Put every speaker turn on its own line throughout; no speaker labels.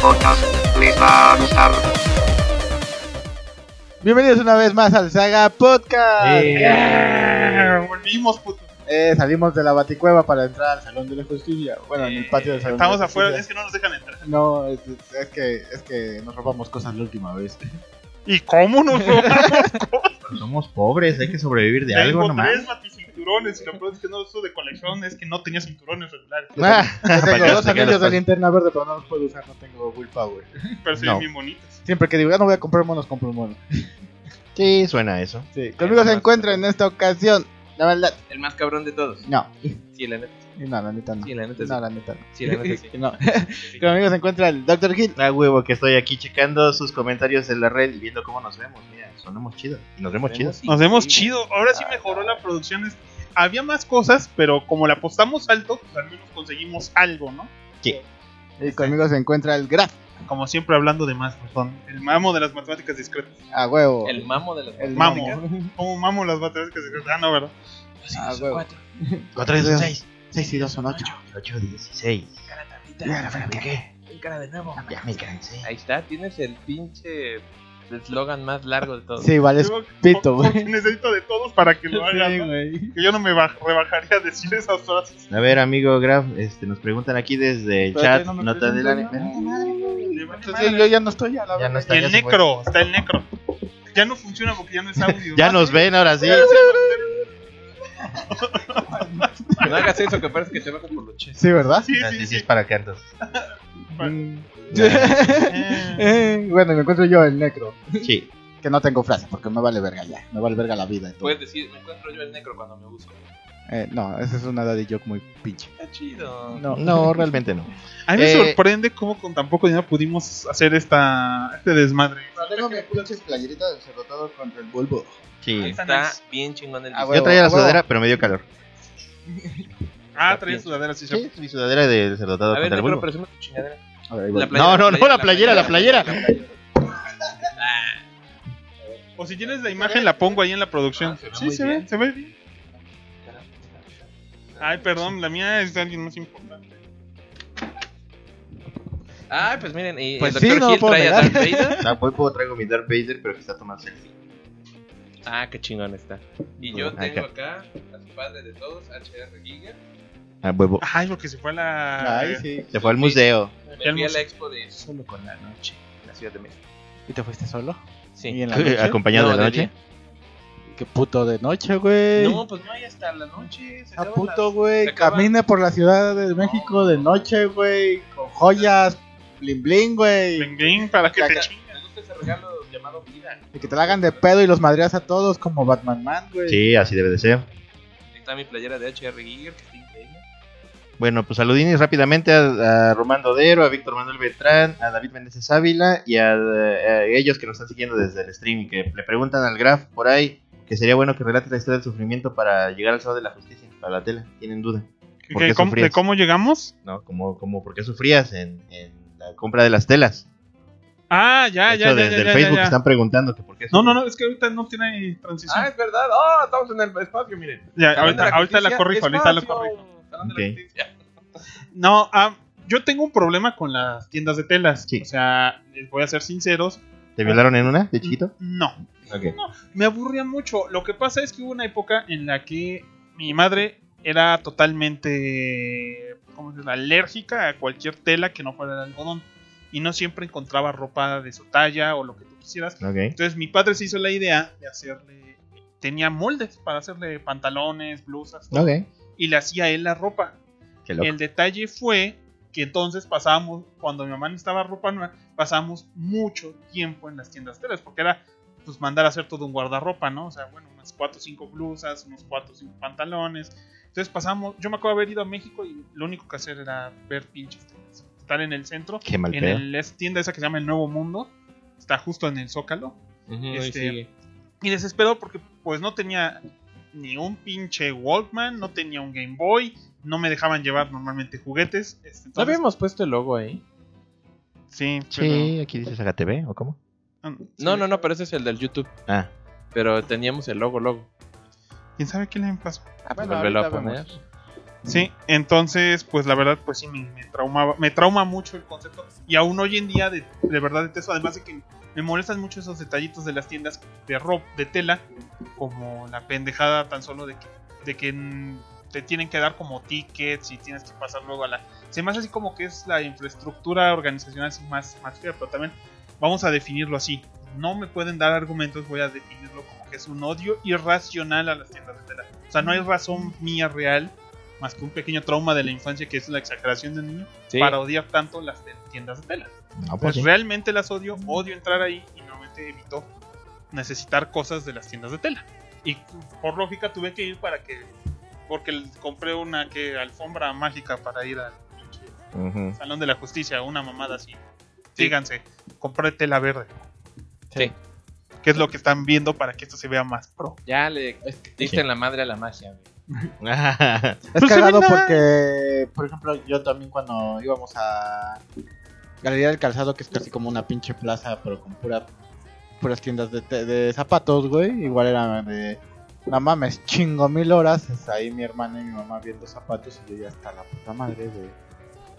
podcast. Les va a gustar.
Bienvenidos una vez más al Saga Podcast.
Eh, Volvimos, puto.
Eh, salimos de la baticueva para entrar al Salón de la Justicia. Bueno, en el patio del
Eh,
Salón
Estamos
de la
afuera, es
Justicia.
que no nos dejan entrar.
No, es, es- es que, es que nos robamos cosas la última vez.
¿Y cómo nos robamos?
Somos pobres, hay que sobrevivir de algo
Tengo
nomás.
tres maticinturones y lo peor es que no uso de colección, es que no tenía cinturones regulares.
Ah, yo tengo
Para
dos
que no te queden
anillos
los
de
pas-
linterna verde, pero no los puedo usar, no tengo willpower.
Pero se
No.
ven bien bonitas.
Siempre que digo, ya no voy a comprar monos, compro un mono.
Sí, suena a eso.
Sí. Conmigo se encuentra en esta ocasión, la verdad,
El más cabrón de todos.
no.
Sí, la neta.
Y No, la neta no.
Sí, la neta sí.
No, la neta no.
Sí, la neta sí.
No. Conmigo se encuentra el Dr. Hill.
La huevo que estoy aquí checando sus comentarios en la red y viendo cómo nos vemos. Mira, sonamos chido. Y nos vemos chidos.
Nos vemos chido. Ahora sí mejoró la producción. es- Había más cosas, pero como la apostamos alto, pues al menos conseguimos algo, ¿no?
Y conmigo se encuentra el Graf.
Como siempre hablando de más, perdón. El mamo de las matemáticas discretas.
A huevo.
El mamo de los
El
Mamo. ¿Cómo mamo las matemáticas discretas? Ah, no, ¿verdad?
A ah, huevo.
4 y 2 son 6.
6 y 2 son 8.
8 16.
Cara tablita.
¿Qué?
El cara de nuevo.
Ya me cansé.
Ahí está, tienes el pinche eslogan más largo de todos.
Sí, vale, es
Digo,
pito,
porque
güey.
Necesito de todos para que lo hagan.
Sí,
¿no?
güey.
Que yo no me baj- rebajaría a decir esas frases.
A ver, amigo Graf, este, nos preguntan aquí desde el
Pero
chat.
que no me
nota del
presentan,
anime.
Le vale
Entonces,
madre.
yo ya no estoy a la
Ya no
verga.
está.
Y el
ya se fue.
necro, está el necro. Ya no funciona porque ya no es audio.
Ya nos ven ahora sí.
No hagas eso que parece que te bajas por los chistes.
Sí, ¿verdad?
Sí,
Ah,
sí,
sí, sí,
sí.
es para cantos.
Mm.
Eh,
Eh, bueno, me encuentro yo el necro.
Sí.
Que no tengo frase, porque me vale verga ya. Me vale verga la vida. y todo.
Puedes decir, me encuentro yo el necro cuando me busco.
Eh, no, esa es una daddy joke muy pinche.
Está chido.
No.
No, realmente no.
A mí me
Eh.
sorprende cómo con tan poco dinero pudimos hacer esta, este desmadre.
Tengo mis pinches playeritas de cerrotado contra el bulbo.
Sí.
Está bien chingón el
Ah,
diseño.
Yo traía la sudadera, pero me dio calor.
Ah, tres sudaderas, sí, sí.
Sí, mi sudadera de cerrotado
A ver,
contra
necro,
el bulbo.
presume tu chingadera.
A ver, ahí
La
voy.
pla-
No, no, no, la
playera,
playera,
la
la playera.
O si tienes la imagen, la pongo ahí en la producción.
Ah, se ve
sí,
muy
se ve,
bien.
se ve bien. Ay, perdón, la mía es de alguien más importante.
Ay, pues miren, y
Pues
el
sí,
doctor
no lo
Hill
puedo
trae a
negar.
Darth Vader.
La Pulpo Ah, traigo mi Darth Vader, pero que está tomando selfie.
Ah, qué chingón está. Y yo
Acá.
tengo acá a su padre de todos, HR Giga.
A Ah, huevo.
Ay, porque se fue a la.
Ay, sí.
Se fue al museo.
Me fui a la expo de Solo con la Noche en la Ciudad de México.
¿Y te fuiste solo?
Sí.
¿Y en la noche?
Acompañado
No,
de la
de
noche.
Qué puto de noche, güey.
No, pues no hay hasta la noche. Se
Ah,
acaban
puto,
las- se
güey.
acaban-
Camina por la ciudad de México de noche, güey. Con joyas, bling bling, güey.
Bling, bling, para que te
Acá-
chingue.
Me gusta ese regalo llamado vida.
Y que te la hagan de pedo y los madreas a todos como Batman Man, güey.
Sí, así debe de ser.
Ahí Está mi playera de HR Giger, que está increíble.
Bueno, pues saludines rápidamente a, a Román Dodero, a Víctor Manuel Beltrán, a David Meneses Ávila y a, a ellos que nos están siguiendo desde el stream, que le preguntan al Graf por ahí que sería bueno que relate la historia del sufrimiento para llegar al sábado de la justicia, para la tela. Tienen duda, ¿Por
¿Qué-
qué
cómo-
sufrías?
¿De cómo llegamos?
¿no? Como, como por qué sufrías en, en la compra de las telas.
Ah, ya,
de
ya,
hecho,
ya,
desde
ya,
el
ya,
Facebook
ya.
están preguntando que por qué
No, no,
sufrías.
no, es que ahorita no tiene transición.
Ah, es verdad. Oh, estamos en el espacio, miren.
Ya,
Salón de
ahorita, ahorita la
Justicia,
corrijo, ahorita la
espacio.
corrijo.
Salón de la
Ok.
Justicia.
No, ah, yo tengo un problema con las tiendas de telas.
Sí.
O sea, les voy a ser sinceros.
¿Te violaron en una de chiquito?
No,
Ok.
me aburría mucho. Lo que pasa es que hubo una época en la que mi madre era totalmente ¿cómo se llama? alérgica a cualquier tela que no fuera de algodón. Y no siempre encontraba ropa de su talla o lo que tú quisieras.
Ok.
Entonces mi padre se hizo la idea de hacerle... Tenía moldes para hacerle pantalones, blusas. todo.
Ok.
Y le hacía él la ropa.
Qué loco.
El detalle fue que entonces pasábamos, cuando mi mamá necesitaba ropa nueva, pasábamos mucho tiempo en las tiendas telas, porque era pues mandar a hacer todo un guardarropa, ¿no? O sea, bueno, unas 4 o 5 blusas, unos 4 o 5 pantalones. Entonces pasamos, yo me acuerdo haber ido a México y lo único que hacer era ver pinches telas. Estar en el centro,
Qué mal
en
pedo.
el, es tienda esa que se llama El Nuevo Mundo, está justo en el Zócalo. Este, Y desesperado porque pues no tenía ni un pinche Walkman, no tenía un Game Boy, no me dejaban llevar normalmente juguetes.
¿No
este, entonces-
habíamos puesto el logo ahí?
Sí,
Sí, aquí dice Saga TV, ¿o cómo?
pero- ah,
No,
sí.
no, no, pero ese es el del YouTube.
Ah,
Pero teníamos el logo, logo.
¿Quién sabe qué le pasó?
Ah, pues
Bueno,
volverlo a
ahorita
poner.
vemos.
Sí, entonces, pues la verdad, pues sí, me, me traumaba, me trauma mucho el concepto. Y aún hoy en día, de, de verdad, detesto, además de que me molestan mucho esos detallitos de las tiendas de ropa, de tela, como la pendejada tan solo de que, de que mm, te tienen que dar como tickets y tienes que pasar luego a la... Se me hace así como que es la infraestructura organizacional así más, más fea, pero también vamos a definirlo así. No me pueden dar argumentos, voy a definirlo como que es un odio irracional a las tiendas de tela. O sea, no hay razón mía real más que un pequeño trauma de la infancia que es la exageración de niño
Sí.
para odiar tanto las te- tiendas de tela.
No, pues
Pues
sí.
realmente las odio, odio entrar ahí y normalmente evito necesitar cosas de las tiendas de tela. Y por lógica tuve que ir para que. Porque l- compré una que alfombra mágica para ir al pinche
Ujú.
Salón de la Justicia, una mamada así. Síganse, compré tela verde,
Sí.
que es lo que están viendo para que esto se vea más pro.
Ya le es que diste en la madre a la magia, güey.
Es
Pues se
cagado
ve nada.
porque, por ejemplo, yo también cuando íbamos a Galería del Calzado, que es casi como una pinche plaza, pero con pura, puras tiendas de, te- de zapatos, güey, igual era de... No mames, chingo mil horas. es Ahí mi hermana y mi mamá viendo zapatos y yo ya hasta la puta madre de,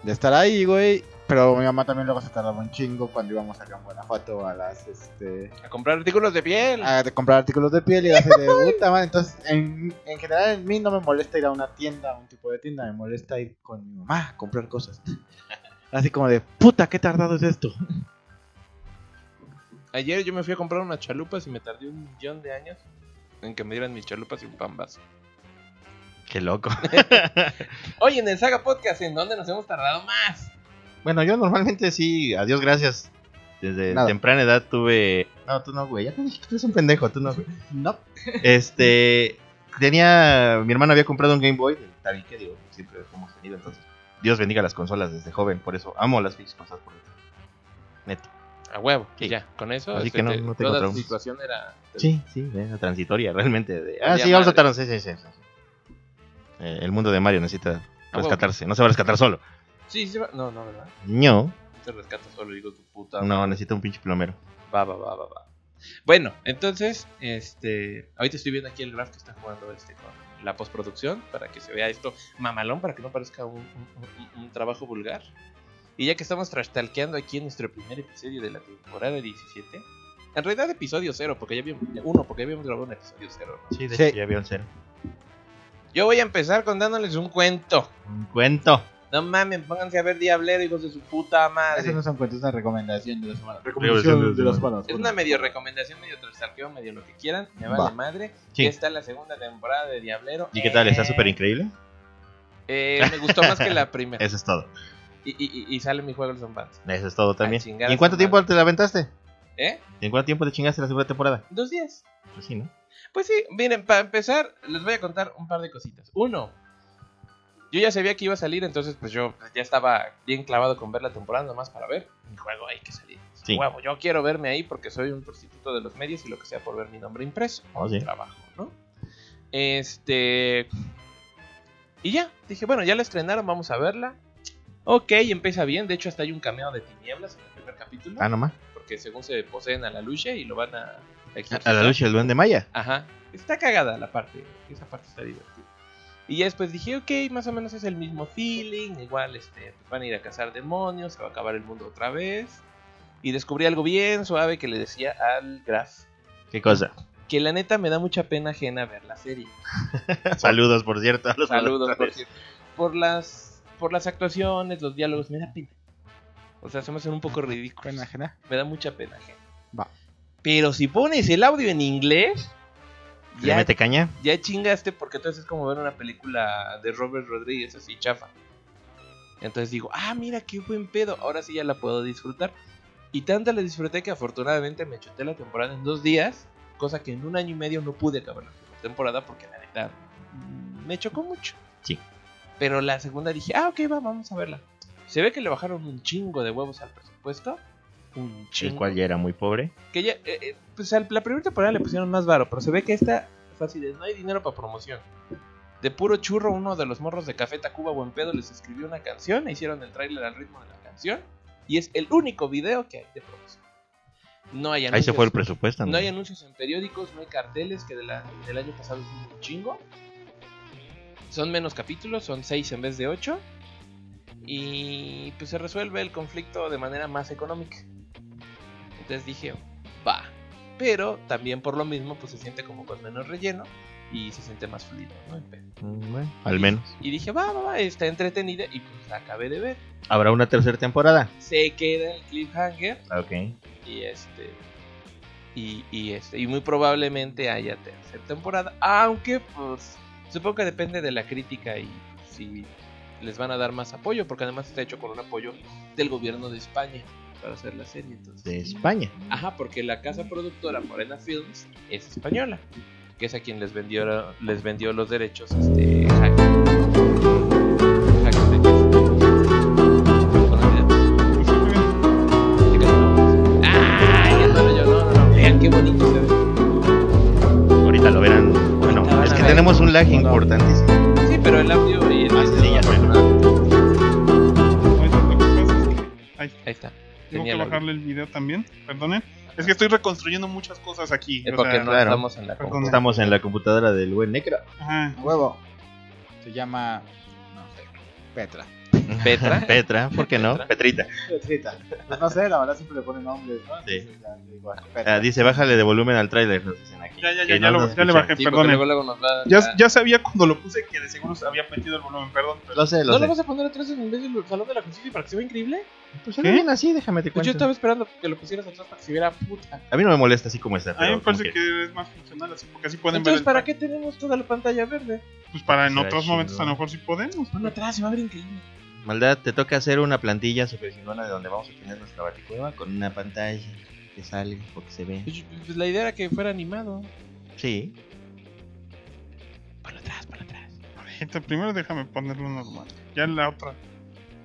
de estar ahí, güey. Pero mi mamá también luego se tardaba un chingo cuando íbamos acá en Guanajuato a las, este...
A comprar artículos de piel.
a de comprar artículos de piel y era así de puta madre. Entonces, en, en general, en mí no me molesta ir a una tienda, a un tipo de tienda, me molesta ir con mi mamá a comprar cosas. Así como de puta, qué tardado es esto.
Ayer yo me fui a comprar unas chalupas y me tardé un millón de años en que me dieran mis chalupas y un pambazo.
Qué loco.
Oye, en el Saga Podcast, ¿en dónde nos hemos tardado más?
Bueno, yo normalmente sí, a Dios gracias. Desde
Nada.
temprana edad tuve. No, tú no, güey. Ya te dije que tú eres un pendejo, tú no, güey.
No,
Este. Tenía. Mi hermano había comprado un Game Boy. del Tabique, digo, siempre lo hemos tenido. Entonces, Dios bendiga las consolas desde joven. Por eso amo las pinches cosas por dentro. Neto.
A huevo,
Sí.
y ya, con eso.
Así
este,
que no- no tengo
toda la
traumas.
situación era.
Sí, sí, es transitoria, realmente. de, ah,
Valía
sí, vamos a
madre.
tratar. Sí, sí, sí. sí. Ah, Eh, el mundo de Mario necesita
huevo.
rescatarse. No se va a rescatar solo.
Sí, sí, va- no, no, ¿verdad?
No,
Te rescato solo, digo tu puta.
no, necesita un pinche plomero.
Va, va, va, va, va. Bueno, entonces, este. Ahorita estoy viendo aquí el graph que está jugando este con la postproducción para que se vea esto mamalón, para que no parezca un, un- un- un trabajo vulgar. Y ya que estamos trastalqueando aquí en nuestro primer episodio de la temporada 17, en realidad episodio 0, porque ya habíamos. Uno, porque ya habíamos grabado un episodio 0.
Sí,
de Sí. hecho,
ya vio el cero.
Yo voy a empezar contándoles un cuento.
Un cuento.
No mames, pónganse a ver Diablero, hijos de su puta madre.
eso Ah, no son cuentos, es una recomendación de las manos.
Recomendación de las
manos.
Es una medio recomendación, medio trastalqueo, medio lo que quieran. Me vale
Va.
madre.
Sí.
Ya está la segunda temporada de Diablero.
¿Y qué tal? ¿Está
Eh,
súper increíble?
eh, me gustó más que la primera.
Eso es todo.
Y, y- y- y sale mi juego el Zombanz.
Eso es todo
A
también. ¿Y
chingar a
en
su
cuánto tiempo
madre.
te la aventaste?
¿Eh?
¿En cuánto tiempo te chingaste la segunda temporada?
Dos días.
Pues sí, ¿no?
Pues sí, miren, para empezar, les voy a contar un par de cositas. Uno, yo ya sabía que iba a salir, entonces pues yo ya estaba bien clavado con ver la temporada nomás para ver. Mi juego hay que salir.
Sí.
Huevo, yo quiero verme ahí porque soy un prostituto de los medios y lo que sea por ver mi nombre impreso.
Oh, sí.
trabajo, ¿no? Este. Y ya, dije, bueno, ya la estrenaron, vamos a verla. Ok, empieza bien. De hecho, hasta hay un cameo de tinieblas en el primer capítulo.
Ah, nomás.
Porque según se poseen a la lucha y lo van a.
A la lucha del duende maya.
Ajá. Está cagada la parte. Esa parte está divertida. Y ya después dije, ok, más o menos es el mismo feeling. Igual este, pues van a ir a cazar demonios, se va a acabar el mundo otra vez. Y descubrí algo bien suave que le decía al Graf.
¿Qué cosa?
Que la neta me da mucha pena ajena ver la serie.
Saludos, por cierto. a los
Saludos, por
productores.
cierto. Por las, por las actuaciones, los diálogos, me da pena. O sea, se me hacen un poco ridículos.
Pena ajena.
Me da mucha pena. ajena.
Va.
Pero si pones el audio en inglés,
¿Le
ya,
mete caña?
ya chingaste porque entonces es como ver una película de Robert Rodríguez así chafa. Entonces digo, ah, mira qué buen pedo. Ahora sí ya la puedo disfrutar. Y tanta la disfruté que afortunadamente me chuté la temporada en dos días, cosa que en un año y medio no pude acabar la primera temporada porque la neta mm, me chocó mucho.
Sí.
Pero la segunda dije, ah, ok, va, vamos a verla. Se ve que le bajaron un chingo de huevos al presupuesto. Un
El
chingo.
cual ya era muy pobre.
Que ya, eh, eh, pues al- la primera temporada le pusieron más varo, pero se ve que esta fácil de no hay dinero para promoción. De puro churro, uno de los morros de Café Tacuba Buen Pedo les escribió una canción, e hicieron el tráiler al ritmo de la canción, y es el único video que hay de promoción. No hay anuncios.
Ahí se fue el presupuesto.
No hay anuncios en periódicos, no hay carteles, que de la- del año pasado es un chingo. Son menos capítulos, son 6 en vez de 8. Y pues se resuelve el conflicto de manera más económica. Entonces dije, va. Pero también por lo mismo, pues se siente como con menos relleno y se siente más fluido, ¿no? El pedo.
Mm, bueno, al menos.
Y dije, va, va, va, está entretenida y pues la acabé de ver.
¿Habrá una tercera temporada?
Se queda el cliffhanger
Ah, Ok.
y este y, y este y muy probablemente haya tercera temporada aunque pues supongo que depende de la crítica y si les van a dar más apoyo porque además está hecho con un apoyo del gobierno de España para hacer la serie entonces
De España.
ajá porque la casa productora Morena Films es española que es a quien les vendió les vendió los derechos este Hack. Hack de Kiss. Ay, ya no, yo no, no, no. Vean qué bonito se ve.
Ahorita lo verán. Bueno,
Ahorita van
es
a
que
ver.
tenemos un lag
Hola.
importantísimo.
Sí, pero el audio y el
Ah, sí, ya sé.
Ahorita lo que pasa es que- ay,
Ahí está.
tengo
Tenía
que
el audio.
bajarle el video también, perdonen. Es que estoy reconstruyendo muchas cosas aquí.
Es
o
porque
sea,
no
claro.
estamos en la
Perdón.
computadora.
Estamos en la computadora del buen Necra.
ajá.
Huevo. Se llama. No sé. Petra.
Petra.
Petra, ¿por qué no?
Petra.
Petrita.
Petrita. Pues no sé, la verdad siempre le ponen nombres, ¿no?
Sí.
Entonces, ya, igual, Petra.
Ah, dice, bájale de volumen al tráiler, nos dicen aquí.
Ya, ya,
Que
ya, ya,
no
lo- ya
nos
le
escuchan.
bajé,
Sí, porque luego,
perdonen.
luego nos va a-
Ya, ya sabía cuando lo puse que de seguro se había metido el volumen, perdón. pero-
Lo sé,
¿No
lo sé.
lo vas a poner atrás en vez del salón de la justicia para que se vea increíble?
Pues era
¿Qué?
bien así, déjame te
Pues
cuento.
yo estaba esperando que lo pusieras atrás para que se viera puta.
A mí no me molesta así como está.
A mí me
pero como
parece
que-
que es más funcional así, porque así pueden
Entonces,
ver. el
¿para qué tenemos toda la pantalla verde?
track. Pues para en
Será
otros
chido.
momentos a lo mejor sí podemos.
Ponlo atrás, se va a ver increíble.
Maldad, te toca hacer una plantilla super chingona de donde vamos a tener nuestra baticueva con una pantalla que sale o que se ve.
Pues, yo- pues la idea era que fuera animado.
Sí.
Ponlo atrás, ponlo atrás.
Gente, primero déjame ponerlo normal. Ya la otra.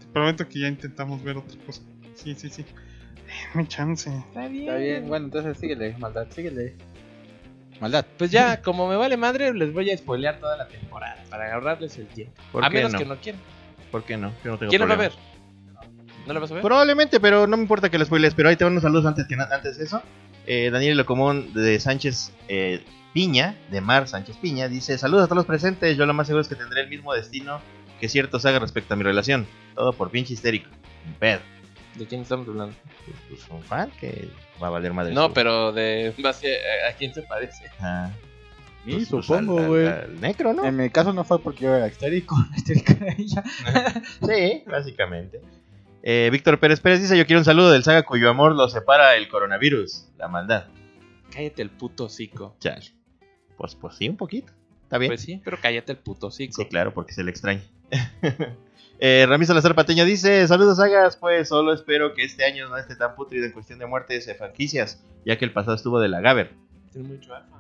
Te prometo que ya intentamos ver otra cosa. Sí, sí, sí. Mi chance.
Está bien.
Está bien, bueno, entonces síguele, maldad, síguele. Maldad.
Pues ya, como me vale madre, les voy a spoilear toda la temporada para ahorrarles el tiempo.
¿Por
a
qué
menos
no?
que no quieran.
¿Por qué no? Yo no tengo
¿Quién la va a ver?
problema.
¿No la vas a ver?
Probablemente, pero no me importa que les spoiles. Pero ahí te van unos saludos antes, que na- antes de eso. Eh, Daniel Locomón de Sánchez eh, Piña, de Mar Sánchez Piña, dice: Saludos a todos los presentes. Yo lo más seguro es que tendré el mismo destino que cierto saga respecto a mi relación. Todo por pinche histérico. Un pedo.
¿De quién estamos hablando?
Pues, pues, un fan que va a valer madre.
No,
su-
pero de base a, a quién se parece.
Ajá.
Sí,
Pues, pues,
supongo,
al- al-
güey.
al Necro, ¿no?
En mi caso no fue porque yo era histérico, histérica era ella.
Sí, básicamente. Eh, Víctor Pérez Pérez dice: Yo quiero un saludo del saga cuyo amor lo separa el coronavirus, la maldad.
Cállate el puto hocico.
Chale. Pues, pues sí, un poquito. Está bien.
Pues sí, pero cállate el puto hocico.
sí, claro, porque se le extraña. eh, Ramiro Salazar Pateño dice: Saludos, sagas. Pues solo espero que este año no esté tan putrido en cuestión de muertes de franquicias, ya que el pasado estuvo de la Gaber.
Es mucho alfa.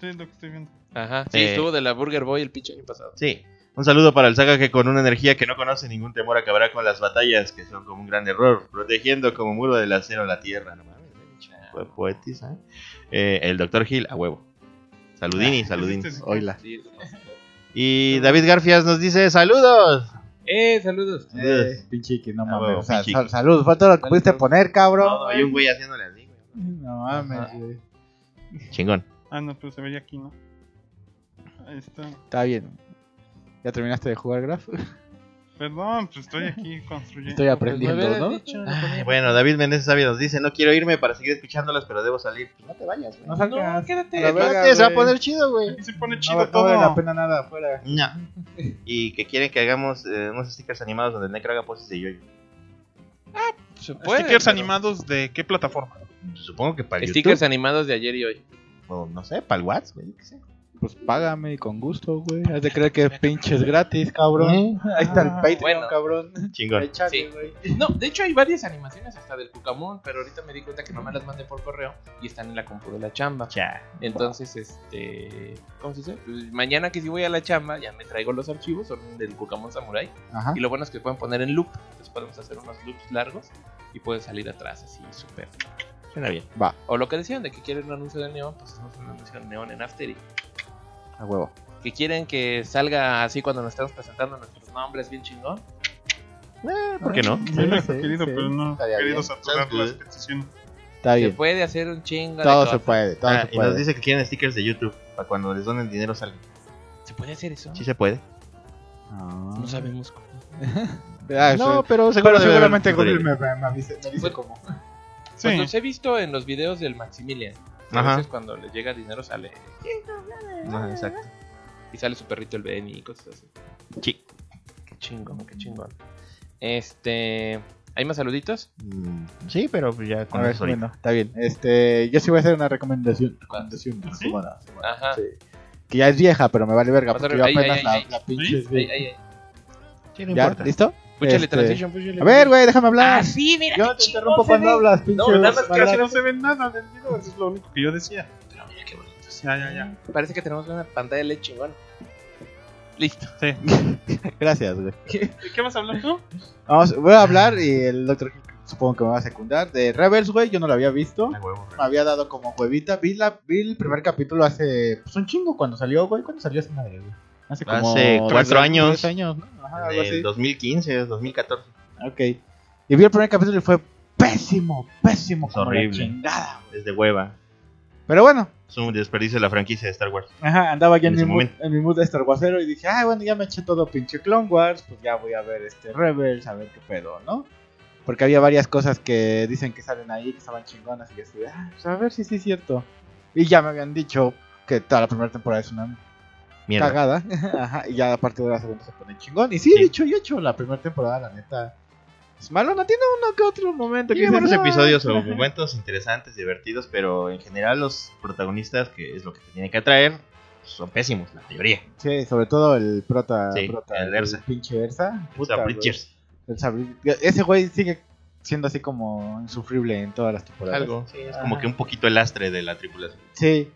Sí, es lo que estoy viendo.
Ajá. Sí,
Eh.
estuvo de la Burger Boy el pinche año pasado.
Sí. Un saludo para el saga que con una energía que no conoce ningún temor acabará con las batallas, que son como un gran error, protegiendo como muro del acero la tierra. No mames, güey, pinche po- poetis, ¿eh? Eh, el doctor Gil, a huevo. Saludini, saludini.
Este es-
Oila.
Sí.
Y David Garfias nos dice, saludos.
Eh, saludos.
Saludos.
Eh, pinche que no
Ah,
mames.
bueno,
o sea,
pinche.
sal- salud, fue todo lo que
Salud.
pudiste poner, cabrón.
No, hay un güey haciéndole así. güey.
No mames, güey.
Chingón.
Ah, no, pero se veía aquí, ¿no? Ahí está.
Está bien. ¿Ya terminaste de jugar Graf?
Perdón, pues estoy aquí construyendo.
Estoy
Pues me
aprendiendo,
hubieras
¿no?
dicho, no comía.
Bueno, David Méndez Sabio nos dice, no quiero irme para seguir escuchándolas, pero debo salir. No te vayas, güey.
No
No,
salgas.
quédate.
La verga,
Espérate, se va a
güey.
poner chido, güey.
Aquí se pone
No,
chido
va- no
todo.
vale la pena nada afuera.
No. Y que quieren que hagamos eh, unos stickers animados donde el Necro haga poses de yoyo.
Se puede,
Stickers
pero-
animados de qué plataforma?
Supongo que para el
Stickers
YouTube.
animados de ayer y hoy.
O no sé, para el WhatsApp, güey. yo qué sé.
Pues págame con gusto, güey. Has de creer que pinches gratis, cabrón.
¿Eh?
Ahí está el
Ah,
Patreon,
Bueno.
cabrón.
Chingón.
Sí.
Échale, güey.
No, de hecho hay varias animaciones hasta del Cucamón, pero ahorita me di cuenta que no me las mandé por correo y están en la compu de la chamba.
Cha.
Entonces, este, ¿cómo se dice? Pues, mañana que si voy a la chamba, ya me traigo los archivos, son del Cucamón Samurai.
Ajá.
Y lo bueno es que pueden poner en loop, entonces podemos hacer unos loops largos y pueden salir atrás así súper.
Suena bien.
Va,
O lo que decían de que quieren un anuncio de neón, pues hacemos un anuncio de neón en After Effects.
a huevo.
Que quieren que salga así cuando nos estemos presentando nuestros nombres bien chingón.
¿Por qué no?
Yo lo he
sí,
querido,
sí.
pero no he
Estaría
querido
bien.
saturar
Sounds
las
good.
peticiones.
Está
Se
bien.
puede hacer un chingo de
Todo se
cosas.
puede, todo
Ah,
se
y nos
puede.
dice que quieren stickers de YouTube para cuando les donen dinero salga.
¿Se puede hacer eso?
Sí se puede.
No sabemos cómo.
Ah,
No,
sí. Pero
pero, debe haber un
seguramente Google
tutorial.
me, me, me avise- me dice
Bueno.
cómo.
Sí.
Pues los he visto en los videos del Maximilian. A
Ajá.
veces cuando le llega dinero sale.
Ajá, exacto.
Y sale su perrito el Benny y cosas así.
Sí.
Qué chingón, qué chingón. Este. ¿Hay más saluditos?
Mm, Sí, pero pues ya
A
con
ver,
eso ahorita.
bueno, está bien. Este, yo sí voy a hacer una recomendación. recomendación de la
¿Sí?
semana, semana,
Ajá.
sí. Que ya es vieja, pero me vale verga.
Vas a
Porque
ver,
yo
ahí,
apenas
Ah. ahí,
la,
ahí.
la pinche.
¿Sí?
sí.
Ahí, ahí, ahí.
Sí, no
¿Ya?
importa.
¿Listo?
Púchale
Este,
transition, púchale.
A ver, güey, déjame hablar.
Ah, sí, mira.
yo
qué
te
chingón
interrumpo
se
cuando
ve.
hablas, pinche.
No, nada más
mala-
Casi no se ve nada del video, eso es lo único que yo decía.
Pero mira qué bonito.
Ya, ya, ya.
Parece que tenemos una pantalla de LED chingón. Listo.
Sí.
Gracias, güey.
¿De qué vas a hablar tú?
Vamos, voy a hablar y el doctor supongo que me va a secundar. De Rebels, güey, yo no lo había visto.
Ah, huevo.
Me había dado como huevita. Vi, la, vi el primer capítulo hace. Pues un chingo cuando salió, güey. ¿Cuándo salió esa madre, güey? Hace
Hace cuatro
tres
años.
tres años, ¿no? Ajá, algo
Del
así.
2015, 2014.
Ok. Y vi el primer capítulo y fue pésimo, pésimo.
Es
como la
horrible.
chingada.
Es de hueva.
Pero bueno,
Es un desperdicio de la franquicia de Star Wars.
Ajá, andaba ya
En
en,
ese
mi mood,
momento.
en mi mood de Star Warsero y dije, ay, bueno, ya me eché todo pinche Clone Wars, pues ya voy a ver este Rebels, a ver qué pedo, ¿no? Porque había varias cosas que dicen que salen ahí, que estaban chingonas y yo así, de, ah, pues a ver si sí es cierto. Y ya me habían dicho que toda la primera temporada es una
Mierda.
cagada, ajá, y ya a partir de la segunda se pone chingón. Y sí,
Sí.
dicho y hecho, la primera temporada, la neta, es malo, no tiene uno que otro momento. que
Tiene
dices,
buenos
"Ah".
episodios o momentos interesantes, divertidos, pero en general los protagonistas, que es lo que te tiene que atraer, son pésimos, la mayoría.
Sí, sobre todo el prota,
Sí,
prota,
el Ersa.
pinche Ersa.
O
puta,
sea,
güey.
Bridgers.
El Sabri- Ese güey sigue siendo así como insufrible en todas las temporadas.
Algo. Sí, es
Ah,
Ajá.
como que un poquito el astre de la tripulación.
Sí.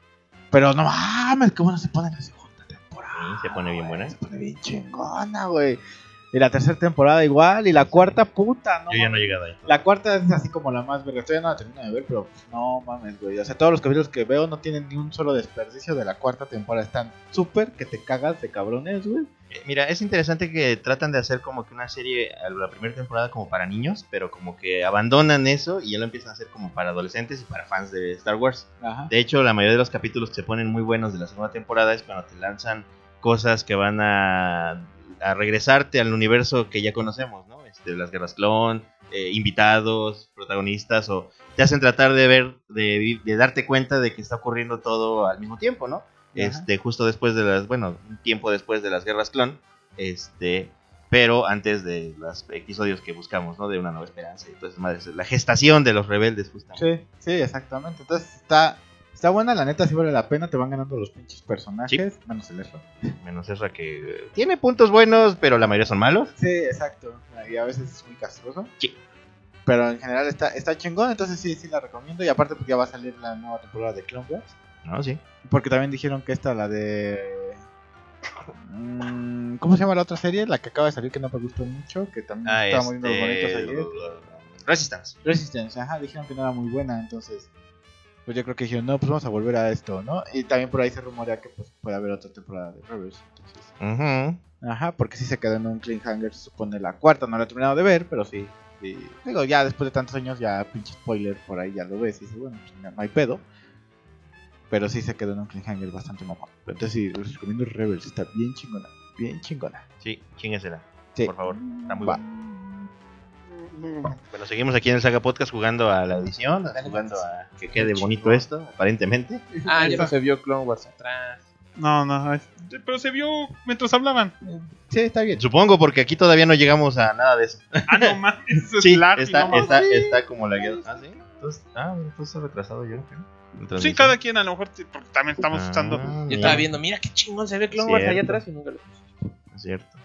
Pero no mames, qué bueno se pone la segunda temporada.
Sí, se pone bien
güey.
buena.
Se pone bien chingona, güey. Y la tercera temporada igual. Y la cuarta, puta, no.
Yo ya no he
mames.
llegado ahí.
La cuarta es así como la más verga. Todavía no la termino de ver, pero pues, no mames, güey. O sea, todos los capítulos que veo no tienen ni un solo desperdicio de la cuarta temporada. Están súper que te cagas de cabrones, güey.
Eh, Mira, es interesante que tratan de hacer como que una serie, a la primera temporada como para niños, pero como que abandonan eso y ya lo empiezan a hacer como para adolescentes y para fans de Star Wars.
Ajá.
De hecho, la mayoría de los capítulos que se ponen muy buenos de la segunda temporada es cuando te lanzan cosas que van a, a regresarte al universo que ya conocemos, ¿no? Este, las guerras clon, eh, invitados, protagonistas, o te hacen tratar de ver, de, vi- de darte cuenta de que está ocurriendo todo al mismo tiempo, ¿no? Este, justo después de las, bueno, un tiempo después de las guerras clon, este, pero antes de los episodios que buscamos, ¿no? De una nueva esperanza y todas esas madres, la gestación de los rebeldes, justamente.
Sí, sí, exactamente. Entonces está, está buena, la neta, sí vale la pena. Te van ganando los pinches personajes. Menos el Ezra.
Menos Ezra que eh, tiene puntos buenos, pero la mayoría son malos.
Sí, exacto. Y a veces es muy castroso.
Sí.
Pero en general está, está chingón, entonces sí, sí la recomiendo. Y aparte, porque ya va a salir la nueva temporada de Clone Wars.
No, sí.
Porque también dijeron que esta, la de. Mm, ¿Cómo se llama la otra serie? La que acaba de salir que no me gustó mucho. Que también
Ah,
estábamos viendo los
este,
bonitos ayer.
Resistance.
Resistance, ajá, dijeron que no era muy buena, entonces pues yo creo que dijeron, no, pues vamos a volver a esto, ¿no? Y también por ahí se rumorea que pues puede haber otra temporada de Rebels, entonces.
Ujú.
Ajá, porque sí se quedó en un cliffhanger, se supone la cuarta, no la he terminado de ver, pero sí. sí. Digo, ya después de tantos años, ya pinche spoiler, por ahí ya lo ves y dices, bueno, pues no, no hay pedo. Pero sí se quedó en un cliffhanger bastante mamón. Pero Entonces sí, les recomiendo Rebels, está bien chingona, bien chingona.
Sí, chingasela,
Sí.
por favor. Está muy
Va.
bueno. Bueno, seguimos aquí en el Saga Podcast jugando a la audición, jugando a que quede bonito esto, aparentemente.
Ah, ya no se vio Clone Wars atrás.
No, no, es- pero se vio mientras hablaban.
Sí, está bien.
Supongo porque aquí todavía no llegamos a nada de eso.
Ah, no mames, es
Sí,
Larry, no
está,
mames.
está, está como la guerra. Ah, sí. Entonces, ah, mira, entonces está retrasado yo. creo. La
Sí,
transmisión.
cada quien a lo mejor, te- porque también estamos
Ah,
usando.
Yo
mira,
estaba viendo, mira qué chingón se ve Clone Wars allá
Cierto.
atrás y nunca lo puse.
Es cierto.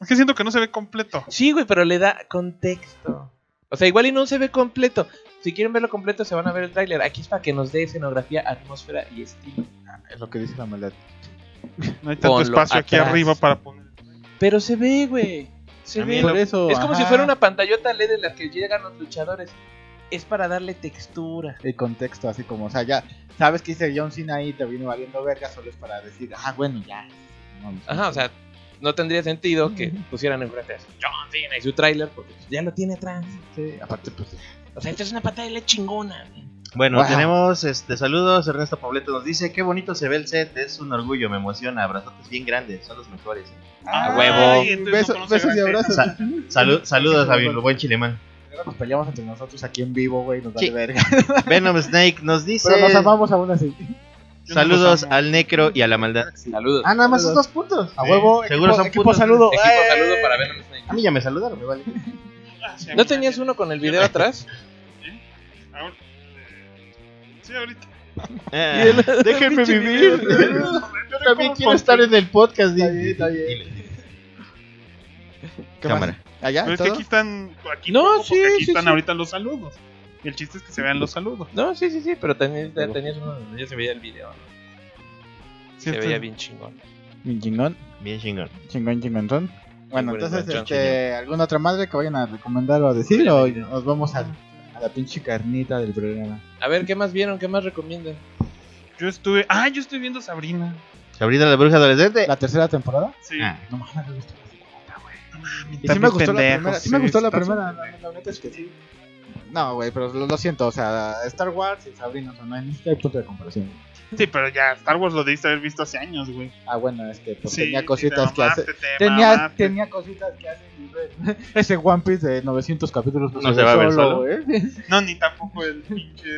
Es que siento que no se ve completo.
Sí, güey, pero le da contexto. O sea, igual y no se ve completo. Si quieren verlo completo, se van a ver el tráiler. Aquí es para que nos dé escenografía, atmósfera y estilo.
Es lo que dice la maldad.
No hay tanto
Ponlo
espacio aquí
atrás.
arriba para poner.
Pero se ve, güey. Se
A
ve.
mí lo-
Por eso,
Es como si
ajá,
fuera una pantallota LED en la que llegan los luchadores. Es para darle textura.
el contexto, así como, o sea, ya sabes que hice John Cena ahí, te vino valiendo verga, solo es para decir, ah, bueno, ya. no, pues,
Ajá, o sea, no tendría sentido que pusieran enfrente a John Cena y su tráiler porque ya lo tiene atrás.
sí, aparte, pues,
O sea, esta es una pantalla LED E chingona. güey.
Bueno,
Wow.
tenemos este saludos. Ernesto Pobleto nos dice: Qué bonito se ve el set, es un orgullo, me emociona. Abrazotes bien grandes, son los mejores.
A huevo.
entonces no
ah, Beso-
conoce
besos y
gran
abrazos.
Sa- salu- saludos a mi buen chilemán.
Nos peleamos entre nosotros aquí en vivo, güey. Nos vale
Sí.
verga.
Venom Snake nos dice:
Pero nos amamos aún así.
Yo no los
Saludos
amo.
al necro y a la maldad.
Saludos.
Ah, nada más esos
Saludos.
dos puntos.
A huevo,
seguro
equipo-
son
equipo
puntos.
saludo.
Equipo,
¡Eh!
saludo para Venom Snake.
A mí ya me saludaron, me vale.
Ah, sí, a
¿No
mí
tenías
también.
uno con el video atrás?
Ahor- eh, Sí, ahorita.
Eh, déjenme vivir.
Yo
También
recuerdo
quiero
cuando-
estar en el podcast.
Está bien, está bien.
Dile, dile.
¿Qué
Cámara.
más? ¿Allá?
Pero Pues es que
¿Todo?
aquí están. Aquí
No,
no,
sí,
aquí
sí,
están
sí.
ahorita los saludos. Y el chiste es que se vean los saludos.
No, sí, sí, sí, pero también ya tenías uno donde ya se veía el video.
Sí,
Se
está-
veía bien chingón.
Mi Chingón,
Bien chingón.
chingón, chingonzón. Bueno,
Chingón,
entonces,
chingón,
este, ¿alguna otra madre que vayan a recomendar o a decir? O
Obviamente.
nos vamos al- a, la pinche carnita del programa.
A ver, ¿qué más vieron? ¿Qué más recomiendan?
Yo estuve. Ah, yo estoy viendo Sabrina.
Sabrina la bruja adolescente.
¿La tercera temporada?
Sí. Ah,
Ah.
No mames, me gustó. Y sí
También
me gustó la
pendejos,
primera. Sí
sí,
me gustó la
está-
primera. La, la neta es que sí. No, güey, pero lo, lo siento. O sea, Star Wars y Sabrina, o sea, no hay, no hay punto de comparación.
Sí, pero ya Star Wars lo debiste haber visto hace años, güey.
Ah, bueno, es que pues,
Sí,
tenía
te
cositas que
mamaste,
hacer.
te
Tenía,
mamaste.
tenía cositas que hacer. y, güey, Ese One Piece de 900 capítulos
No se va a ver
güey.
No, ni tampoco el pinche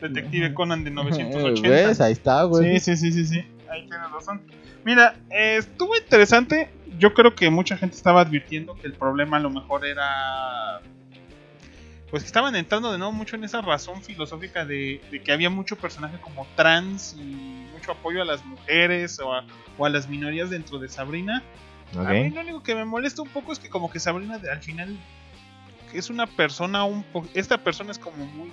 detective Conan
Eh,
de 980.
¿Ves? Ahí está, güey.
Sí, sí, sí, sí, sí. Ahí tienes razón. Mira, eh, estuvo interesante. Yo creo que mucha gente estaba advirtiendo que el problema a lo mejor era. Pues que estaban entrando de nuevo mucho en esa razón filosófica de, de que había mucho personaje como trans y mucho apoyo a las mujeres o a, o a las minorías dentro de Sabrina. A mí
Ok.
lo único que me molesta un poco es que como que Sabrina de- al final es una persona un po- esta persona es como muy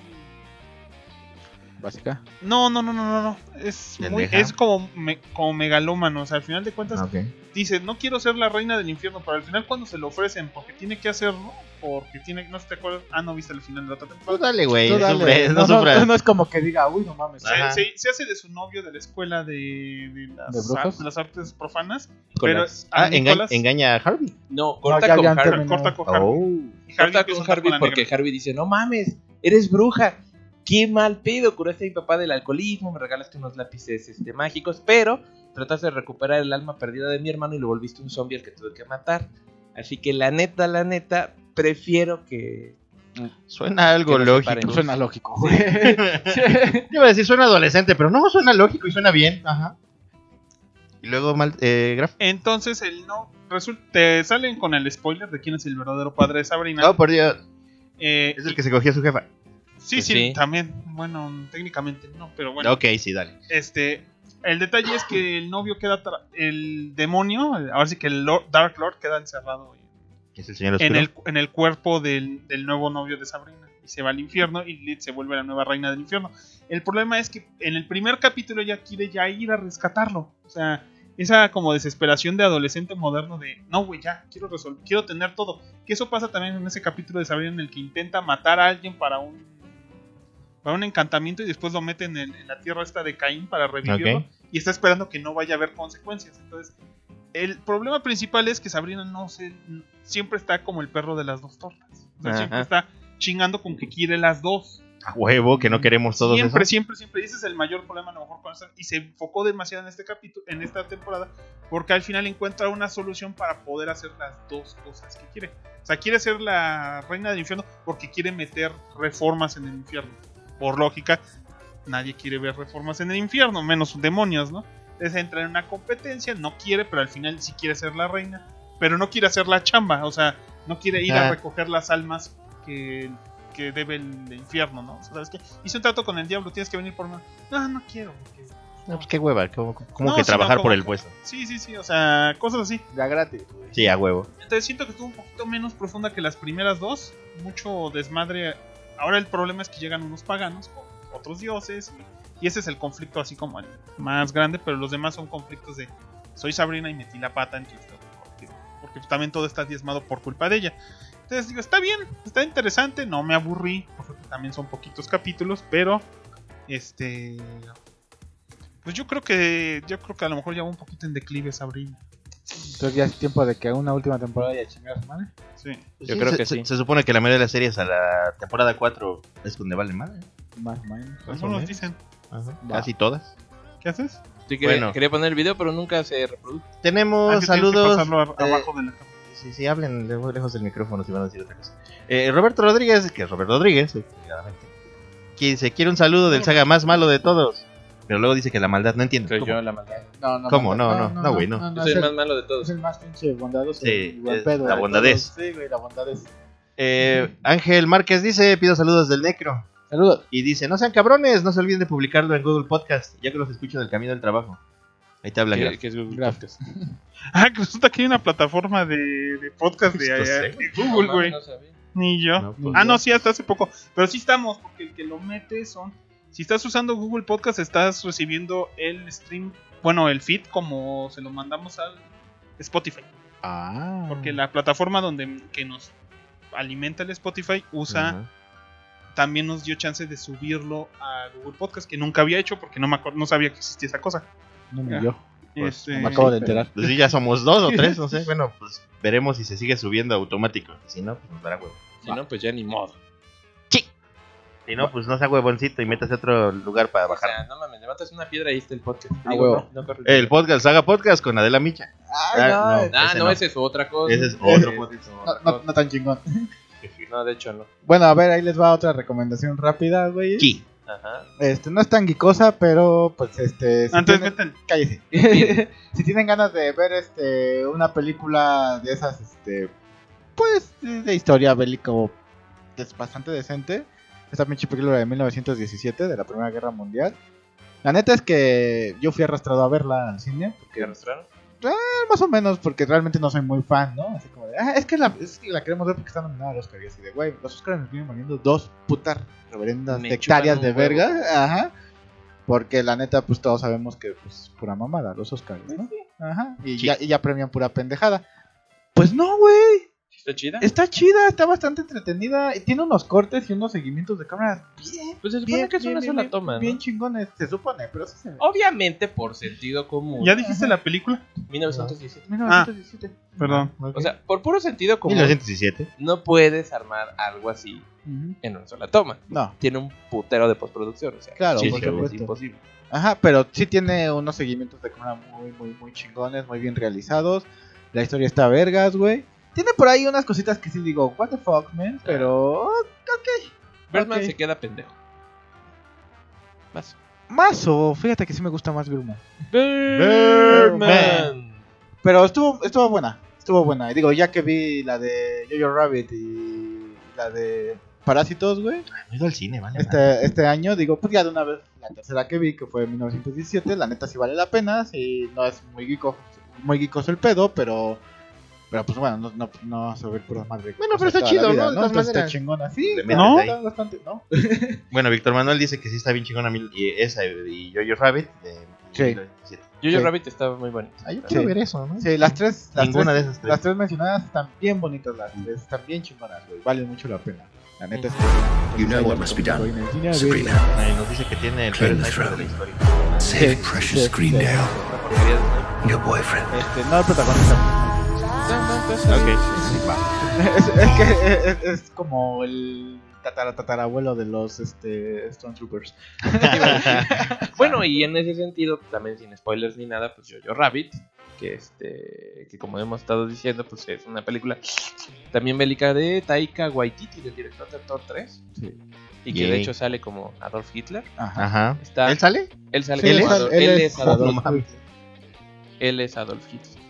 Básica.
no, no, no, no, no, no. Es, muy-
¿Pendeja? Ah.
es como, me- como megalómano. O sea, al final de cuentas
Ok.
dice, no quiero ser la reina del infierno, pero al final cuando se lo ofrecen, porque tiene que hacerlo, porque tiene, no sé si te acuerdas, ah, no viste el final de la otra
Tú
temporada.
Pues dale, güey.
Tú
No
dale.
sufres, no,
no, no,
sufras.
no es como que diga, uy, no mames.
Se,
Ajá.
se- se hace de su novio de la escuela de, de las,
¿De brujos?
ar- de las artes profanas.
Nicolás.
Pero a
Ah, enga-
Nicolás-
engaña a Harvey.
No,
No, ya
corta con
habían
Harvey.
terminado.
corta con Harvey.
Oh.
Y Harvey
Corta
empieza
con
a andar
Harvey
la
porque
negra.
Harvey dice, no mames, eres bruja. Qué mal pedo, curaste a mi papá del alcoholismo, me regalaste unos lápices este, mágicos, pero trataste de recuperar el alma perdida de mi hermano y lo volviste un zombie al que tuve que matar. Así que la neta, la neta, prefiero que...
Suena algo
Que nos
lógico.
separen.
Suena lógico, güey.
Yo iba a decir suena adolescente, pero no, suena lógico y suena bien. Ajá. Y luego, mal, eh, Graf.
Entonces, el no. Resulta, te salen con el spoiler de quién es el verdadero padre de Sabrina.
No, pues, por Dios.
Eh,
Es el que se cogió a su jefa.
sí,
Pues
sí,
sí.
también. Bueno, técnicamente no, pero bueno.
Ok, sí, dale.
Este, el detalle es que el novio queda, tra- el demonio, ahora sí que el Lord- Dark Lord queda encerrado
Es el señor
en
oscuro.
el, en el cuerpo del, del nuevo novio de Sabrina. Y se va al infierno y Lilith se vuelve la nueva reina del infierno. El problema es que en el primer capítulo ya quiere ya ir a rescatarlo. O sea, esa como desesperación de adolescente moderno de, no, güey, ya, quiero resolver, quiero tener todo. Que eso pasa también en ese capítulo de Sabrina en el que intenta matar a alguien para un, para un encantamiento y después lo mete en, el- en la tierra esta de Caín para revivirlo
Ok.
y está esperando que no vaya a haber consecuencias. Entonces, el problema principal es que Sabrina no se siempre está como el perro de las dos tortas. O sea,
Ajá.
siempre está chingando con que quiere las dos.
A huevo, que no queremos todos
siempre,
eso.
siempre, siempre. Y ese es el mayor problema a lo mejor con esta- Y se enfocó demasiado en este capítulo, en esta temporada, porque al final encuentra una solución para poder hacer las dos cosas que quiere. O sea, quiere ser la reina del infierno porque quiere meter reformas en el infierno. Por lógica, nadie quiere ver reformas en el infierno, menos demonios, ¿no? Entonces entra en una competencia, no quiere, pero al final sí quiere ser la reina. Pero no quiere hacer la chamba, o sea, no quiere ir
Ah.
a recoger las almas que, que debe el infierno, ¿no? O sea, ¿sabes qué? Hice un trato con el diablo, tienes que venir por mí. No, no quiero. porque-
No, pues qué hueva. ¿Cómo, cómo
No,
que
sí,
trabajar
no,
por
como
el
que-
puesto?
Sí, sí, sí, o sea, cosas así.
Ya gratis, güey.
Sí, a huevo.
Entonces siento que estuvo un poquito menos profunda que las primeras dos. Mucho desmadre. Ahora el problema es que llegan unos paganos con otros dioses. Y, y ese es el conflicto así como el más grande. Pero los demás son conflictos de soy Sabrina y metí la pata en tu historia", Porque, porque también todo está diezmado por culpa de ella. Entonces digo, está bien, está interesante. No me aburrí. Porque también son poquitos capítulos. Pero este... Pues yo creo que yo creo que a lo mejor ya va un poquito en declive Sabrina.
Entonces ya es tiempo de que haga una última temporada y a chingar a su madre.
Sí.
Yo creo
se-
que
se-
sí.
Se supone que la mayoría de las series a la temporada 4 es donde vale madre.
Más o menos.
Más
No
o
nos
menos.
dicen.
Ajá.
Va.
Casi todas.
¿Qué haces?
Sí, quería,
Bueno.
quería poner el video, pero nunca se reprodujo.
Tenemos
Ah, que tienes que
saludos.
pasarlo a-
eh,
abajo de la cama.
Si, si hablen le- lejos del micrófono, si van a decir otra cosa. Eh, Roberto Rodríguez, que es Roberto Rodríguez, eh, desgraciadamente, que se quiere un saludo del saga más malo de todos. Pero luego dice que la maldad no entiende.
Soy
¿Cómo?
yo la maldad.
No, no.
¿Cómo?
manda-
No, no, no, güey, no.
Yo
es
soy el
el-
más malo de
Es
todos.
el más pinche bondadoso.
Sí,
y buen
es
pedo,
la
güey.
bondadez.
Sí, güey, la bondadez.
Eh, Ángel Márquez dice: pido saludos del Necro.
Saludos.
Y dice: No sean cabrones, no se olviden de publicarlo en Google Podcast, ya que los escucho en el camino del trabajo. Ahí te habla
Que-
Graf.
que es Google
Gracias.
Podcast.
Ah, que resulta que hay una plataforma de, de podcast de,
No sé.
de Google,
No,
güey.
no sabía.
Ni yo.
No, pues,
Ah, no, sí, hasta hace poco. Pero sí estamos, porque el que lo mete son. Si estás usando Google Podcast, estás recibiendo el stream, bueno, el feed, como se lo mandamos al Spotify.
Ah.
Porque la plataforma donde que nos alimenta el Spotify usa,
Ajá.
también nos dio chance de subirlo a Google Podcast, que nunca había hecho porque no me acuer- no sabía que existía esa cosa.
No
Ah.
me yo.
Pues,
Este,
Me acabo de enterar.
Pues sí, ya somos dos o tres, no sé. Bueno, pues veremos si se sigue subiendo automático. Si no, pues nos dará huevo.
Si no, pues ya ni modo.
Si no, pues no sea huevoncito y métase a otro lugar para
O
bajar.
sea, no mames, levantas una piedra y ahí está el podcast.
Ah, huevo.
no, no corre-
El podcast, haga podcast con Adela Micha. Ah,
Ah,
Ese
no,
no.
ese es otra cosa.
Ese es otro
Eh,
podcast.
No, no- no tan chingón.
No, de hecho no.
Bueno, a ver, ahí les va otra recomendación rápida, güey.
Aquí.
Ajá.
Este, no es tan guicosa, pero pues este. si
Antes
tienen-
meten.
cállese. si tienen ganas de ver este una película de esas, este, pues de historia bélica o es bastante decente, esta pinche película de 1917 de la Primera Guerra Mundial. La neta es que yo fui arrastrado a verla al cine,
¿Qué arrastraron?
más o menos, porque realmente no soy muy fan, ¿no? Así como de, ah, es que la, es que la queremos ver porque está nominada al Oscar. Y así de, güey, los Oscars nos vienen valiendo dos putas reverendas
Me
de hectáreas
chupan
de
un huevo.
verga. Ajá. Porque la neta, pues todos sabemos que pues, es pura mamada los Oscars, ¿no? Ajá. Y,
Sí.
ya, y ya premian pura pendejada. Pues no, güey.
¿Está chida?
Está chida, está bastante entretenida. Y tiene unos cortes y unos seguimientos de cámara bien,
Pues se supone
bien,
que es
bien,
una
bien,
sola
bien,
toma, ¿no? Oh.
bien chingones, se supone, pero sí se ve.
Obviamente por sentido común.
¿Ya dijiste la película?
1917.
1917.
Perdón.
Ah,
O sea, por puro sentido común,
1917.
no puedes armar algo así
Ujú.
en una sola toma.
No,
Tiene un putero de postproducción, o sea,
claro,
Sí,
por
sí, güey.
es
supuesto.
imposible.
Ajá, pero sí tiene unos seguimientos de cámara muy, muy, muy chingones, muy bien realizados. La historia está vergas, güey. Tiene por ahí unas cositas que sí digo, what the fuck, man, pero
Birdman
Ok.
se queda pendejo. Vas.
más o fíjate que sí me gusta más Gruma.
Birdman.
Pero estuvo, estuvo buena, estuvo buena. Y digo, ya que vi la de Jojo Rabbit y la de Parásitos, güey,
Ah, No he ido al cine, vale. madre.
este, este año, digo, pues ya de una vez la tercera que vi, que fue en 1917, la neta sí vale la pena, sí, no es muy geeko, muy geekoso el pedo, pero... Pero pues bueno, no, no, no vas a ver puras madres.
Bueno, pero
cosas
está
toda
chido,
la vida,
¿no? De todas
Entonces está
maneras.
chingona, sí. está-
Le metes ahí.
está bastante, ¿no?
Bueno, Víctor Manuel dice que sí está bien chingona mil- y esa y Jojo Rabbit. De
Sí.
1917.
Sí.
Jojo Rabbit estaba muy bonito.
Ah, yo
Sí.
quiero ver eso, ¿no?
Sí, las tres, las
Ninguna
tres,
de esas tres.
las tres mencionadas están bien bonitas las tres, están bien chingonas, güey, valen mucho la pena. La neta es que...
You know what must be done,
Voy en el cine a ver-
Sabrina.
Ahí nos dice que tiene el
Claim
peor
the
sniper de
throne.
la historia.
Save
Sí,
precious
sí, sí.
Greendale,
Porquería de sniper.
your boyfriend.
Este, no el protagonista.
Ok.
Es, es que es, es como el tatara, tatarabuelo de los este, Stormtroopers.
Bueno, y en ese sentido, pues, también sin spoilers ni nada, pues Jojo Rabbit, que este que como hemos estado diciendo, pues es una película también bélica de Taika Waititi, del director de Thor 3,
Sí.
y que de
Yay.
hecho sale como Adolf Hitler.
Ajá.
Ajá.
Está-
¿Él sale?
Él sale
Sí,
como
él es-
Adolf,
él es
él es Adolf
No mames.
Él es Adolf Hitler.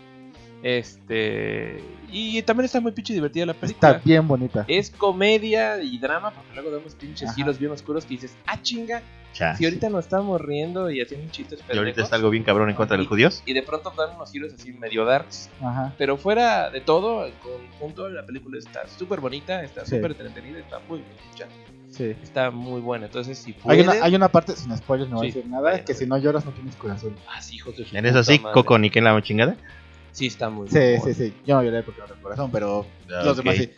Este. Y también está muy pinche divertida la película.
Está bien bonita.
Es comedia y drama, porque luego damos pinches
Ajá.
giros bien oscuros que dices, ah, chinga,
Cha.
si ahorita nos estamos riendo y haciendo chistes
Y ahorita
pendejos".
está algo bien cabrón en contra de los judíos.
Y de pronto dan unos giros así medio darks.
Ajá.
Pero fuera de todo, el conjunto, la película está súper bonita, está
Sí.
súper entretenida, está muy bien hecha.
Sí.
Está muy buena. Entonces, si
Hay
pueden...
una, hay una parte, sin spoilers, no voy a
Sí.
decir nada,
Bien.
que si no lloras no tienes corazón.
Ah, sí, hijos de su
En eso
puta
sí,
madre.
Coco ni que en la chingada.
Sí, está muy
Sí,
buena.
sí, sí. Ah, Yo no lloré porque no tengo corazón, pero los
Ok.
demás sí.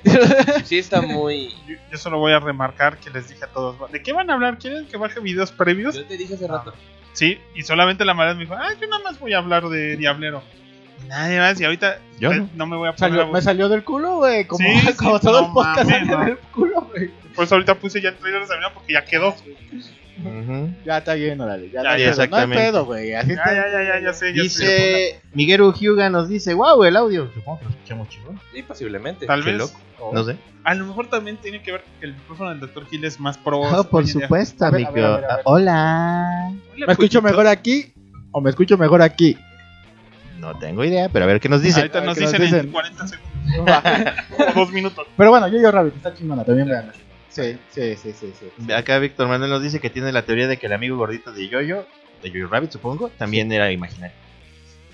Sí, está muy...
Yo, yo solo voy a remarcar que les dije a todos. ¿De qué van a hablar? ¿Quieren que baje videos previos?
Yo te dije hace rato.
Sí, y solamente la madre me dijo, ah, yo nada más voy a hablar de Diablero. Nadie más, y ahorita
Yo
eh,
no.
no me voy a poner a
Salió- me
buscar.
salió del culo, güey. Como,
Sí, sí,
como todo
no
el podcast
mames,
sale
no.
del culo, güey.
güey. Por eso Pues ahorita puse ya el trailer de Sabrina porque ya quedó.
Ujú.
Ya está bien, órale. Ya, no, hay pedo,
Ya, ya,
no hay
exactamente.
pedo, güey. Así
Ya,
está.
ya, ya, ya, ya sé. Ya sé.
Dice Miguel Ujiuga nos dice, wow, el audio. Supongo que lo escuchamos chingón. Oh,
Sí, posiblemente.
Tal
Qué
vez.
loco.
No sé.
A lo mejor también tiene que ver con que el micrófono del Dr. Gil es más pro.
Ah, por
Oye, ya.
supuesto,
A ver, a
amigo.
ver, a ver,
Ah,
a ver.
oh, Hola.
Hola,
¿Me escucho
Puyito.
mejor aquí o me escucho mejor aquí?
No tengo idea, pero a ver qué nos dice.
Ahorita
Ah,
nos
que nos
dicen, en
dicen.
40 segundos
Pero
o dos minutos.
bueno, yo, yo, Rabbit, está chingona, también vean. Sí, sí, sí, sí. sí.
Acá Víctor Manuel nos dice que tiene la teoría de que el amigo gordito de Yoyo, de Yoyo Rabbit, supongo, también era imaginario.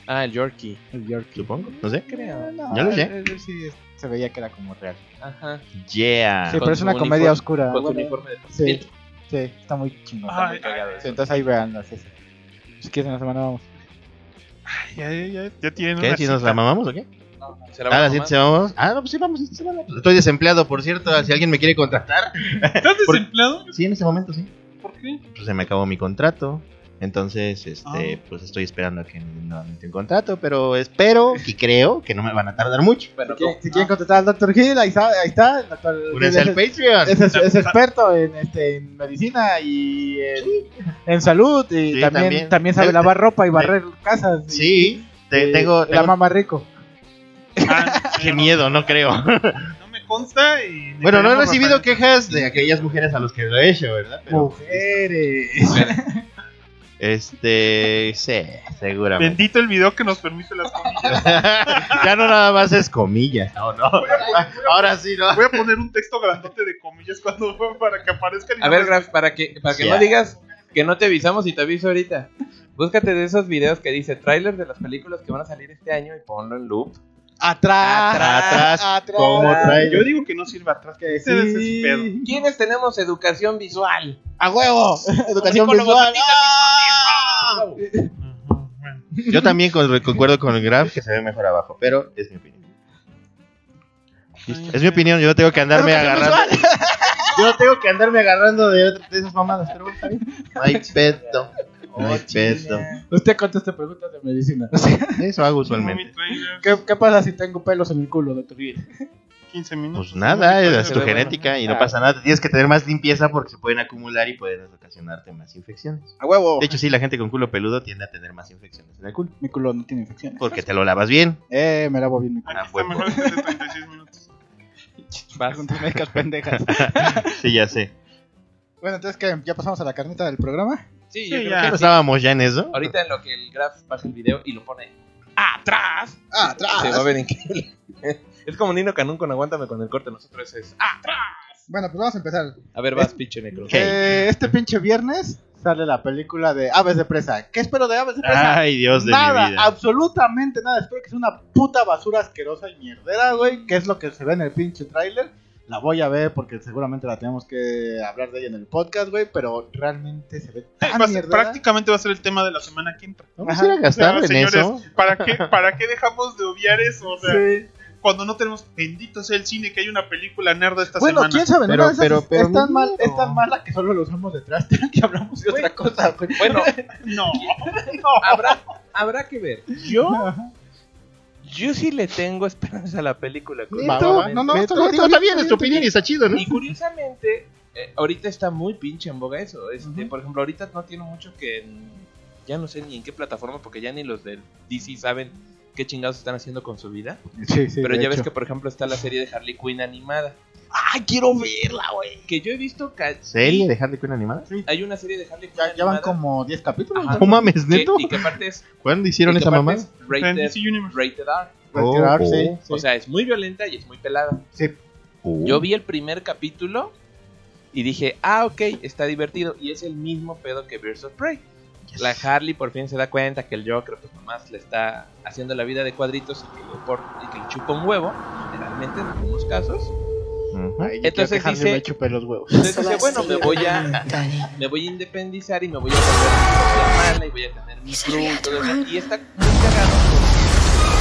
Ah, el Yorkie.
El Yorkie.
Supongo, no sé.
Creo.
No,
Yo lo sé.
él- él sí es- se veía que era como real.
Ajá.
Yeah.
Sí,
Con
pero es
su
una
uniforme-
comedia oscura.
Con su
Ah, Bueno,
uniforme de
Sí, sí, está muy chingón. está
Ay,
muy cagado
ay,
eso. Entonces ahí vean las esas. Si quieres en la semana vamos.
Ya, ya, ya, ya tienen
¿Qué?
una
¿Si nos
cita.
la mamamos o qué?
¿Se la van
Ah,
a tomar?
la siguiente semana vamos. Ah, no, pues sí, vamos esta semana. Estoy desempleado, por cierto. Si alguien me quiere contratar.
¿Estás
Por-
desempleado?
Sí, en este momento sí.
¿Por qué?
Pues se me acabó mi contrato. Entonces, este,
Ah.
pues estoy esperando a que me den nuevamente un contrato. Pero espero y creo que no me van a tardar mucho.
Bueno,
Si quieren- Si quieren contratar al Dr. Hill, ahí está. Ahí está el Dr. Hill
Únense
es-
al Patreon.
es, es- es experto en, este, en medicina y en, en salud. Y
Sí,
también,
también.
también. sabe
Él-
lavar ropa y
sí.
barrer casas. y-
Sí, te-
y
tengo,
La
tengo-
mamá rico.
Ah,
Qué
no,
miedo, no creo.
No me consta y... ni
Bueno, no he
tenemos
recibido
referencia.
quejas de aquellas mujeres a las que lo he hecho, ¿verdad? Pero,
Mujeres.
este, sí, seguramente.
Bendito el video que nos permite las comillas.
ya no nada más es comillas. No, no. Ahora sí, no.
Voy a poner un texto grandote de comillas cuando para que aparezcan. y
A
no
ver,
me-
Graf, para que, para que
Sí,
no
ah.
digas que no te avisamos y te aviso ahorita. Búscate de esos videos que dice tráiler de las películas que van a salir este año y ponlo en loop.
Atrás.
Atrás,
Atrás.
como trae.
Yo digo que no sirve atrás.
Que
Ese es
sí.
pedo.
¿Quiénes tenemos educación visual?
A huevo. Educación
Psicólogos,
visual.
Ah,
Bueno,
Yo también con- concuerdo con el Graf que se ve mejor abajo, pero es mi opinión. Listo. Es mi opinión, yo no tengo que andarme agarrando. Yo no tengo que andarme agarrando de, otra- de esas mamadas, pero bueno, está bien. No hay pedo. No hay pedo.
Usted contesta preguntas de medicina.
Eso hago
mi
usualmente.
trailer,
¿Qué, qué pasa si tengo pelos en el culo, doctor Hill?
15 minutos.
Pues nada,
No,
es
se
tu
ve bueno.
genética y no
Ah.
pasa nada. Tienes que tener más limpieza porque se pueden acumular y pueden ocasionarte más infecciones.
A huevo.
De hecho, sí, la gente con culo peludo tiende a tener más infecciones en el culo
Mi culo no tiene infecciones.
porque te lo lavas bien.
Eh, me lavo bien mi culo.
Aquí está
Ah, huevo.
mejor este de 36 minutos.
Vas.
Con tus médicas pendejas.
Sí, ya sé.
bueno, entonces, ¿qué? ¿Ya pasamos a la carnita del programa?
Sí, yo
Sí,
creo
ya.
que
¿No
sí.
estábamos ya en eso?
Ahorita en lo que el Graf baja el video y lo pone,
¡Atrás!
Ah,
se va a
atrás.
ver increíble. Es como Nino Canún con Aguántame con el corte, nosotros es... Ah.
Bueno, pues vamos a empezar.
A ver, vas, pinche necro.
¿Qué?
Eh, este pinche viernes sale la película de Aves de Presa. ¿Qué espero de Aves de Presa?
Ay, Dios de
nada,
mi vida.
absolutamente nada. Espero que sea una puta basura asquerosa y mierdera, güey. Que es lo que se ve en el pinche tráiler. La voy a ver porque seguramente la tenemos que hablar de ella en el podcast, güey. Pero realmente se ve
Eh,
tan
va a ser-
mierdera.
prácticamente va a ser el tema de la semana que entra.
¿No quisiera gastar en
señores,
eso?
¿para qué, ¿Para qué dejamos de obviar eso? O sea,
Sí.
cuando no tenemos. Bendito sea el cine que hay una película nerd esta
Bueno,
semana.
quién sabe,
Pero-
pero, no,
pero-
pero,
pero
es, tan
mi
mal,
miedo.
es tan mala que solo lo usamos detrás y hablamos de otra cosa, güey.
Bueno,
No,
habrá, habrá que ver.
¿Yo?
Yo sí le tengo esperanza a la película.
Va, va, va. No, no, esto lo digo,
está
bien,
bien, es tu opinión y está chido, ¿no?
Y curiosamente, eh, ahorita está muy pinche en boga eso. Este, Por ejemplo, ahorita no tiene mucho que. en- ya no sé ni en qué plataforma, porque ya ni los del DC saben qué chingados están haciendo con su vida.
Sí, sí.
Pero
de
ya ves
hecho.
que, por ejemplo, está la serie de Harley Quinn animada.
¡Ay, quiero verla, güey!
Que yo he visto. ca-
¿Serie de Harley Quinn animada?
Hay una serie de Harley Quinn
Ya, ya van
animada
como 10 capítulos.
Ajá.
No mames,
que-
neto.
y que aparte es.
¿Cuándo hicieron
y que
esa
aparte
mamá?
es Rated,
Fantasy Universe.
rated R.
Oh,
Retirar,
oh.
sí, sí.
O sea, es muy violenta y es muy pelada.
Sí.
Yo
Uh.
vi el primer capítulo y dije, ah, ok, está divertido. Y es el mismo pedo que Birds of Prey. La Harley por fin se da cuenta que el Joker, pues nomás le está haciendo la vida de cuadritos y que le, por- y que le chupa un huevo, generalmente en algunos casos.
Ujú.
Ay, yo quiero
Entonces
que Harley
dice-
me chupe los huevos.
Entonces dice, bueno, me voy a me voy a independizar y me voy a volver una mala y voy a tener mi crew y todo eso. Y está muy cagado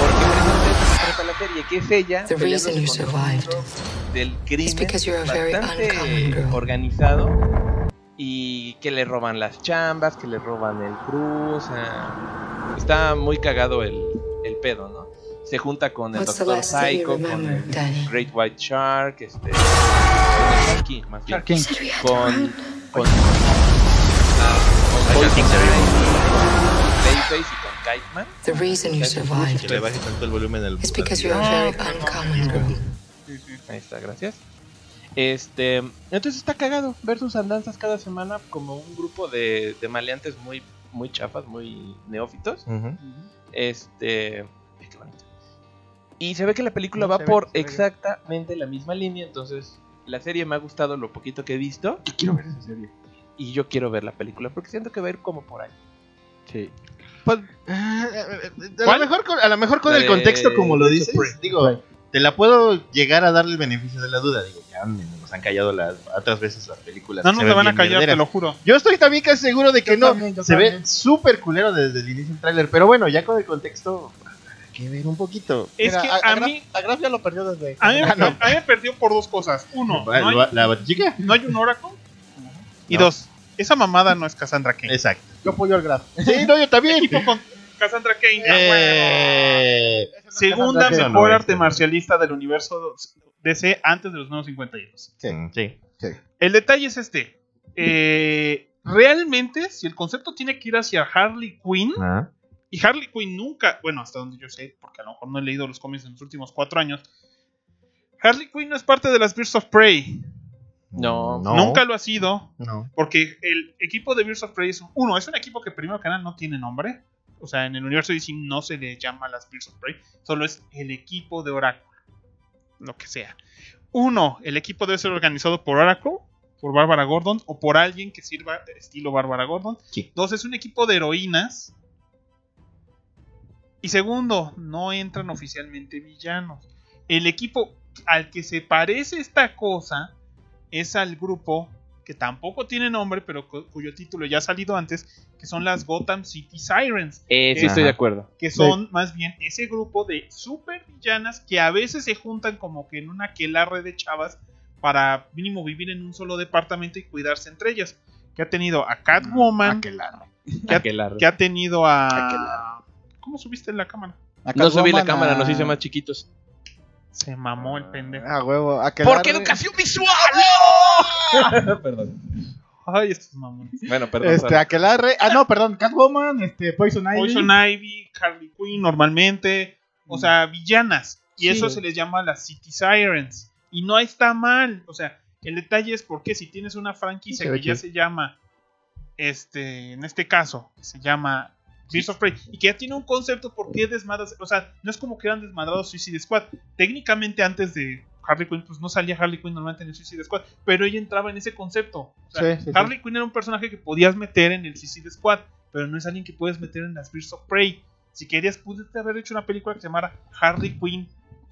porque- porque precisamente de eso se trata la serie, que es ella
The reason you
peleándose contra el
survived
mundo del
is
crimen
because you're a very uncommon
bastante
girl.
organizado y que le roban las chambas, que le roban el cruz, o sea, está muy cagado el, el pedo, ¿no? se junta con el
What's the
Doctor
last thing you
Psycho, con
remember,
el
Danny?
Great White Shark, este. Shark King, más bien.
Shark King.
Said we had to
Con.
run.
Con. Con Poison Ivy, con Clayface y con Kite Man.
The reason you
Que
survived
le baje tanto el volumen al.
is because you're a very uncommon girl.
Sí, sí.
Ahí está, gracias. Este, entonces está cagado ver sus andanzas cada semana como un grupo de, de maleantes muy, muy chafas, muy neófitos.
Ujú.
Este, ay, qué bonito. Y se ve que la película
Sí,
va
se ve,
por
se ve.
exactamente la misma línea, entonces la serie me ha gustado lo poquito que he visto
Quiero ver esa serie.
y yo quiero ver la película porque siento que va a ir como por ahí.
Sí.
Ah, A lo
¿Cuál?
mejor con, a lo mejor con
La
el
de-
contexto como
Eh,
lo
de
dices,
Supreme.
digo, te la puedo llegar a darle el beneficio de la duda. Digo, ya me- nos han callado las, otras veces las películas.
No,
que
no
se
te
ven
van a
bien
callar, te
mierderas.
lo juro.
Yo estoy también casi seguro de que
Yo
no.
también, yo
se ve
también.
súper culero desde el inicio del tráiler, pero bueno, ya con el contexto hay que ver un poquito.
Es
Mira,
que
a,
a,
Graf-
mí,
a Graf ya lo perdió desde.
a, mí,
Ah, no.
a mí me perdió por dos cosas. Uno, no
Va-
hay,
va- la batichica.
no hay un Oracle. Y
No.
dos, esa mamada no es Cassandra Kane.
Exacto.
Yo apoyo al Graf.
Sí, no, yo también.
Equipo con Cassandra Kane. a huevo.
Eh,
Segunda
Cassandra Kane,
mejor
no,
arte
este.
marcialista del universo DC antes de los nuevos 52.
sí, sí.
El detalle es este. Eh, realmente, si el concepto tiene que ir hacia Harley Quinn,
Ah,
y Harley Quinn nunca, bueno, hasta donde yo sé, porque a lo mejor no he leído los cómics en los últimos cuatro años, Harley Quinn no es parte de las Birds of Prey.
No.
Nunca lo ha sido,
No.
porque el equipo de Birds of Prey es, uno, es un equipo que primero que nada no tiene nombre. O sea, en el universo DC no se le llama las Birds of Prey, solo es el equipo de Oracle. Lo que sea. Uno, el equipo debe ser organizado por Oracle, por Bárbara Gordon o por alguien que sirva de estilo Bárbara Gordon.
Sí.
Dos, es un equipo de heroínas. Y segundo, no entran oficialmente villanos. El equipo al que se parece esta cosa es al grupo que tampoco tiene nombre, pero cu- cuyo título ya ha salido antes, que son las Gotham City Sirens,
Eh, sí,
Ajá.
estoy de acuerdo.
que son más bien ese grupo de supervillanas que a veces se juntan como que en una aquelarre de chavas para mínimo vivir en un solo departamento y cuidarse entre ellas. Que ha tenido a Catwoman,
Aquelarre.
Ya-
Aquelarre.
que ha tenido a...
Aquelarre.
¿Cómo subiste la cámara?
No subí la
Catwoman,
cámara,
a-
nos hizo más chiquitos.
Se mamó el
Ah.
pendejo.
A huevo. Aquelarre.
¡Porque educación visual! ¡No! perdón.
Ay, estos mamones.
Bueno, perdón.
Este,
perdón.
Aquelarre. Ah, no, perdón. Catwoman, este, Poison Ivy.
Poison Ivy, Harley Quinn normalmente, o sea, villanas. Y eso se les llama las City Sirens. Y no está mal, o sea, el detalle es porque si tienes una franquicia
Sí, se ve
que ya
chido.
se llama, este, en este caso, que se llama Birds of Prey, y que ya tiene un concepto por qué desmadras, o sea, no es como que eran desmadrados Suicide Squad. Técnicamente antes de Harley Quinn, pues no salía Harley Quinn normalmente en el Suicide Squad, pero ella entraba en ese concepto. O sea,
Sí, sí, sí.
Harley Quinn era un personaje que podías meter en el Suicide Squad, pero no es alguien que puedes meter en las Birds of Prey. Si querías, pudiste haber hecho una película que se llamara Harley Quinn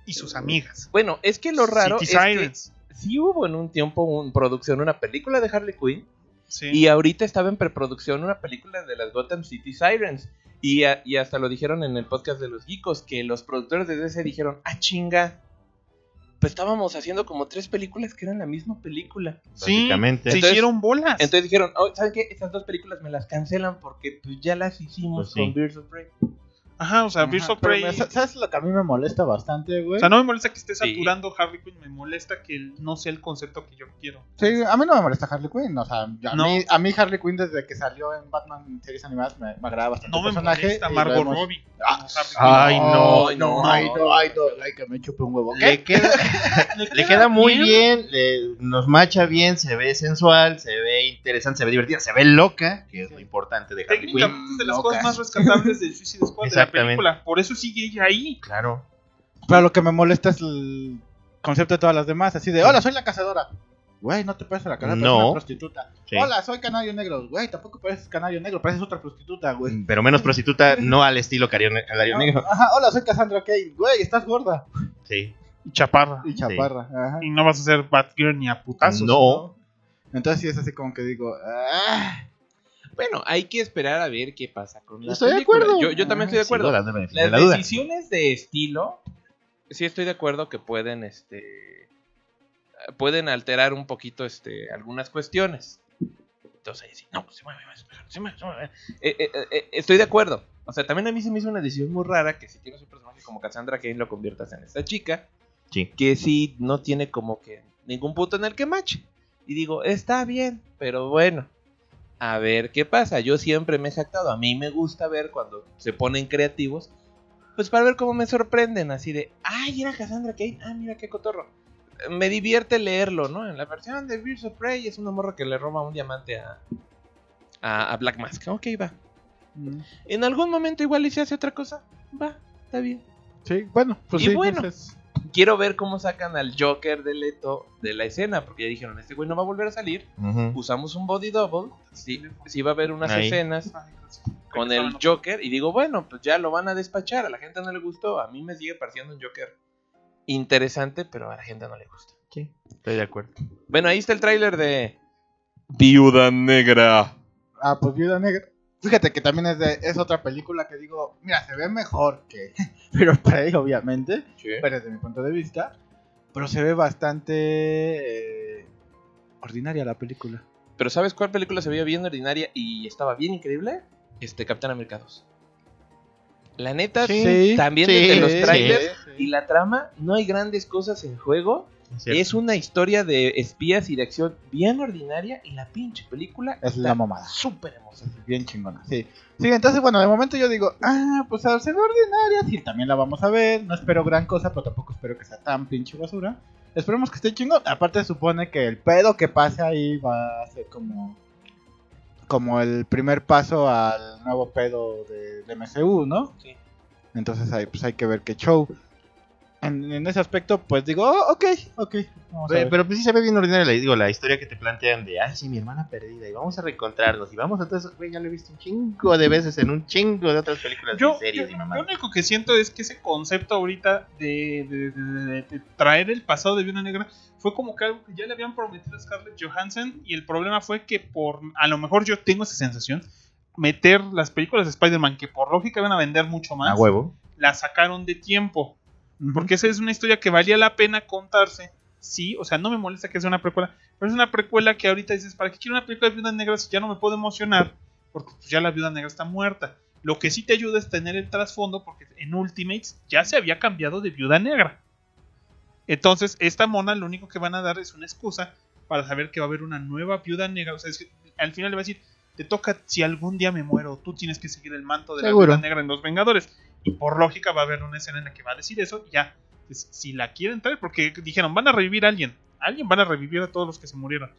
y sus amigas.
Bueno, es que lo raro
City
es que
Sirens.
sí hubo en un tiempo un producción una película de Harley Quinn
Sí.
y ahorita estaba en preproducción una película de las Gotham City Sirens y, a- y hasta lo dijeron en el podcast de los geekos que los productores de DC dijeron ah chinga pues estábamos haciendo como tres películas que eran la misma película
Sí,
Básicamente.
se
Entonces-
hicieron bolas.
entonces dijeron oh, ¿saben qué? estas dos películas me las cancelan porque pues ya las hicimos
Pues sí.
con Birds of Prey
Ajá, o sea, Birds
Ajá,
of
pero
Prey.
me- ¿Sabes lo que a mí me molesta bastante, güey?
O sea, no me molesta que esté
Sí.
saturando Harley Quinn, me molesta que no sea el concepto que yo quiero.
Sí, a mí no me molesta Harley Quinn, o sea, a,
No.
mí, a mí Harley Quinn desde que salió en Batman series animadas me, me agrada bastante.
No
el
me
personaje
molesta
y lo
Margot
hemos-
Robbie.
Ah,
Harley
Ay, no,
ay, no,
no.
ay, no, ay, no, ay, que me chupe un huevo. ¿Qué?
Le queda,
Quinn.
le queda muy bien, le- nos macha bien, se ve sensual, se ve interesante, se ve divertida, se ve loca, que es lo importante de Harley Quinn.
Técnicamente es de las
Loca.
cosas más rescatables del Suicide Squad de la
Exactamente.
película. Por eso sigue ella ahí.
Claro.
Pero lo que me molesta es el concepto de todas las demás, así de, hola, soy la cazadora. Güey, no te pareces a la cazadora,
No.
eres una prostituta.
sí.
Hola, soy canario negro. Güey, tampoco pareces canario negro, pareces otra prostituta, güey. Ah,
Pero menos prostituta, no al estilo Canario Canario Mm, Negro.
Ajá, hola, soy Cassandra Kane. Güey, estás gorda.
Sí.
Y chaparra.
Y chaparra, ajá.
Y no vas a ser Batgirl ni a putazos.
No.
Entonces sí es así como que digo, ah,
bueno hay que esperar a ver qué pasa con la
Estoy de
película.
acuerdo.
yo, yo también estoy de acuerdo
Sigo dando el beneficio de
Las
la duda.
decisiones de estilo, sí estoy de acuerdo que pueden, este, pueden alterar un poquito, este, algunas cuestiones. Entonces, ahí sí, no, se mueve más, se mueve, se mueve. Eh, eh, eh, eh, estoy de acuerdo, O sea, también a mí se me hizo una decisión muy rara que si tienes un personaje como Cassandra Kane lo conviertas en esta chica.
Sí.
Que sí no tiene como que ningún punto en el que mache. Y digo, está bien, pero bueno. A ver qué pasa. Yo siempre me he jactado. A mí me gusta ver cuando se ponen creativos. Pues para ver cómo me sorprenden. Así de, ay, era Cassandra Kane. Ah, mira qué cotorro. Me divierte leerlo, ¿no? En la versión de Birds of Prey es una morra que le roba un diamante a, a, a Black Mask. Ok, va. En algún momento igual y se hace otra cosa. Va, está bien.
Sí, bueno, pues
Y
sí,
bueno.
entonces,
Quiero ver cómo sacan al Joker de Leto de la escena. Porque ya dijeron, este güey no va a volver a salir.
Ujú.
Usamos un body double. Sí, sí va a haber unas
Ahí.
escenas con el Joker. Y digo, bueno, pues ya lo van a despachar. A la gente no le gustó. A mí me sigue pareciendo un Joker interesante, pero a la gente no le gusta.
Estoy de acuerdo.
Bueno, ahí está el tráiler de Viuda Negra.
ah, pues Viuda Negra. Fíjate que también es, de- es otra película que digo, mira, se ve mejor que Pero Prey, obviamente, pero desde mi punto de vista, pero se ve bastante eh, ordinaria la película.
Pero ¿sabes cuál película se veía bien ordinaria y estaba bien increíble? Este, Capitán América 2. La neta,
Sí,
también
sí,
desde los
sí.
trailers y
y
la trama, no hay grandes cosas en juego. Es una historia de espías y de acción bien ordinaria y la pinche película
Es
está
la mamada.
súper hermosa.
bien chingona. Sí. Sí, entonces, bueno, de momento yo digo, ah, pues a ver, se ve ordinaria, sí, también la vamos a ver. No espero gran cosa, pero tampoco espero que sea tan pinche basura. Esperemos que esté chingón. Aparte, supone que el pedo que pase ahí va a ser como. Como el primer paso al nuevo pedo de, de MCU, ¿no?
Sí.
Entonces, ahí, pues hay que ver qué show. En, en ese aspecto, pues digo, oh, ok, ok. Vamos a
Pe-
ver.
Pero pues sí se ve bien ordinaria la, digo, la historia que te plantean de, ah, sí, mi hermana perdida y vamos a reencontrarnos y vamos a todo eso. Güey, ya lo he visto un chingo de veces en un chingo de otras películas
Yo,
y series
yo-
y mamá.
lo único que siento es que ese concepto ahorita de, de- de- de- de traer el pasado de Viuda Negra fue como que algo que ya le habían prometido a Scarlett Johansson y el problema fue que por a lo mejor yo tengo esa sensación meter las películas de Spider-Man que por lógica van a vender mucho más
A huevo.
la sacaron de tiempo porque esa es una historia que valía la pena contarse sí o sea no me molesta que sea una precuela pero es una precuela que ahorita dices para qué quiero una película de Viuda Negra si ya no me puedo emocionar porque pues, ya la Viuda Negra está muerta lo que sí te ayuda es tener el trasfondo, porque en Ultimates ya se había cambiado de viuda negra. Entonces, esta mona lo único que van a dar es una excusa para saber que va a haber una nueva viuda negra. O sea, es que al final le va a decir, te toca si algún día me muero, tú tienes que seguir el manto de
Seguro.
la viuda negra en los Vengadores. Y por lógica va a haber una escena en la que va a decir eso y ya. Pues, Si la quieren traer, porque dijeron, van a revivir a alguien. A alguien van a revivir a todos los que se murieron.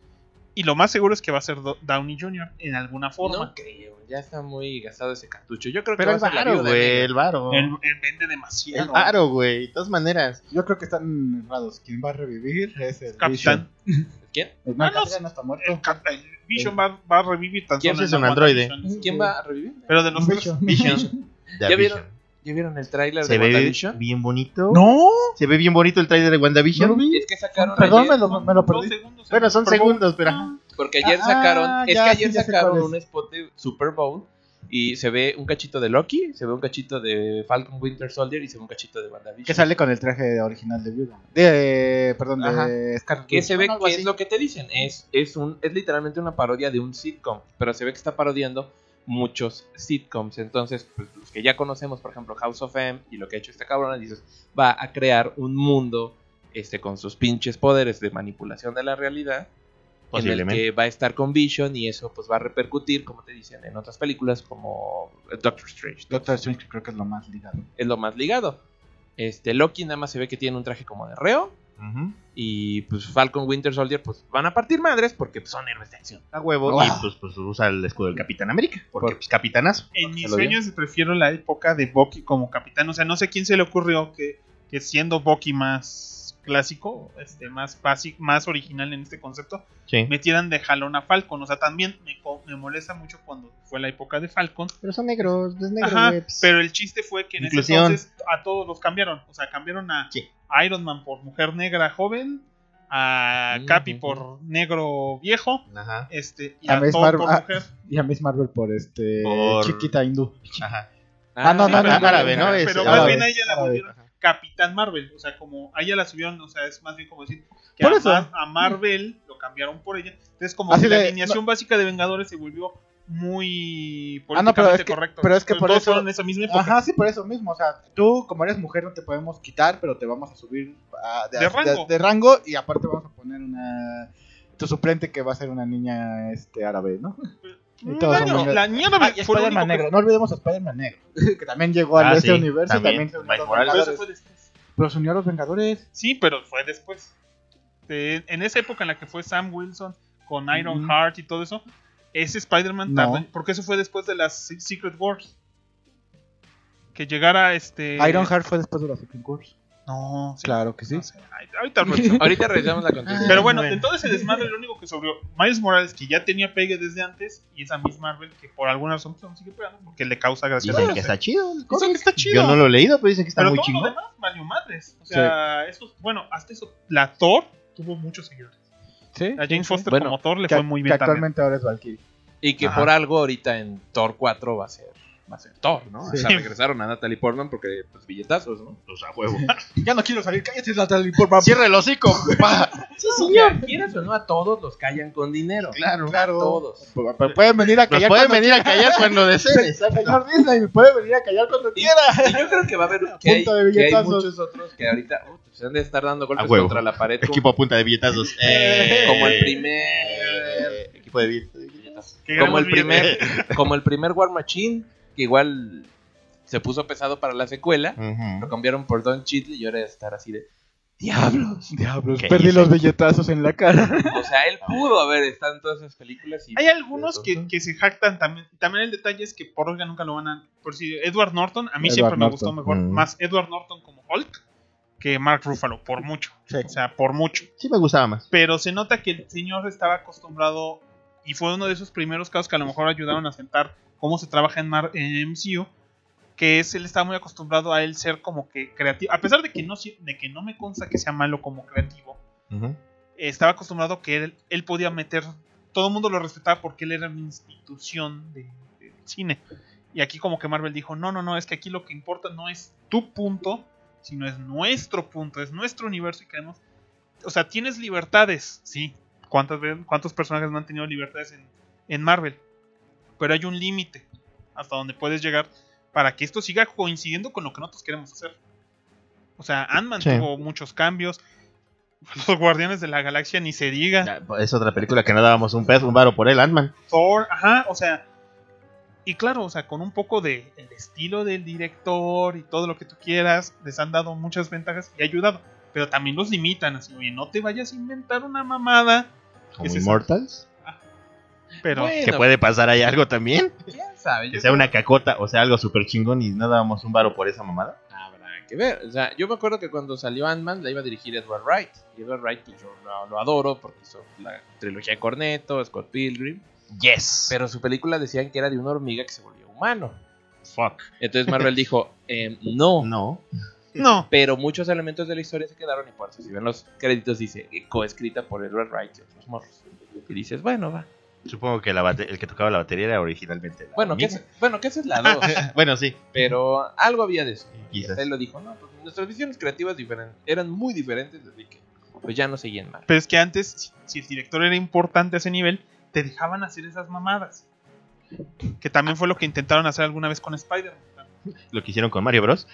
Y lo más seguro es que va a ser Do- Downey Jr. en alguna forma.
No creo, ya está muy gastado ese cartucho. Yo creo que
Pero
va
el
a ser la
varo,
viuda
güey,
negra.
el varo.
Él, él vende
El ah,
demasiado.
varo, güey, de todas maneras.
Yo creo que están errados. ¿Quién va a revivir? Es el
Capitán.
¿Quién?
Vision. No,
Ah, no,
Capitán no está muerto.
El, cap- el Vision va, va a revivir tan
¿Quién
solo
es
en
un
la
androide?
WandaVision.
¿Quién va a revivir?
Pero de los
Vision.
Vision.
The
¿Ya
Vision.
vieron? ¿Ya vieron el tráiler de
Se ve
WandaVision?
bien bonito.
No,
Se ve bien bonito el trailer de WandaVision.
No lo vi.
Es que sacaron
Perdón,
ayer-
me lo, me lo perdí.
Bueno, son segundos, pero. ajá.
Porque ayer
Ah,
sacaron, es
ya, sí,
que ayer
ya sé
sacaron
cuál es.
un spot de Super Bowl y se ve un cachito de Loki, se ve un cachito de Falcon Winter Soldier y se ve un cachito de WandaVision.
Que sale con el traje original de viuda. De, eh, perdón, de
Ajá.
Scarlett.
Que se ve
Johansson,
que
algo
es lo que te dicen, es es un es literalmente una parodia de un sitcom, pero se ve que está parodiando muchos sitcoms. Entonces, pues, los que ya conocemos, por ejemplo, House of M y lo que ha hecho esta cabrona, dices, va a crear un mundo este con sus pinches poderes de manipulación de la realidad
Posiblemente.
En el que va a estar con Vision y eso pues va a repercutir, como te dicen, en otras películas como Doctor Strange.
así. Doctor Strange creo que es lo más ligado.
Es lo más ligado. Este Loki nada más se ve que tiene un traje como de reo
Ujú.
y pues Falcon Winter Soldier pues van a partir madres porque pues, son héroes de acción.
A huevo.
Wow.
Y pues, pues usa el escudo del Capitán América. Porque
Por-
pues capitanazo.
En mis
lo vi.
sueños prefiero la época de Bucky como capitán. O sea, no sé quién se le ocurrió que, que siendo Bucky más clásico, este, más básico, más original en este concepto,
Sí.
metieran de jalón a Falcon. O sea, también me, co- me molesta mucho cuando fue la época de Falcon.
Pero son negros, es negro,
Ajá,
güey, pues.
pero el chiste fue que en ese
Inclusión.
entonces a todos los cambiaron. O sea, cambiaron a
Sí.
Iron Man por mujer negra joven,
Mm,
a
Ujú.
Capi por negro viejo,
Ajá.
este, y
A
a,
Miss
Thor
Marvel-
por
ah.
mujer.
Y a Miss Marvel por este.
Por-
Chiquita hindú.
Ajá.
Ah, no,
sí,
no,
pero-
no, no,
árabe, ¿no? Es
Pero
árabe,
más bien a ella la
árabe.
volvieron
Ajá.
Capitán Marvel. O sea, como a ella la subieron, o sea, es más bien como decir que
Por
a,
eso.
Mar- a Marvel lo cambiaron por ella. Entonces, como
Así
que la
de-
alineación básica de Vengadores se volvió
Ah,
muy
no,
políticamente
pero es que-
correcto.
pero es que
Entonces,
por
todos
eso-
fueron esa misma época.
Ajá, sí, por eso mismo. O sea, tú como eres mujer no te podemos quitar, pero te vamos a subir a-
De rango.
de rango y aparte vamos a poner una tu suplente que va a ser una niña este árabe, ¿no? Y todos
Bueno,
son-
la niña no
Ah, y
fue lo único
Spider-Man
que-
negro. No olvidemos a Spider-Man negro, que también llegó a
Ah,
este
sí,
universo y también
también.
se unió a los
Miles Morales.
Pero
Vengadores.
eso fue después.
Pero se unió a los Vengadores.
Sí, pero fue después. Eh, en esa época en la que fue Sam Wilson con Iron
Ujú.
Heart y todo eso, ese Spider-Man
No.
tardó- Porque eso fue después de las Se- Secret Wars. Que llegara este.
Ironheart fue después de los Secret Wars.
No, sí,
Claro que sí.
no sé. Ay, Ahorita revisamos.
Ahorita revisamos la continuidad.
Pero bueno,
Bueno.
entonces el desmadre lo único que sobró. Miles Morales, que ya tenía pegue desde antes, y esa Miss Marvel, que por alguna razón pues, aún sigue pegando, porque le causa gracia.
Dicen
No sé.
que está chido. el
Dicen
cómic.
que está chido.
Yo no lo he leído, pero dicen que está
Pero
muy
todo lo
chingón.
demás valió madres. O sea, eso- bueno, hasta eso. La Thor tuvo muchos seguidores.
Sí.
A James Foster
Bueno,
como Thor le
que,
fue muy
que
bien también.
actualmente ahora es Valkyrie.
Y que
Ajá.
por algo ahorita en Thor 4 va a ser, va a ser Thor, ¿no?
Sí.
O sea, regresaron a Natalie Portman porque, pues, billetazos, ¿no?
Pues a huevo.
Ya no quiero salir, cállate Natalie, por favor.
Cierra el hocico. pa.
Sí, señor. Quieras o no, a todos los callan con dinero.
Claro.
A todos.
Pero- pero Pueden venir a
Nos
callar
pueden
cuando
venir a callar cuando deseen.
Señor Disney, me puede venir a callar cuando quiera.
Y yo creo que va a haber que hay,
punta de
que hay
billetazos.
muchos otros que ahorita uh, se han de estar dando golpes
A huevo.
contra la pared.
Equipo a punta de billetazos.
como, como el
Eh, primer
primer.
Equipo de billetazos.
Que
Como
ganamos
el
billetes.
primer. Como el primer War Machine, que igual se puso pesado para la secuela. Lo
Ujú.
cambiaron por Don Cheadle y ahora de estar así de. ¡Diablos!
Diablos,
¿Qué
perdí
hice?
los billetazos en la cara.
O sea, él pudo haber estado en todas esas películas. Y
Hay algunos que, que se jactan también. También el detalle es que por Olga nunca lo van a. Por si Edward Norton, a mí
Edward
siempre me
Norton.
gustó mejor
Mm.
más Edward Norton como Hulk que Mark Ruffalo, por mucho. O sea, por mucho.
Sí me gustaba más.
Pero se nota que el señor estaba acostumbrado y fue uno de esos primeros casos que a lo mejor ayudaron a sentar cómo se trabaja en, Mar- en MCU. Que es, él estaba muy acostumbrado a él ser como que creativo. A pesar de que no, si- de que no me consta que sea malo como creativo,
Ujú.
estaba acostumbrado que él, él podía meter. Todo el mundo lo respetaba porque él era una institución de, de cine. Y aquí, como que Marvel dijo: No, no, no, es que aquí lo que importa no es tu punto, sino es nuestro punto, es nuestro universo y queremos. O sea, tienes libertades, sí. ¿Cuántas veces, ¿Cuántos personajes no han tenido libertades en, en Marvel? Pero hay un límite hasta donde puedes llegar para que esto siga coincidiendo con lo que nosotros queremos hacer. O sea, Ant-Man
Sí.
tuvo muchos cambios. Los Guardianes de la Galaxia, ni se diga.
Ya, Es otra película que no dábamos un peso, un varo por él, Ant-Man.
Thor, ajá, o sea. Y claro, o sea, con un poco de el estilo del director y todo lo que tú quieras, les han dado muchas ventajas y ha ayudado. Pero también los limitan, así, oye, no te vayas a inventar una mamada.
Como
Es esa.
Immortals.
Pero
Bueno,
Que puede pasar ahí algo también.
quién sabe.
Que
Yo
sea
creo
una cacota o sea algo súper chingón y no dábamos un varo por esa mamada.
que pues, habrá que ver. O sea, yo me acuerdo que cuando salió Ant-Man la iba a dirigir Edward Wright. Y Edward Wright, pues yo lo, lo adoro porque hizo la trilogía de Corneto, Scott Pilgrim.
Yes.
Pero su película decían que era de una hormiga que se volvió humano.
fuck.
Entonces Marvel dijo, em, no.
No.
no,
Pero muchos elementos de la historia se quedaron y por eso si ven los créditos dice eh, coescrita por Edward Wright y otros morros. Y dices, bueno, va.
Supongo que la bate- el que tocaba la batería era originalmente. la
Bueno, que
amiga.
esa- bueno, que esa es la dos.
Bueno, sí.
pero algo había de eso. Y
Quizás.
hasta él lo dijo, no, pues nuestras visiones creativas diferen- eran muy diferentes, así que pues ya no seguían mal.
pero es que antes, si- si el director era importante a ese nivel, te dejaban hacer esas mamadas. Que también fue lo que intentaron hacer alguna vez con Spider-Man.
Lo que hicieron con Mario Bros.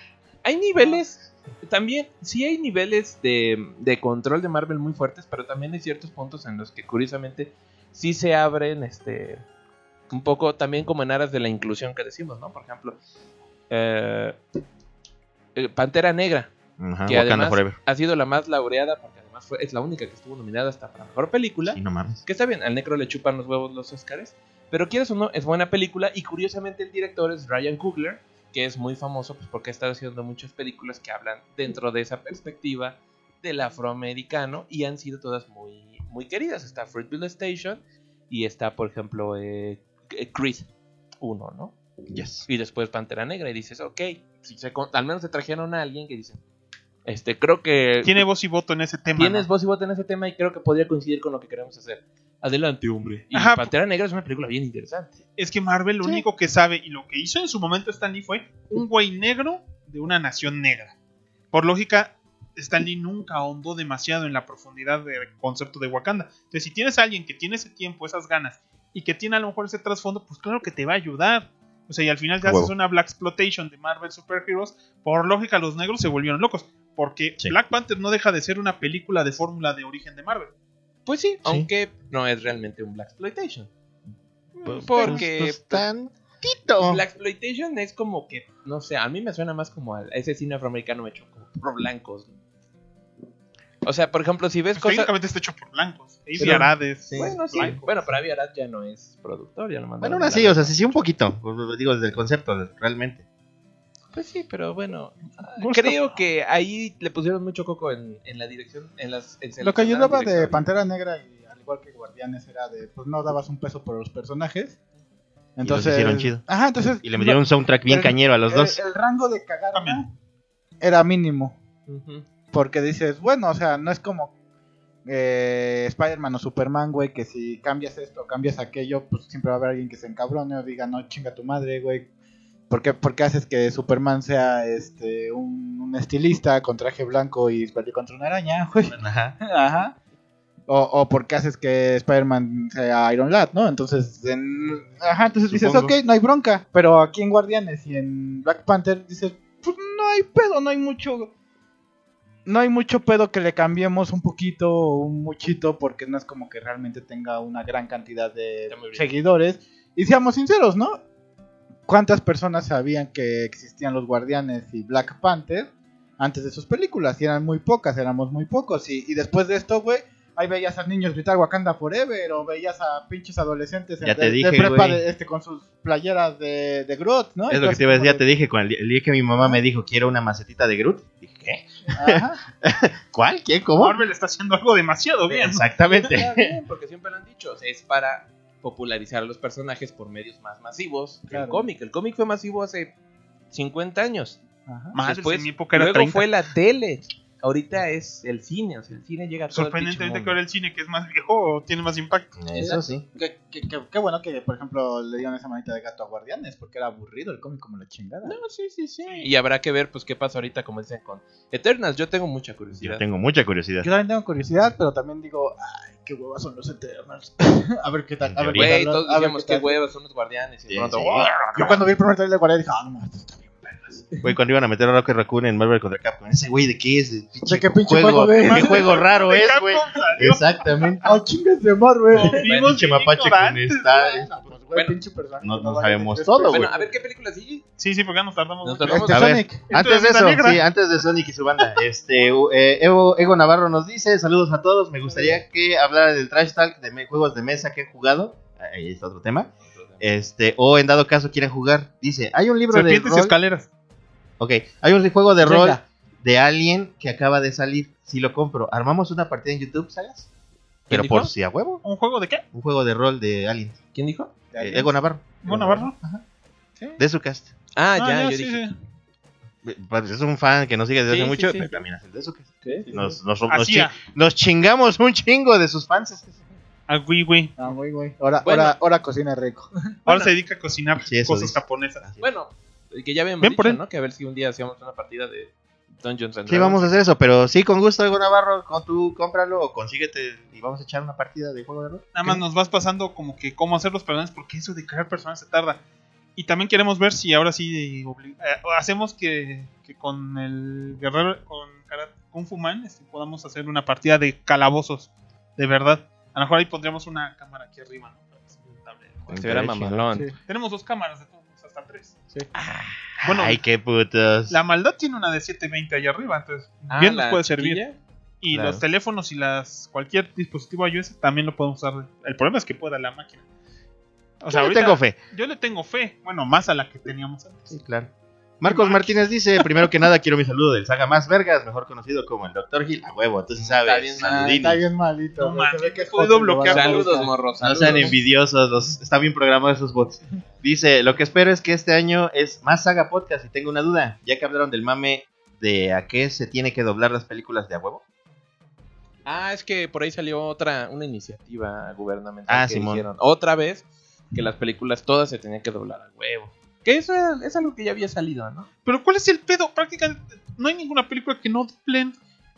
Hay niveles, también, sí hay niveles de, de control de Marvel muy fuertes, pero también hay ciertos puntos en los que curiosamente sí se abren, este, un poco también como en aras de la inclusión que decimos, ¿no? Por ejemplo, eh, eh, Pantera Negra,
Ajá,
que
Ah, Wakanda
además
Forever.
ha sido la más laureada, porque además fue, es la única que estuvo nominada hasta para Mejor Película.
Sí, no mames.
Que está bien, al necro le chupan los huevos los Oscars. Pero quieras o no, es buena película. Y curiosamente el director es Ryan Coogler, que es muy famoso pues, porque ha estado haciendo muchas películas que hablan dentro de esa perspectiva del afroamericano. Y han sido todas muy, muy queridas. Está Fruitville Station y está, por ejemplo, eh, eh, Creed 1, ¿no?
Yes.
Y después Pantera Negra. Y dices, ok, si se con- al menos se trajeron a alguien que dice, este, creo que...
Tiene voz y voto en ese tema.
Tienes
¿no?
voz y voto en ese tema y creo que podría coincidir con lo que queremos hacer. Adelante, hombre. Y
Ajá.
Pantera Negra es una película bien interesante.
Es que Marvel lo
Sí.
único que sabe y lo que hizo en su momento Stan Lee fue un güey negro de una nación negra. Por lógica, Stan Lee nunca ahondó demasiado en la profundidad del concepto de Wakanda. Entonces, si tienes a alguien que tiene ese tiempo, esas ganas y que tiene a lo mejor ese trasfondo, pues claro que te va a ayudar. O sea, y al final te haces
Huevo.
una Black Exploitation de Marvel Super Heroes. Por lógica, los negros se volvieron locos. Porque
Sí.
Black Panther no deja de ser una película de fórmula de origen de Marvel.
Pues sí, aunque no es realmente un Black Exploitation. Porque
Pues
"Oh".
tantito.
Black Exploitation es como que, no sé, a mí me suena más como a ese cine afroamericano hecho como por blancos. ¿no? O sea, por ejemplo, si ves
Pues,
cosas.
técnicamente está hecho por blancos. Avi
Pero-
Arades.
Sí.
Bueno, sí.
blancos.
Bueno, pero Avi Arad ya no es productor, ya no manda.
Bueno, aún así, o sea, sí, sí, un poquito. Digo, desde el concepto, de- realmente.
Pues sí, pero bueno. ah,
Gusta-
Creo que ahí le pusieron mucho coco en, en la dirección. En las, en
Lo que ayudaba
seleccionar
de
directores.
Pantera Negra, y al igual que Guardianes, era de, pues no dabas un peso por los personajes. Entonces,
hicieron chido.
Ajá, entonces.
Y le metieron un soundtrack bien
El-
cañero a los
el,
dos.
el rango de cagar
También.
era mínimo.
Ujú.
Porque dices, bueno, o sea, no es como eh, Spider-Man o Superman, güey, que si cambias esto, cambias aquello, pues siempre va a haber alguien que se encabrone o diga, no, chinga tu madre, güey. ¿Por qué, por qué haces que Superman sea este un, un estilista con traje blanco y peleó contra una araña, güey?
Ajá.
Ajá. O, o porque haces que Spider-Man sea Iron Lad, ¿no? Entonces, en- ajá, entonces dices,
Supongo.
ok, no hay bronca. Pero aquí en Guardianes y en Black Panther dices, pues no hay pedo, no hay mucho. No hay mucho pedo que le cambiemos un poquito o un muchito porque no es como que realmente tenga una gran cantidad de
Está muy bien.
seguidores. Y seamos sinceros, ¿no? ¿Cuántas personas sabían que existían los Guardianes y Black Panther antes de sus películas? Y eran muy pocas, éramos muy pocos. Y, y después de esto, güey, ahí veías a niños gritar Wakanda Forever o veías a pinches adolescentes en-
Ya te
de, de
dije,
prepa
güey.
de- este, con sus playeras de, de Groot, ¿no?
Es lo que
Entonces,
te iba a decir,
como
ya te dije, cuando el el día que mi mamá me dijo, quiero una macetita de Groot, dije, ¿qué?
de- pues, ajá.
¿Cuál? ¿Qué? ¿Cómo?
Marvel está haciendo algo demasiado bien.
Exactamente.
Está bien, porque siempre lo han dicho. o sea, es para popularizar a los personajes por medios más masivos. que El
Claro.
cómic. El cómic fue masivo hace 50 años.
ajá.
Madres,
Después,
en mi época era
luego
30.
fue la tele. Ahorita es el cine. O sea, el cine llega a todo el pinche
Sorprendentemente que
mundo.
ahora el cine que es más viejo o tiene más impacto.
Eso sí.
Qué, qué- qué- qué bueno que, por ejemplo, le dieron esa manita de gato a Guardianes porque era aburrido el cómic como la chingada.
No, sí, sí, sí. Y habrá que ver, pues, qué pasa ahorita, como dicen con Eternals. Yo tengo mucha curiosidad.
Yo tengo mucha curiosidad.
Yo también tengo curiosidad, pero también digo, ay, qué huevas son los Eternals. a ver qué tal. A ver, qué
Güey,
tal,
todos
a ver
decíamos
qué
qué
tal.
huevos son los guardianes. Y de
Sí,
pronto,
sí.
¡guau!
Yo cuando vi el primer trailer de Guardianes dije, ah, no mames, está bien.
Güey, cuando iban a meter a Rocket Raccoon en Marvel contra Capcom, ese güey, ¿de qué es?
¿De qué pinche juego de-
¿Qué juego raro
De
es,
Capcom
güey?
salió
Exactamente.
¡Ah, chingas de Marvel!
con
Pinche
vivos y
mapache con
ignorantes.
esta. eh.
Bueno, pues, güey,
Bueno,
pinche personaje
no-
que
no
vaya a
sabemos
tener
todo,
este-
Bueno,
güey.
a ver qué película sigue.
Sí, sí, porque ya nos tardamos.
Nos
mucho.
tardamos.
Este
A ver.
Sonic.
Antes de
Entonces,
eso,
Negra.
sí, antes de Sonic y su banda, este, u- eh, Evo, Ego Navarro nos dice, saludos a todos, me gustaría que hablara del trash talk de me- juegos de mesa que he jugado, ahí está otro tema, este, o en dado caso quieran jugar, dice, hay un libro de
Serpientes y
rol,
escaleras.
ok, hay un juego de
Venga.
rol de Alien que acaba de salir, si lo compro, armamos una partida en YouTube, ¿sabes? Pero
dijo?
por si a huevo,
¿Un juego de qué?
un juego de rol de Alien,
¿Quién dijo?
Eh, Ego Navarro,
Bueno, Navarro.
de su cast.
Ah,
Ah,
ya, yo
sí,
dije.
sí.
Pues, Es un fan que nos sigue desde
Sí,
hace
sí,
mucho,
sí.
pero también hace de eso que
Sí, sí,
nos,
sí.
nos, nos
Así,
chi- nos chingamos un chingo de sus fans.
a Wii Wii.
Ah, güey, güey. Ahora,
Bueno.
ahora, ahora cocina rico.
Ahora se dedica a cocinar
Sí, eso
cosas
dice.
japonesas.
Bueno, que ya habíamos
Bien por
dicho,
él.
¿no? Que a ver si un día hacíamos una partida de Dungeons and Dragons.
Sí, vamos a hacer eso, pero sí, con gusto, Ego Navarro, con tú cómpralo o consíguete y vamos a echar una partida de juego de rol.
Nada más nos vas pasando como que cómo hacer los personajes, porque eso de crear personajes se tarda. Y también queremos ver si ahora sí obli- eh, hacemos que, que con el guerrero, con Kara- Kung Fu Man, este, podamos hacer una partida de calabozos, de verdad. A lo mejor ahí pondríamos una cámara aquí arriba, ¿no? Para que se vea el tablero.
Se verá mamalón.
Sí.
Tenemos dos cámaras de todos, modos, hasta tres.
Sí.
Bueno,
Ay, qué putos.
la maldad tiene una de 720 allá arriba, entonces
Ah,
bien nos
la
puede servir.
chiquilla.
Y
Claro.
los teléfonos y las cualquier dispositivo iOS también lo podemos usar. El problema es que pueda la máquina. O
Yo
sea,
le
ahorita
tengo fe.
yo le tengo fe. Bueno, más a la que teníamos antes.
Sí, claro. Marcos Martínez dice, primero que nada quiero mi saludo del saga más vergas, mejor conocido como el Dr. Gil. A huevo, tú sí
Está bien,
sabes.
Ah,
Saludines.
está bien malito.
No
güey,
mames,
se ve que es
puedo
fácil, lo
bloquear
van a
Saludos,
buscar.
morros.
No sean
saludos. ¿eh?
envidiosos, los, está bien programados esos bots. Dice, lo que espero es que este año es más saga podcast y tengo una duda, ya que hablaron del mame de a qué se tiene que doblar las películas de a huevo.
Ah, es que por ahí salió otra, una iniciativa gubernamental
Ah,
que
Simón.
hicieron otra vez que las películas todas se tenían que doblar a huevo. Que eso es, es algo que ya había salido, ¿no?
Pero ¿cuál es el pedo? Prácticamente no hay ninguna película que no doblen.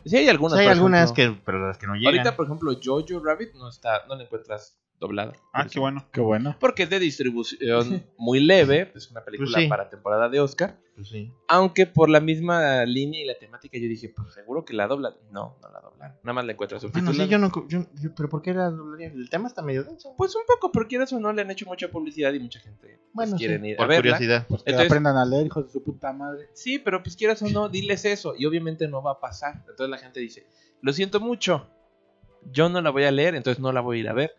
Sí hay algunas.
Sí, hay
por
algunas
ejemplo.
que, pero las que no llegan. Ah,
Ahorita, por ejemplo, Jojo Rabbit no está, no la encuentras doblada.
Ah, qué bueno.
Qué bueno.
Porque es de distribución muy leve, es una película
Pues sí.
para temporada de Oscar.
Pues sí.
Aunque por la misma línea y la temática yo dije, pues seguro que la doblan. No, no la doblan. Nada más la encuentras
Bueno,
subtitulada.
sí, yo no. yo- yo- pero ¿por qué la doblaría? El tema está medio denso.
Pues un poco, pero quieras o no, le han hecho mucha publicidad y mucha gente pues,
Bueno,
quieren
sí,
ir a
por
verla.
curiosidad.
Pues que
Entonces-
aprendan a leer, hijos de su puta madre.
Sí, pero pues quieras o no, diles eso. Y obviamente no va a pasar. Entonces la gente dice, lo siento mucho. Yo no la voy a leer, entonces no la voy a ir a ver.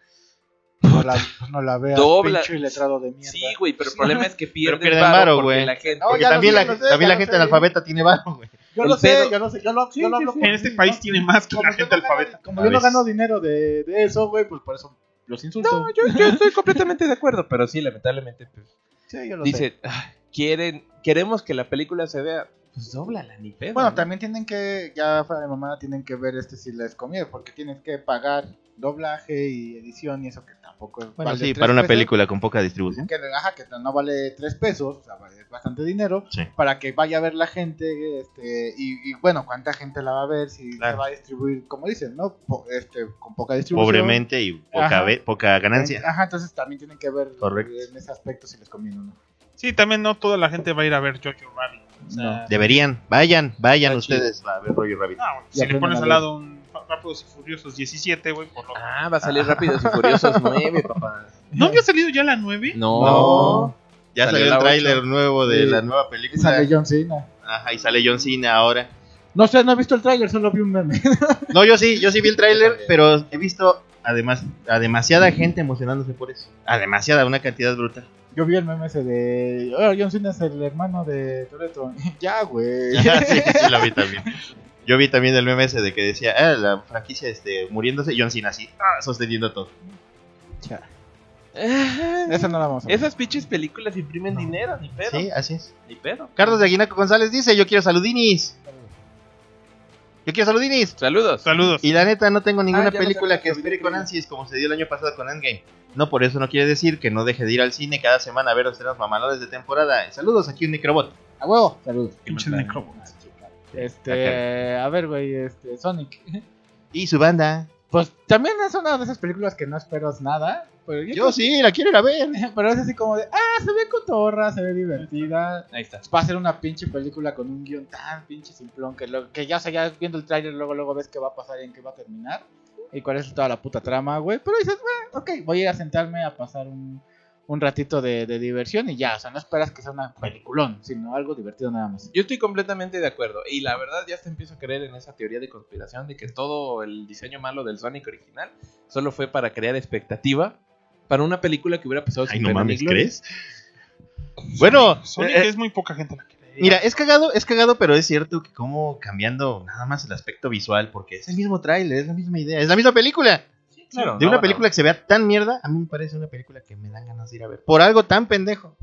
No la, no la veas,
Dobla-
pinche letrado de mierda.
Sí, güey, pero el problema es que pierden,
pierden
varo
varo,
porque
güey.
la gente...
No,
Porque
ya lo
también,
sé,
la,
lo sé,
también
ya
la
lo
gente
sé.
analfabeta tiene varo, güey.
Yo
el
lo sé,
pedo-
yo lo sé, yo lo, yo lo hablo
En este país tiene más que la gente alfabeta.
Como yo no
A veces.
gano dinero de, de eso, güey, pues por eso los insulto.
No, yo, yo estoy completamente de acuerdo, pero sí, lamentablemente. pues,
sí, yo lo sé.
dicen, "Ah, quieren, queremos que la película se vea. Pues dóblala, ni pedo.
Bueno,
¿no?
también tienen que, ya fuera de mamada, tienen que ver este si les conviene, porque tienes que pagar doblaje y edición y eso que tampoco es
Bueno,
vale
sí,
tres
para una
pesos,
película con poca distribución.
Que, ajá, que no vale tres pesos, o sea, vale bastante dinero,
Sí.
para que vaya a ver la gente, este, y, y bueno, cuánta gente la va a ver, si
Claro.
se va a distribuir, como dicen, ¿no? Po- este, con poca distribución.
Pobremente y poca,
Ajá.
ve- poca ganancia.
Ajá, entonces también tienen que ver
Correcto.
en ese aspecto si les conviene o no.
Sí, también no toda la gente va a ir a ver Jojo Rabbit. O sea, ah,
Deberían, vayan, vayan
Está chido.
ustedes a ver Roger Rabbit.
no, güey,
Y
si le
aprendan
pones
a
al
leer.
lado un Rápidos y Furiosos 17, güey, por lo
Ah, va a salir rápido y Furiosos 9, papá.
¿No había salido ya la 9?
No.
Ya
Salió
salió
la
el tráiler
ocho.
nuevo de
Sí.
la nueva
Y
película.
sale John Cena.
Ajá, y sale John Cena ahora.
No sé, no he visto el tráiler, solo vi un meme.
No, yo sí, yo sí vi el tráiler, pero he visto además a demasiada gente emocionándose por eso. A demasiada, una cantidad brutal.
Yo vi el meme ese de. "Oh, John Cena es el hermano de Toreto. ya, güey.
sí, sí, lo vi también. Yo vi también el meme ese de que decía, ah, la franquicia este, muriéndose, John Cena así, ah, sosteniendo todo.
Ya.
Ah,
Esa no la vamos a ver.
Esas pinches películas imprimen dinero, ni pedo.
Sí, así es.
Ni pedo.
Carlos de Aguinaco González dice, yo quiero saludinis. Yo quiero saludinis.
Saludos.
Saludos.
Y la neta, no tengo ninguna
Ah, ya no
película
sabía
que
que
espere
había
con
tenido.
ansias como se dio el año pasado con Endgame. No por eso no quiere decir que no deje de ir al cine cada semana a ver los estrenos mamalores de temporada. Saludos, aquí un microbot.
A huevo. Saludos.
Pinches necrobots.
Este. A ver, güey, este. Sonic.
Y su banda.
Pues también es una de esas películas que no esperas nada. Pero
Yo sí, la quiero ir a ver.
Pero es así como de. Ah, se ve cotorra, se ve divertida.
Ahí está.
Va a ser una pinche película con un guión tan pinche simplón que, lo- que ya, o sea, ya viendo el tráiler luego, luego ves qué va a pasar y en qué va a terminar. Y cuál es toda la puta trama, güey. Pero dices, bueno, ok, voy a ir a sentarme a pasar un, un ratito de, de diversión y ya. O sea, no esperas que sea una peliculón, sino algo divertido nada más.
Yo estoy completamente de acuerdo. Y la verdad, ya te empiezo a creer en esa teoría de conspiración de que todo el diseño malo del Sonic original solo fue para crear expectativa para una película que hubiera pasado
Ay,
sin
no
pena ni
mames,
gloria.
¿crees? Bueno,
Sonic
eh,
es muy poca gente la que le
Mira, es cagado, es cagado, pero es cierto que como cambiando nada más el aspecto visual, porque es el mismo tráiler, es la misma idea, es la misma película.
Sí, claro,
de
no,
una
no.
película que se vea tan mierda, a mí me parece una película que me dan ganas de ir a ver. Por algo tan pendejo.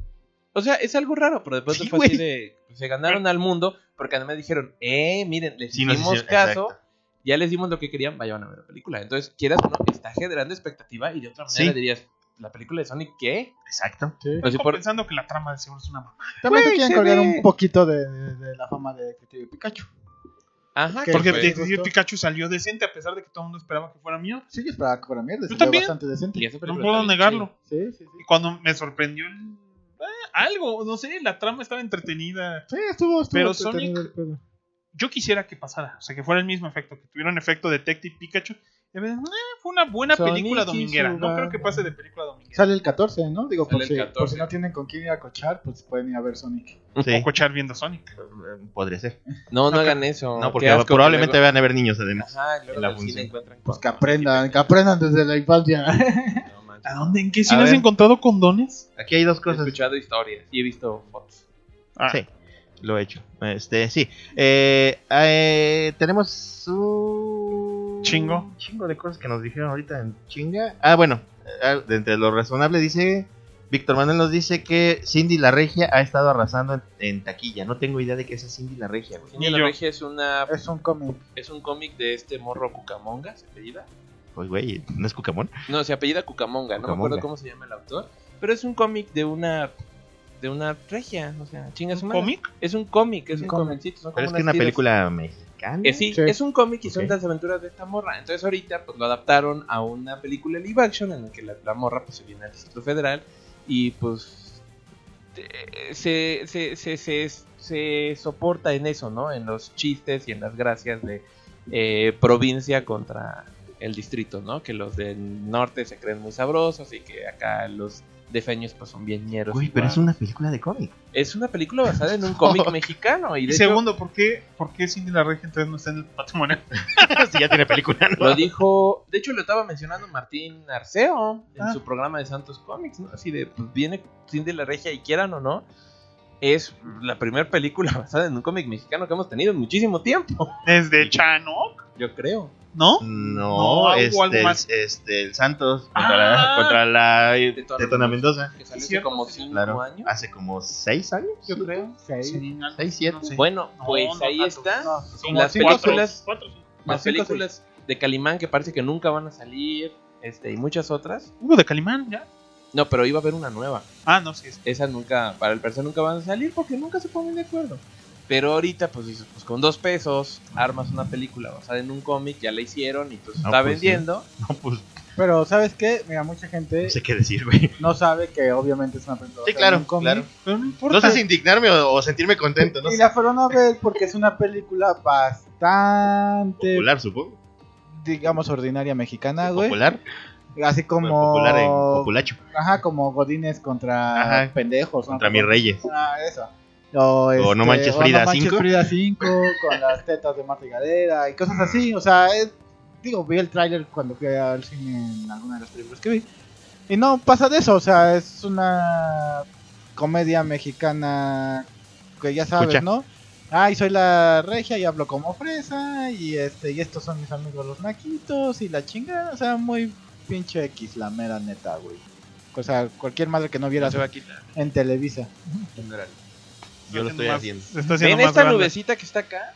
O sea, es algo raro, pero después
Sí,
fue así
güey.
de. Se ganaron al mundo porque además dijeron, eh, miren, les
Sí, nos
hicimos
hicieron-
caso,
exacto.
ya les dimos lo que querían, vayan a ver la película. Entonces, quieras o no, está generando expectativa y de otra manera
Sí.
dirías, ¿la película de Sonic qué?
Exacto.
Pero si
Estoy
por-
pensando que la trama de seguro es una mamá.
También
Güey,
se quieren
se
colgar
ve.
un poquito de, de- de la fama de Detective Pikachu.
Ajá,
¿Qué?
porque
Porque
fue?
Detective Pikachu salió decente a pesar de que todo el mundo esperaba que fuera mío.
Sí, yo esperaba que fuera mierda.
Yo
se ve
también.
bastante decente.
y esa
No
película
puedo
está bien
negarlo.
chida.
Sí, sí, sí.
Y cuando me sorprendió el- eh, algo, no sé, la trama estaba entretenida.
Sí, estuvo, estuvo
Pero
entretenido el pedo.
Yo quisiera que pasara, o sea, que fuera el mismo efecto, que tuviera un efecto Detective Pikachu. De verdad, eh, fue una buena
Sonic
película
y su
dominguera. No creo que
banda.
pase de película dominguera.
Sale el 14, ¿no? Digo,
Sale
por
el
si, por
14.
si no tienen con quién ir a cochar, pues pueden ir a ver Sonic.
Sí,
O cochar viendo Sonic.
podría ser.
No, no hagan eso.
No,
qué
porque
asco que
probablemente
luego-
van a ver niños además.
Ajá, luego
en la
en el cine
función.
encuentran
Pues
cosas.
que aprendan, que aprendan desde la infancia.
No manches.
¿A dónde? ¿En qué
A
cine has
ver.
encontrado condones?
Aquí hay dos
He
cosas.
escuchado historias y he visto fotos.
Ah,
Sí, lo he hecho. Este, sí. Eh, eh, tenemos un
Chingo.
un chingo de cosas que nos dijeron ahorita en chinga. Ah, bueno, eh, de entre lo razonable dice Víctor Manuel nos dice que Cindy la Regia ha estado arrasando en, en taquilla. No tengo idea de qué es Cindy la Regia, güey.
Ni
yo.
la Regia es una
es un cómic.
es un cómic de este morro Cucamonga, se apellida.
Pues güey, no es Cucamón.
No, se apellida Cucamonga, no me
Cucamonga.
acuerdo cómo se llama el autor. Pero es un cómic de una de una regia. O sea, chinga su
¿Un
madre.
cómic?
Es un cómic, es
Un
un
cómic.
cómicito. son como
Pero es que
unas
es una
tiras.
película mexicana.
Eh, sí,
Sí.
es un cómic y son
Ok.
las aventuras de esta morra. Entonces ahorita pues lo adaptaron a una película live action en la que la, la morra pues se viene al Distrito Federal y pues eh, se, se, se, se, se soporta en eso, ¿no? En los chistes y en las gracias de eh, provincia contra el distrito, ¿no? Que los del norte se creen muy sabrosos y que acá los defeños pues son bien ñeros.
Güey, pero
igual.
es una película de cómic.
Es una película basada en un cómic mexicano y
Y,
de hecho-
segundo, ¿por qué, ¿por qué Cindy la Regia entonces no está en el patrimonio?
si ya tiene película, ¿no?
Lo dijo, de hecho lo estaba mencionando Martín Arceo en
Ah.
su programa de Santos Comics, ¿no? Así de, pues viene Cindy la Regia y quieran o no, es la primera película basada en un cómic mexicano que hemos tenido en muchísimo tiempo,
Desde Chano,
yo creo.
¿no? No,
No,
algo-
este,
algo
el-
más.
este, el Santos
Ah.
contra, la, contra la eh,
Tetona
Tetona Mendoza.
Que salió hace
Cierto,
como
sí,
cinco
Claro, Ah,
años.
hace como seis años, yo creo.
Sí, algo-
Seis, siete.
no sé.
Bueno,
No,
pues
no
ahí
tanto,
está.
no, como
las
cinco,
películas-
cuatro, cuatro.
Las
cinco,
películas de Calimán que parece que nunca van a salir, este, y muchas otras.
Hubo de Calimán, ya.
No, pero iba a haber una nueva.
Ah, no, sí. es-
Esas nunca, para el personal nunca van a salir porque nunca se ponen de acuerdo. Pero ahorita, pues dices, pues con dos pesos, armas una película basada en un cómic, ya la hicieron y pues
No,
está
pues, sí.
vendiendo.
No, pues
Pero, ¿sabes qué? Mira, mucha gente
no sé qué decir, güey.
no sabe que obviamente es una película. basada
Sí,
en
claro,
un cómic.
claro.
Pero no importa.
No sé si indignarme o, o sentirme contento, no
Y
sé.
la fueron a ver porque es una película bastante,
Popular, supongo.
digamos, ordinaria mexicana, Ah, güey.
Popular.
Así como. Ah,
Popular en populacho.
Ajá, como Godines contra
Ajá.
pendejos. ¿no?
Contra mis reyes.
Ah, eso. O, este,
No Manches
o
Frida
No Manches
5.
Frida 5, con las tetas de Marta y Gadera y cosas así. O sea, es- digo, vi el tráiler cuando fui al cine en alguna de las películas que vi. Y no pasa de eso, o sea, es una comedia mexicana que ya sabes,
Escucha.
¿no? Ay, soy la regia y hablo como fresa y este y estos son mis amigos los naquitos y la chingada, o sea, muy pinche X, la mera neta, güey. O sea, cualquier madre que no viera
se va a quitar.
en Televisa.
Se
Yo
está
lo estoy
más-
haciendo.
se está haciendo
¿Ven
más
esta
grande.
nubecita que está acá?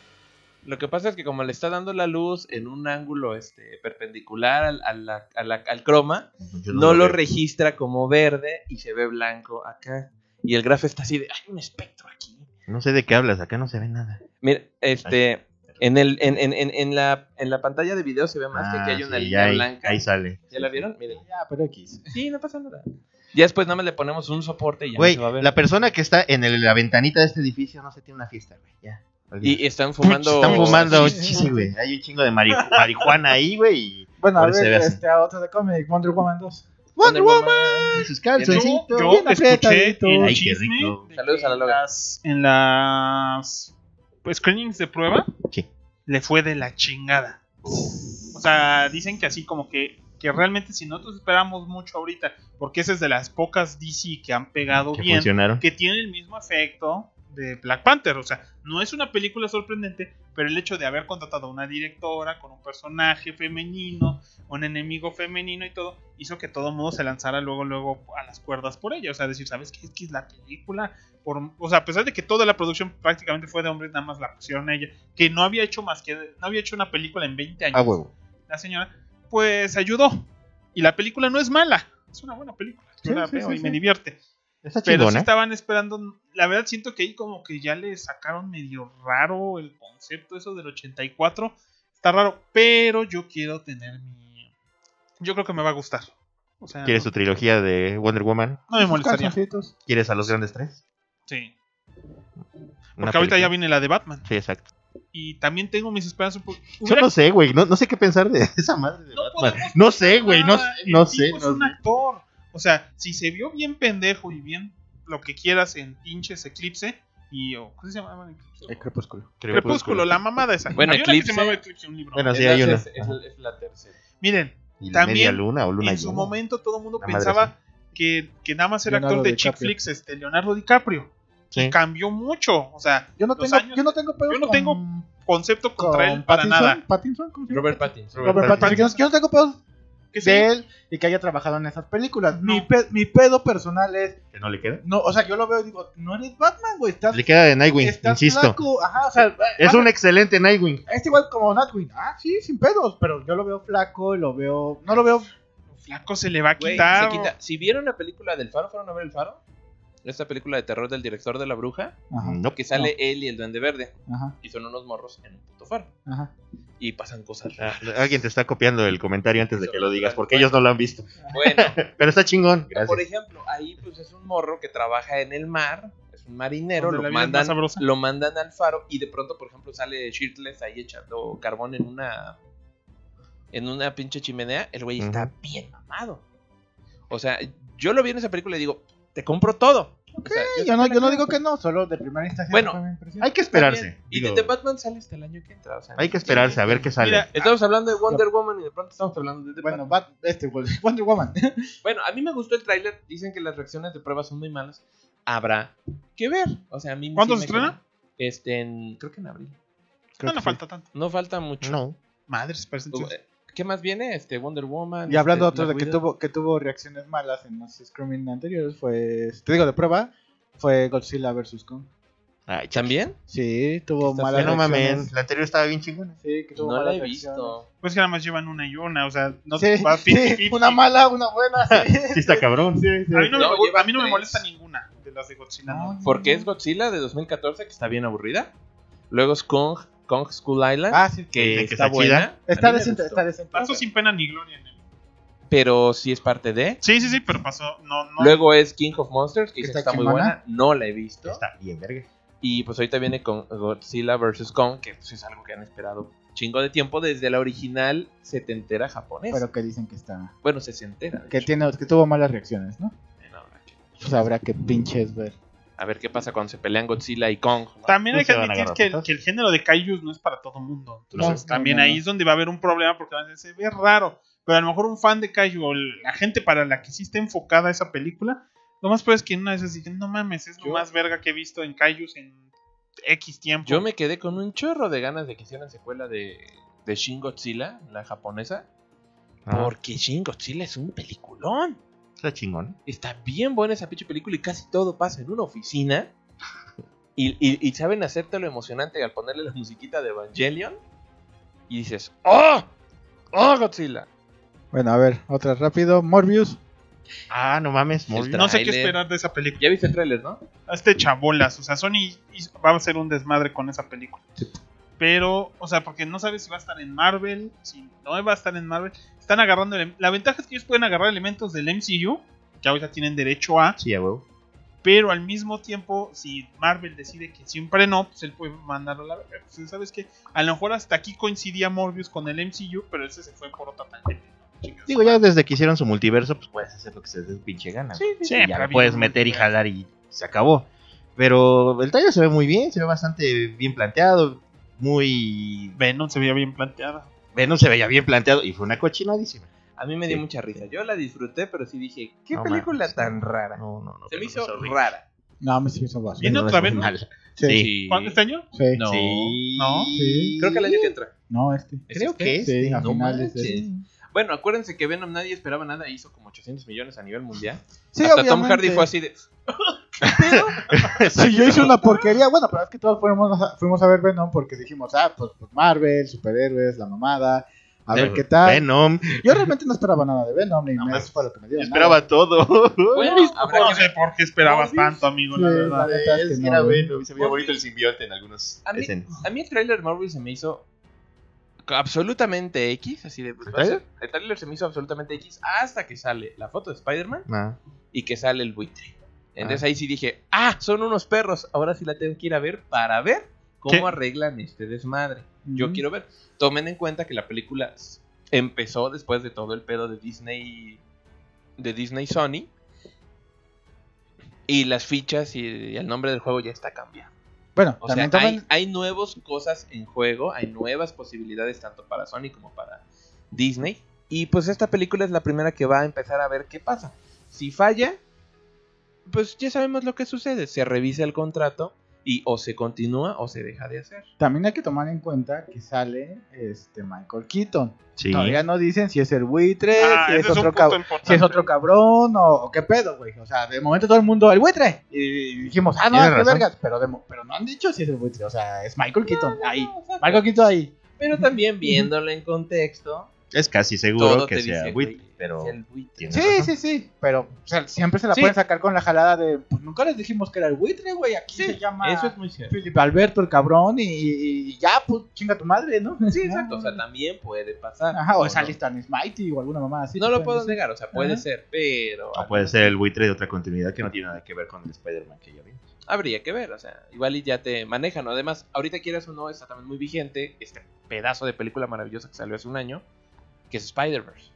Lo que pasa es que como le está dando la luz en un ángulo este, perpendicular al, a la- a la- al croma,
Yo
no lo
veo.
registra como verde y se ve blanco acá. Y el grafo está así de, hay un espectro aquí.
No sé de qué hablas, acá no se ve nada.
Mira, este, en, el, en, en, en, en la, en la pantalla de video se ve más que aquí hay
Ah,
una
sí,
línea
ahí-
blanca.
Ahí sale.
¿Ya la vieron? Miren.
Ya, pero X.
Sí, no pasa nada. Ya después nada más le ponemos un soporte y ya
Güey,
no se va a ver.
la persona que está en el- la ventanita de este edificio no se tiene una fiesta, güey. Ya.
Y y están fumando.
Están fumando,
Sí, sí,
sí, güey. Hay un chingo de mari- marihuana ahí, güey.
Bueno, a
Ahora se ve
ver,
así.
este, a otro de cómic, Wonder Woman 2.
Wonder
Y sus
Yo,
calzoncitos.
yo
bien
escuché
apretadito.
en
Ay, qué
chisme
rico.
de
Saludos
que
a la loca.
en las- en las pues, screenings de prueba
Sí.
le fue de la chingada. O sea, dicen que así como que, que realmente si nosotros esperamos mucho ahorita, porque esa es de las pocas DC que han pegado
Que
bien,
funcionaron.
que tiene el mismo efecto de Black Panther. O sea, no es una película sorprendente, pero el hecho de haber contratado a una directora con un personaje femenino, un enemigo femenino y todo, hizo que todo el mundo se lanzara luego, luego a las cuerdas por ella. O sea, decir, ¿sabes qué? Es que es la película. por- o sea, a pesar de que toda la producción prácticamente fue de hombres, nada más la pusieron a ella, que no había hecho más que. No había hecho una película en 20
Ah,
años.
A huevo.
La señora, pues ayudó. Y la película no es mala. Es una buena película. Yo
Sí,
la
sí,
veo
sí,
y
sí.
me divierte.
Está
Pero sí
chingona.
estaban esperando. La verdad, siento que ahí como que ya le sacaron medio raro el concepto, eso del 84. Está raro, pero yo quiero tener mi. Yo creo que me va a gustar. O sea,
¿Quieres tu
no,
trilogía de Wonder Woman?
no me molestaría.
Calzoncitos.
¿Quieres a los grandes tres?
Sí.
Una
Porque ahorita
película.
ya viene la de Batman.
Sí, exacto.
Y también tengo mis esperanzas. un poco-
Yo no sé, güey. No, no sé qué pensar de esa madre de
No
Batman.
podemos
No sé, güey. No,
Ah, el
no
tipo
sé.
Es
no
un
sé.
actor. O sea, si se vio bien pendejo y bien lo que quieras en pinches Eclipse. Y, o, ¿Cómo se llama? Eclipse.
El crepúsculo.
Crepúsculo, la mamada esa.
Bueno,
Había una que se
Eclipse-
llamaba Eclipse, un libro.
Bueno, sí,
Esa
hay una.
Es, es-
Ajá.
es la tercera.
Miren,
Y la
también,
media luna o luna
en su
llena.
momento todo el mundo
La madre
pensaba que, que nada más era
Leonardo
actor de chick
DiCaprio.
flicks este Leonardo DiCaprio.
Sí.
Cambió mucho, o sea,
Yo no
Los
tengo,
años-
yo no tengo pedos
yo no
con-
tengo concepto contra él para
Pattinson,
nada.
Pattinson, ¿cómo se llama?
Robert Pattinson.
Robert
Robert Pattinson. Yo no- Yo no tengo pedos
Que sí,
de él y que haya trabajado en esas películas.
No.
Mi, pe- mi pedo personal es,
¿Que no le queda?
no, o sea, yo lo veo y digo, no eres Batman, güey, estás,
Le queda de Nightwing,
estás
insisto.
flaco. Ajá, o sea,
Es
Batman
un excelente Nightwing.
es este igual como Nightwing. Ah, sí, sin pedos, pero yo lo veo flaco y lo veo, no lo veo
Flaco se le va a
Güey,
quitar.
se quita- Si vieron la película del faro, ¿fueron a ver el faro? esta película de terror del director de La Bruja,
Ajá,
No,
que sale él y el Duende Verde,
ajá,
y son unos morros en un puto faro,
ajá.
y pasan cosas.
Ah, Alguien te está copiando el comentario antes de que lo digas, porque ellos no lo han visto.
Bueno,
Pero está chingón.
por
Gracias.
ejemplo, ahí pues es un morro que trabaja en el mar, es un marinero,
Donde
lo
la vida es más
mandan,
sabrosa.
lo mandan al faro, y de pronto, por ejemplo, sale Shirtless ahí echando carbón en una en una pinche chimenea, el güey está
Ujú.
bien mamado. O sea, yo lo vi en esa película y digo, te compro todo. O sea,
Sí,
sí
yo, no,
te
yo
la
no
compro.
digo que no, solo de primera instancia.
Bueno,
fue mi impresión.
Hay que esperarse.
Y
digo,
The Batman sale hasta el año que entra. o sea,
hay que esperarse a ver qué sale.
Mira,
Estamos hablando de Wonder Woman y de pronto estamos hablando de The
bueno,
Batman.
Bat- este, Wonder Woman.
Bueno, a mí me gustó el tráiler. Dicen que las reacciones de prueba son muy malas. Habrá que ver. O sea, a mí
¿Cuándo
sí
se
me-
estrena?
Este, en- creo que en abril.
No, no falta tanto.
No falta mucho. eh,
No.
Madres, parece entonces.
¿Qué más viene? Este Wonder Woman.
Y hablando
este,
otro de que
Black Widow.
tuvo, que tuvo reacciones malas en los Screaming anteriores, fue, te digo de prueba, fue Godzilla vs. Kong.
Ay, chale.
¿También?
Sí, tuvo
Está
malas
Ya no mames.
reacciones.
La anterior estaba bien chingona.
Sí, que tuvo ¿eh?
No la
malas
he
reacciones.
visto.
Pues que nada más llevan una y una, o sea, no
Sí,
va
sí,
50-50.
una mala, una buena. Sí.
Sí, está cabrón.
Sí, sí.
A mí no,
No,
me, mol-
llevan
a mí no me
tres.
molesta ninguna de las de Godzilla.
No,
no.
Porque es Godzilla de 2014 que está bien aburrida. Luego es Kong, Kong School Island
Ah, sí.
que
Dicen que
está
está chida.
buena. A
Está
mí me
decente,
gustó.
está decente.
Pasó sin pena ni gloria en él.
Pero sí es parte de.
Sí, sí, sí, pero pasó. No, no.
Luego es King of Monsters que dicen que
Está
está muy
chingona.
buena. No la he visto.
Está bien, verga.
Y pues ahorita viene con Godzilla vs. Kong, que pues, es algo que han esperado chingo de tiempo desde la original setentera japonesa.
Pero que dicen que está.
bueno, sesentera. de
Que,
hecho.
tiene, que tuvo malas reacciones, ¿no?
Bueno, habrá que-
Pues habrá que pinches ver.
A ver qué pasa cuando se pelean Godzilla y Kong. ¿no?
También hay
No
que
se van a
admitir
agarrar
que, el-
patas.
que el género de Kaijus no es para todo mundo. Entonces,
No,
también
no, no,
ahí
no.
es donde va a haber un problema porque van a decir, se ve raro. Pero a lo mejor un fan de Kaiju o la gente para la que sí está enfocada esa película, lo más probable es que en una de esas digan, no mames, es lo
Yo-
más verga que he visto en Kaijus en X tiempo.
Yo me quedé con un chorro de ganas de que hicieran secuela de, de Shin Godzilla, la japonesa.
Ah,
Porque Shin Godzilla es un peliculón.
Está chingón.
Está bien buena esa pinche película y casi todo pasa en una oficina. Y, y- y saben hacerte lo emocionante al ponerle la musiquita de Evangelion. Y dices, ¡Oh! ¡Oh, Godzilla!
Bueno, a ver, otra rápido. Morbius.
Ah, no mames.
El
Morbius.
tra-
no sé qué
Trailer.
esperar de esa película.
Ya viste el tráiler, ¿no?
Hazte chabolas. O sea, Sony hizo- va a ser un desmadre con esa película. Pero, o sea, porque no sabes si va a estar en Marvel, si no va a estar en Marvel. Están agarrando. ele- La ventaja es que ellos pueden agarrar elementos del MCU, que ahorita tienen derecho a.
Sí, a huevo.
Pero al mismo tiempo, si Marvel decide que siempre no, pues él puede mandarlo a la verga. Pues, ¿Sabes qué? A lo mejor hasta aquí coincidía Morbius con el MCU, pero ese se fue por otra tangente. ¿no? Chingas.
Digo, ya desde que hicieron su multiverso, pues puedes hacer lo que se dé tu pinche gana.
Sí, sí, sí,
Y ya
pero
lo
había
puedes
un
meter y
multiverso.
jalar y se acabó. Pero el trailer se ve muy bien, se ve bastante bien planteado. Muy.
Venom se veía bien planteada.
Venom se veía bien planteado y fue una cochinadísima.
A mí me dio
Sí.
mucha risa. Yo la disfruté, pero sí dije, qué
No
película
mames.
tan rara.
No, no, no.
Se me
Venom
hizo
es horrible.
rara.
No, me se hizo vaso.
¿Viene
Venom
otra
es muy
vez?
mal.
Sí. Sí.
¿Cuándo este año?
No.
Sí.
No.
Sí.
Creo que el año que entra.
No, este.
¿Es
Creo
este?
que es.
Sí, a
No
finales de-
manches. Bueno, acuérdense que Venom nadie esperaba nada. Hizo como 800 millones a nivel mundial.
Sí,
Hasta Tom
obviamente.
Hardy fue así de...
Pues
Sí, yo hice una porquería. Bueno, pero es que todos fuimos a, fuimos a ver Venom porque dijimos, ah, pues, pues Marvel, superhéroes, la mamada. A ver qué tal.
Venom.
Yo realmente no esperaba nada de Venom, ni me
mames.
fue lo que me dieron.
Esperaba todo.
Bueno, habrá
No
que ver.
sé por qué esperabas
Morbius.
tanto, amigo, la
Sí,
verdad.
la neta es que
Es
no,
que era
güey.
Venom. y Se veía bonito el simbionte en algunos
A mí,
escenas.
a mí el tráiler de Marvel se me hizo absolutamente X, así de... pues,
¿El
va a ser-
tráiler?
El tráiler se me hizo absolutamente X hasta que sale la foto de Spider-Man
Ah.
y que sale el buitre. Entonces ahí sí dije, ah, son unos perros, ahora sí la tengo que ir a ver para ver cómo
¿Qué?
arreglan este desmadre.
Ujú.
Yo quiero ver. Tomen en cuenta que la película s- empezó después de todo el pedo de Disney de Disney Sony y las fichas y, y el nombre del juego ya está cambiado.
Bueno,
O sea,
también
hay,
tomen-
hay nuevas cosas en juego, hay nuevas posibilidades tanto para Sony como para Disney. Y pues esta película es la primera que va a empezar a ver qué pasa. Si falla, pues ya sabemos lo que sucede. Se revisa el contrato y o se continúa o se deja de hacer.
también hay que tomar en cuenta que sale este Michael Keaton.
Sí.
Todavía no dicen si es el buitre,
Ah,
si, es
ese es un
otro
punto
cab-
importante.
si es otro cabrón o, o qué pedo, güey. O sea, de momento todo el mundo, el buitre. Y dijimos, ah, no,
Tienes
qué
razón.
vergas. Pero, de mo- pero no han dicho si es el buitre. O sea, es Michael Keaton ahí. Michael Keaton ahí.
Pero también viéndolo en contexto,
Es casi seguro
Todo
que
te
sea
dice,
WIT,
güey,
pero
sea el buitre.
tienes
Sí,
razón.
sí, sí. Pero o sea, siempre se la
Sí.
pueden sacar con la jalada de. Pues nunca les dijimos que era el buitre, güey. Aquí
Sí,
se llama.
Eso es muy cierto.
Felipe Alberto, el cabrón. Y, y ya, pues chinga tu madre, ¿no? Sí,
Exacto, o sea, también puede pasar.
Ajá, o
no.
es Alistan Smitey o alguna mamá así. pues,
No lo
Bueno,
puedo
sí.
negar, o sea, puede
Ajá.
ser, pero
O puede ser el buitre de otra continuidad que no tiene nada que ver con el Spider-Man que ya vimos.
habría que ver, o sea, igual y ya te manejan, ¿no? Además, ahorita quieras o no, está también muy vigente este pedazo de película maravillosa que salió hace un año, que es Spider-Verse.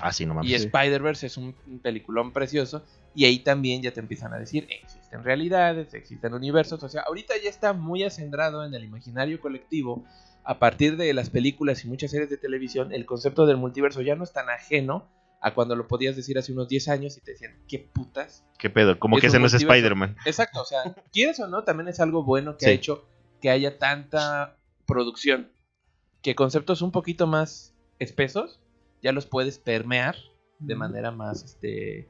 Ah, sí, no mames.
Y Spider-Verse es un un peliculón precioso. Y ahí también ya te empiezan a decir, existen realidades, existen universos. O sea, ahorita ya está muy acendrado en el imaginario colectivo. A partir de las películas y muchas series de televisión, el concepto del multiverso ya no es tan ajeno a cuando lo podías decir hace unos 10 años y te decían, ¿qué putas?
¿Qué pedo? Como
Es
que
un
ese no es
multiverso.
Spider-Man.
Exacto, o sea, quieres o no, también es algo bueno que
Sí.
ha hecho que haya tanta producción. Que conceptos un poquito más espesos ya los puedes permear de manera más este,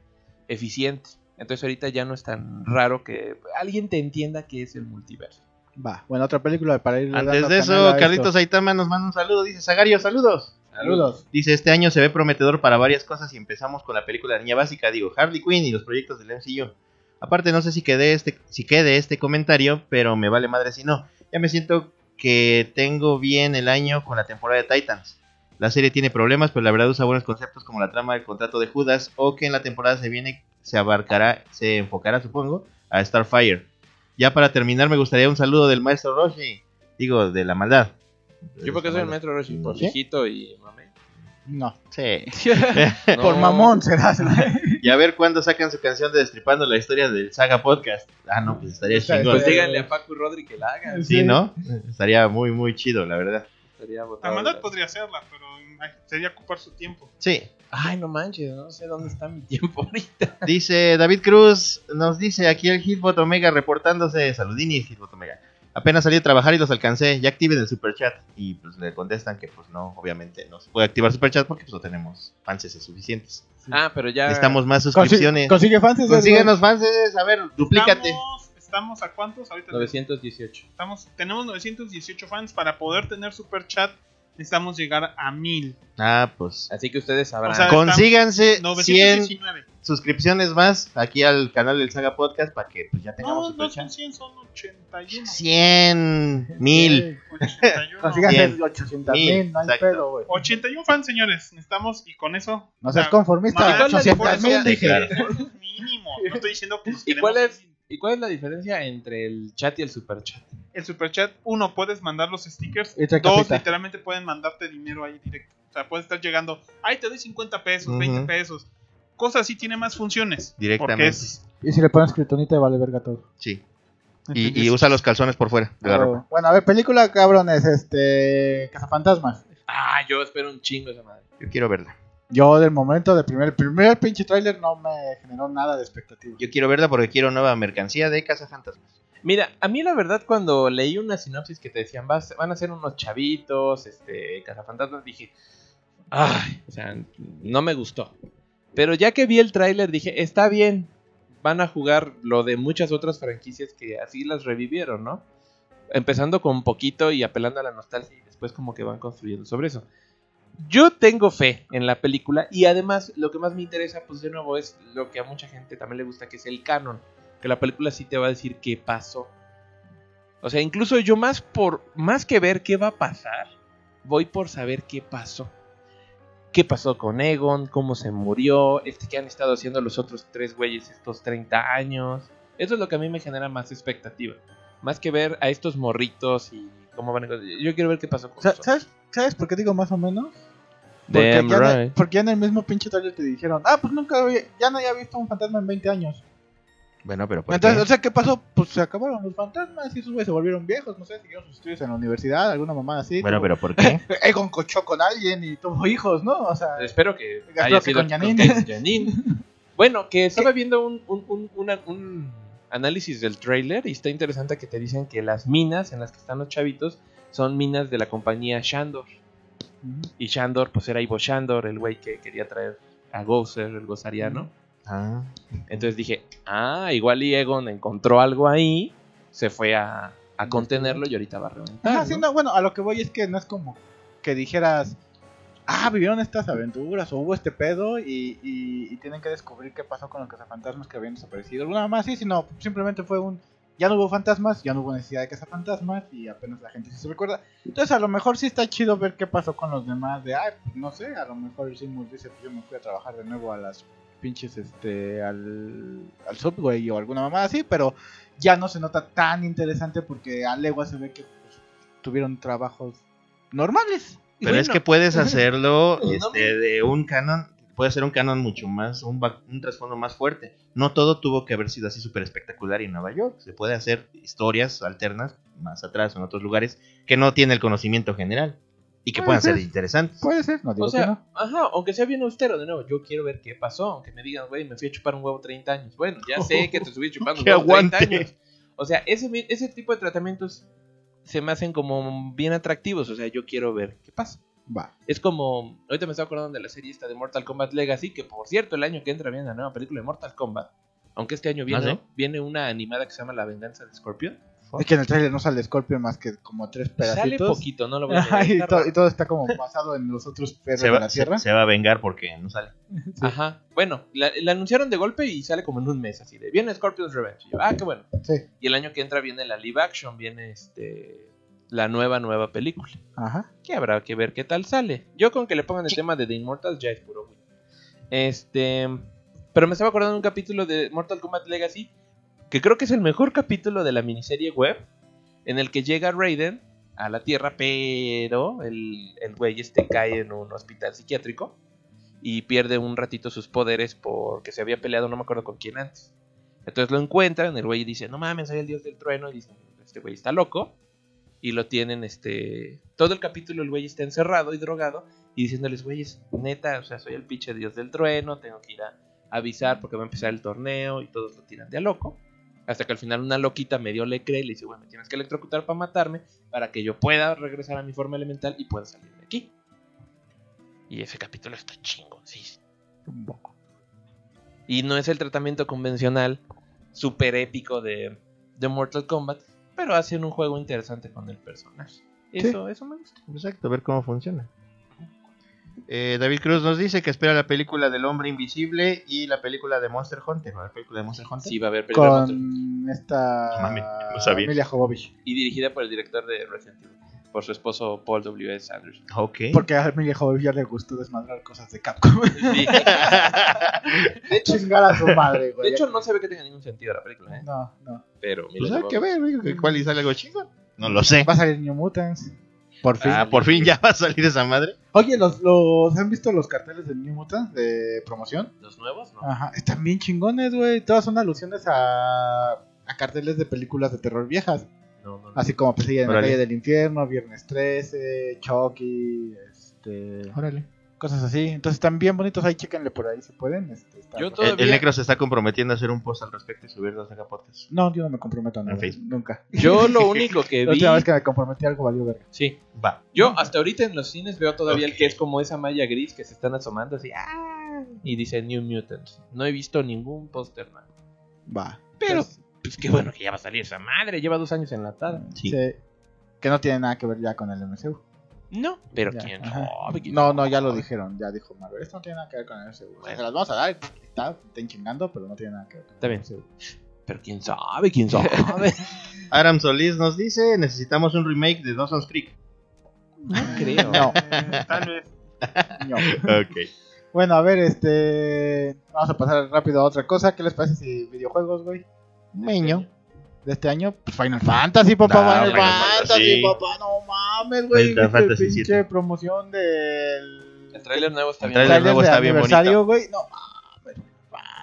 eficiente. Entonces ahorita ya no es tan raro que alguien te entienda que es el multiverso.
Va, bueno, otra película para ir.
Antes
dando
de
canal a
eso,
esto.
Carlitos Aitama nos manda un saludo. Dice, Sagario, saludos.
Saludos.
Dice, este año se ve prometedor para varias cosas y empezamos con la película de Niña Básica, digo, Harley Quinn y los proyectos del MCU. Aparte, no sé si quede este, si quede este comentario, pero me vale madre si no. Ya me siento que tengo bien el año con la temporada de Titans. La serie tiene problemas, pero la verdad usa buenos conceptos como la trama del contrato de Judas o que en la temporada se viene se abarcará, se enfocará, supongo, a Starfire. Ya para terminar, me gustaría un saludo del maestro Roshi, digo, de la maldad.
Yo porque soy el maestro Roshi, por
¿Sí?
viejito y mame.
No.
Sí.
No,
Por mamón será. será.
Y a ver cuándo sacan su canción de Destripando la historia del Saga Podcast. Ah, no, pues estaría
Está-
chingón.
Pues díganle a Paco y Rodri que la hagan.
sí, ¿no? Estaría muy, muy chido, la verdad.
Estaría botado
La
de
maldad
la-
podría hacerla, pero ay, sería ocupar su tiempo.
Sí.
Ay, no manches, no sé dónde está mi tiempo ahorita.
Dice David Cruz, nos dice aquí el Hitbot Omega reportándose. Saludinis, Hitbot Omega. Apenas salí a trabajar y los alcancé. Ya activen el superchat. Y pues le contestan que, pues no, obviamente no se puede activar superchat porque pues no tenemos fanses suficientes.
Ah, pero ya.
Necesitamos más
Consi-
suscripciones.
Consigue fans. esas, güey.
Consíguenos fanses, a ver, duplícate.
Estamos, estamos a cuántos ahorita?
918.
Estamos, tenemos 918 fans. Para poder tener super chat, necesitamos llegar a 1000.
Ah, pues.
Así que ustedes sabrán.
O sea,
Consíganse 100
919.
suscripciones más aquí al canal del Saga Podcast para que pues, ya
No,
tengamos
no
superchat.
son 100, son 81.
100 mil.
81.
Consíganse
Bien.
800
Bien,
Eh, mil, no hay
exacto.
pedo, güey.
81 fans, señores. Necesitamos, y con eso.
No seas
o sea,
conformista,
más-
800 mil,
Sí,
dije.
claro.
es Mínimo. No estoy diciendo que nos
¿Y cuál
queremos-
es? ¿Y cuál es la diferencia entre el chat y el superchat?
El superchat, uno, puedes mandar los stickers.
Y te
Dos,
capita.
literalmente pueden mandarte dinero ahí directo. O sea, puedes estar llegando. Ay, te doy 50 pesos,
Ujú.
20 pesos. Cosas así tiene más funciones.
Directamente.
Porque es
Y si le pones criptonita, vale verga todo.
Sí. Y, y usa los calzones por fuera de la ropa.
Pero- Bueno, a ver, película, cabrones, este... Cazafantasmas.
Ah, yo espero un chingo esa madre.
Yo quiero verla.
Yo, del momento, del primer, primer pinche tráiler no me generó nada de expectativa.
Yo quiero verla porque quiero nueva mercancía de Casa Fantasmas.
Mira, a mí la verdad cuando leí una sinopsis que te decían "Vas- van a ser unos chavitos, este, cazafantasmas, dije, ay, o sea, no me gustó. Pero ya que vi el tráiler dije, está bien, van a jugar lo de muchas otras franquicias que así las revivieron, ¿no? Empezando con poquito y apelando a la nostalgia y después como que van construyendo sobre eso. Yo tengo fe en la película y además lo que más me interesa, pues de nuevo, es lo que a mucha gente también le gusta, que es el canon que la película sí te va a decir qué pasó. O sea, incluso yo más por más que ver qué va a pasar, voy por saber qué pasó. ¿Qué pasó con Egon? ¿Cómo se murió? Este que han estado haciendo los otros tres güeyes estos 30 años. Eso es lo que a mí me genera más expectativa. Más que ver a estos morritos y cómo van a... Yo quiero ver qué pasó con
Sa-
nosotros.
¿Sabes, ¿Sabes por qué digo más o menos? Porque ya, en
Damn
el-
right.
porque ya en el mismo pinche trailer te dijeron, ah, pues nunca había, ya no había visto un fantasma en 20 años.
Bueno, pero ¿por
Entonces,
qué?
o sea, ¿qué pasó? Pues se acabaron los fantasmas y esos güeyes se volvieron viejos, no sé, siguieron sus estudios en la universidad, alguna mamada así.
Bueno,
tuvo-
pero ¿por qué?
Egon cochó con alguien y tuvo hijos, ¿no? O sea,
Espero que
Espero
haya
que
sido
con Janine.
con Janine. Bueno, que estaba viendo un, un- un- una- un análisis del trailer y está interesante que te dicen que las minas en las que están los chavitos son minas de la compañía Shandor. Y Shandor, pues era Ivo Shandor, el güey que quería traer a Gozer, el gozariano.
Ah,
Entonces dije, ah, igual y Egon encontró algo ahí, se fue a, a contenerlo y ahorita va a reventar.
Ajá, Ah, sí,
¿no?
no, bueno, a lo que voy es que no es como que dijeras, ah, vivieron estas aventuras o hubo este pedo y, y- y tienen que descubrir qué pasó con los cazafantasmas que habían desaparecido. Alguna más sí, sino simplemente fue un... Ya no hubo fantasmas, ya no hubo necesidad de cazafantasmas y apenas la gente sí se recuerda. Entonces a lo mejor sí está chido ver qué pasó con los demás de, ay, pues, no sé, a lo mejor el Seymour dice, pues yo me fui a trabajar de nuevo a las pinches, este, al, al Subway o alguna mamada así, pero ya no se nota tan interesante porque a legua se ve que pues, tuvieron trabajos normales.
Pero es que puedes hacerlo este, de un canon, puede ser un canon mucho más, un, ba- un trasfondo más fuerte. No todo tuvo que haber sido así súper espectacular en Nueva York. Se puede hacer historias alternas más atrás o en otros lugares que no tiene el conocimiento general y que
Puede
puedan ser
ser.
interesantes.
Puede ser, no digo
O
que
sea,
no.
ajá, aunque sea bien austero, de nuevo, yo quiero ver qué pasó. Aunque me digan, güey, me fui a chupar un huevo 30 años. Bueno, ya sé que te subí chupando un
Que
huevo 30
aguante.
años. O sea, ese, mi- ese tipo de tratamientos se me hacen como bien atractivos. O sea, yo quiero ver qué pasa.
Va.
Es como, ahorita me estaba acordando de la serie esta de Mortal Kombat Legacy, que por cierto, el año que entra viene la nueva película de Mortal Kombat. Aunque este año viene,
¿Ah, sí?
viene una animada que se llama La Venganza de Scorpion.
Es que en el trailer no sale Scorpion más que como tres pedacitos.
Sale poquito, no lo voy a
Ajá, y,
negar,
to-
está
y todo está como basado en los otros perros
Se
de
va,
la
se,
tierra.
se va a vengar porque no sale.
Sí. Ajá. Bueno, la, la anunciaron de golpe y sale como en un mes así de viene Scorpion's Revenge. Y yo, ah, qué bueno.
Sí.
Y el año que entra viene la live action, viene este la nueva nueva película.
Ajá.
Que habrá que ver qué tal sale. Yo con que le pongan el tema de The Immortals ya es puro güey. Este, pero me estaba acordando de un capítulo de Mortal Kombat Legacy que creo que es el mejor capítulo de la miniserie web en el que llega Raiden a la Tierra, pero el, el güey este cae en un hospital psiquiátrico y pierde un ratito sus poderes porque se había peleado, no me acuerdo con quién antes. Entonces lo encuentran, el güey dice, no mames, soy el dios del trueno, y dicen, este güey está loco. Y lo tienen, este, todo el capítulo el güey está encerrado y drogado y diciéndoles, güeyes, neta, o sea, soy el pinche dios del trueno, tengo que ir a avisar porque va a empezar el torneo y todos lo tiran de a loco. Hasta que al final una loquita medio le cree y le dice, bueno, me tienes que electrocutar para matarme para que yo pueda regresar a mi forma elemental y pueda salir de aquí. Y ese capítulo está chingón, sí.
Un poco.
Y no es el tratamiento convencional, super épico de, de Mortal Kombat, pero hacen un juego interesante con el personaje. Eso, eso me gusta.
Exacto, a ver cómo funciona. Eh, David Cruz nos dice que espera la película del hombre invisible y la película de Monster Hunter. ¿Va a haber película de Monster Hunter?
Sí, va a haber película de Monster-
Con esta
Mami, lo sabía.
Emilia Jovovich.
Y dirigida por el director de Resident Evil, por su esposo Paul W.S. Anderson.
Ok.
Porque a Emilia Jovovich ya le gustó desmadrar cosas de Capcom.
Sí. De hecho,
Chingar a su madre, güey.
de hecho, no se ve que tenga ningún sentido la película, ¿eh?
no, no.
Pero
Pues
mira,
hay que ver, digo, que ¿cuál y sale algo chingón? No lo sé.
Eh, Va a salir New Mutants. Por fin.
Ah, por fin ya va a salir esa madre.
Oye, los, los, ¿han visto los carteles de New Mutants de promoción?
los nuevos, ¿no?
Ajá, están bien chingones, güey. Todas son alusiones a, a carteles de películas de terror viejas.
No, no, no.
Así como pues, en la
Órale.
calle del infierno, Viernes 13, Chucky, este,
Órale.
cosas así. Entonces están bien bonitos. Ahí chéquenle por ahí si pueden. Este, están
Yo
bastante-
todavía-
El, el Necro se está comprometiendo a hacer un post al respecto y subirlo a Saga Podcast.
No, yo no me comprometo a nada.
Facebook.
Nunca.
Yo lo único que
La
vi.
última vez que me comprometí a algo valió verga.
Sí.
Va.
Yo hasta ahorita en los cines veo todavía el que es como esa malla gris que se están asomando así. ¡ah! Y dice New Mutants. No he visto ningún póster, nada.
Va.
Pero,
Entonces,
pues qué bueno que ya va a salir esa madre. Lleva dos años enlatada.
Sí.
sí. Que no tiene nada que ver ya con el MCU.
No, pero
Ya,
quién
ajá.
sabe, quién
No, no, ya lo
sabe.
dijeron, ya dijo Marvel. Esto no tiene nada que ver con el MCU. O sea,
Bueno.
Se las vamos a dar, está, estén chingando, pero no tiene nada que ver con
Está
el
bien.
MCU.
Pero quién sabe, quién sabe.
Aram Solís nos dice: Necesitamos un remake de Dawson's Creek.
no creo.
No,
Eh, Tal vez.
no.
Ok.
Bueno, a ver, este. Vamos a pasar rápido a otra cosa. ¿Qué les parece si videojuegos, güey?
Meño.
De este año, pues Final Fantasy, papá.
No,
Final,
Final
Fantasy,
Fantasy.
papá. No mames, güey.
Final
¿viste
Fantasy
pinche
siete.
promoción del.
El tráiler nuevo está
El
bien.
tráiler
tráiler nuevo
de
está bien
aniversario, güey. No mames,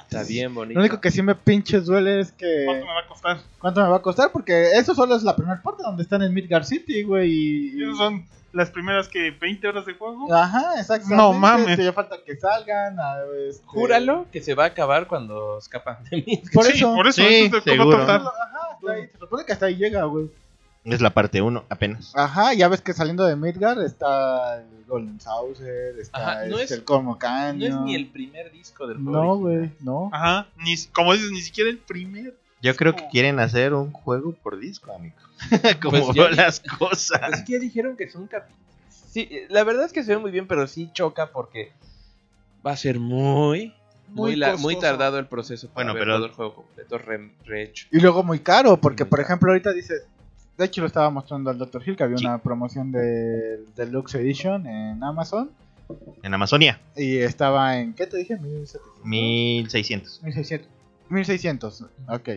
Está bien bonito.
Lo único que sí me pinches duele es que.
¿Cuánto me va a costar?
¿Cuánto me va a costar? Porque eso solo es la primera parte donde están en Midgar City, güey.
Y
y-
esas son las primeras que 20 horas de juego.
Ah, Ajá, exactamente.
No mames.
Este, ya falta que salgan. a- este-
Júralo que se va a acabar cuando escapan de mí.
Por
sí,
eso.
por eso.
Sí,
eso es de cómo
seguro.
tratar.
Ajá, hasta ahí. Se supone que hasta ahí llega, güey.
Es la parte 1 apenas.
Ajá, ya ves que saliendo de Midgar está el Golden Saucer, está
Ajá, no
este,
es-
el Cormo
No
Canyon.
es ni el primer disco del juego.
No,
original.
güey, no.
Ajá. Ni, como dices, ni siquiera el primer.
Yo creo que
como-
quieren hacer un juego por disco, amigo. Como
Pues ya-
las cosas.
Así que ya dijeron que son capítulos. sí, eh, la verdad es que se ve muy bien, pero sí choca porque va a ser muy, muy, la- muy
costoso.
tardado el proceso. Para
Bueno,
ver
pero-
todo el juego completo re- rehecho.
Y luego muy caro, porque
Muy
por
caro.
ejemplo ahorita dices, de hecho lo estaba mostrando al Dr. Hill, que había una promoción de Deluxe Edition en Amazon.
En Amazonia,
Y estaba en, ¿qué te dije? 1700.
1600.
1600. 1600, ok.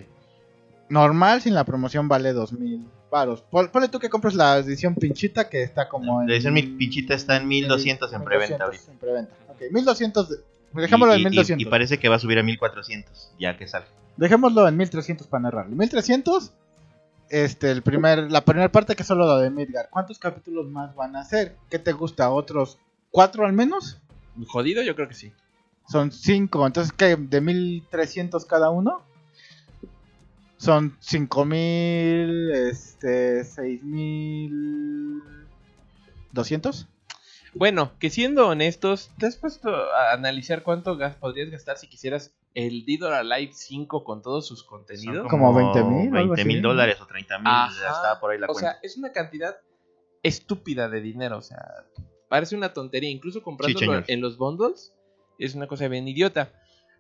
Normal sin la promoción vale 2000 varos. Pon- Ponle tú que compras la edición pinchita que está como en...
La edición mi pinchita está en 1200 en preventa
1200
ahorita.
En preventa. Ok, 1200. de- Dejémoslo
Y-
en
y- y-
1200.
Y, parece que va a subir a 1400 ya que sale.
Dejémoslo en 1300 para narrar. 1300, este, el primer, la primera parte que es solo la de Midgar. ¿Cuántos capítulos más van a hacer? ¿Qué te gusta? ¿Otros cuatro al menos?
Jodido, yo creo que sí.
Son cinco. Entonces, ¿qué? ¿De 1300 cada uno? Son 5000, este, 6000. ¿200?
Bueno, que siendo honestos, ¿te has puesto a analizar cuánto gas podrías gastar si quisieras el Didor Alive 5 con todos sus contenidos?
Son
Como 20,000 o algo
20,000
así.
dólares o 30 mil.
Ajá.
Estaba por ahí la
o
cuenta.
sea, es una cantidad estúpida de dinero. O sea, parece una tontería. Incluso comprándolo
señor.
en los bundles es una cosa bien idiota.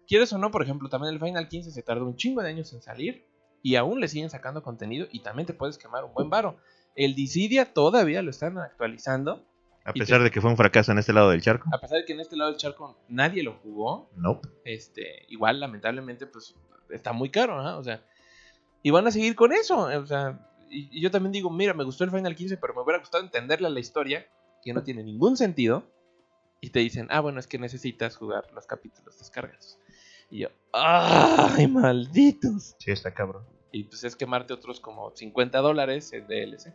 Quieres o no, por ejemplo, también el Final 15 se tardó un chingo de años en salir y aún le siguen sacando contenido y también te puedes quemar un buen varo. El Dissidia todavía lo están actualizando,
a
y
pesar
te-
de que fue un fracaso en este lado del charco.
a pesar de que en este lado del charco nadie lo jugó.
No.
este igual lamentablemente pues está muy caro ¿ah? o sea y van a seguir con eso eh, o sea y, y yo también digo mira me gustó el final 15 pero me hubiera gustado entenderle la historia que no tiene ningún sentido y te dicen ah bueno es que necesitas jugar los capítulos descargados y yo ay malditos
Sí, está cabrón.
y pues es quemarte otros como 50 dólares en DLC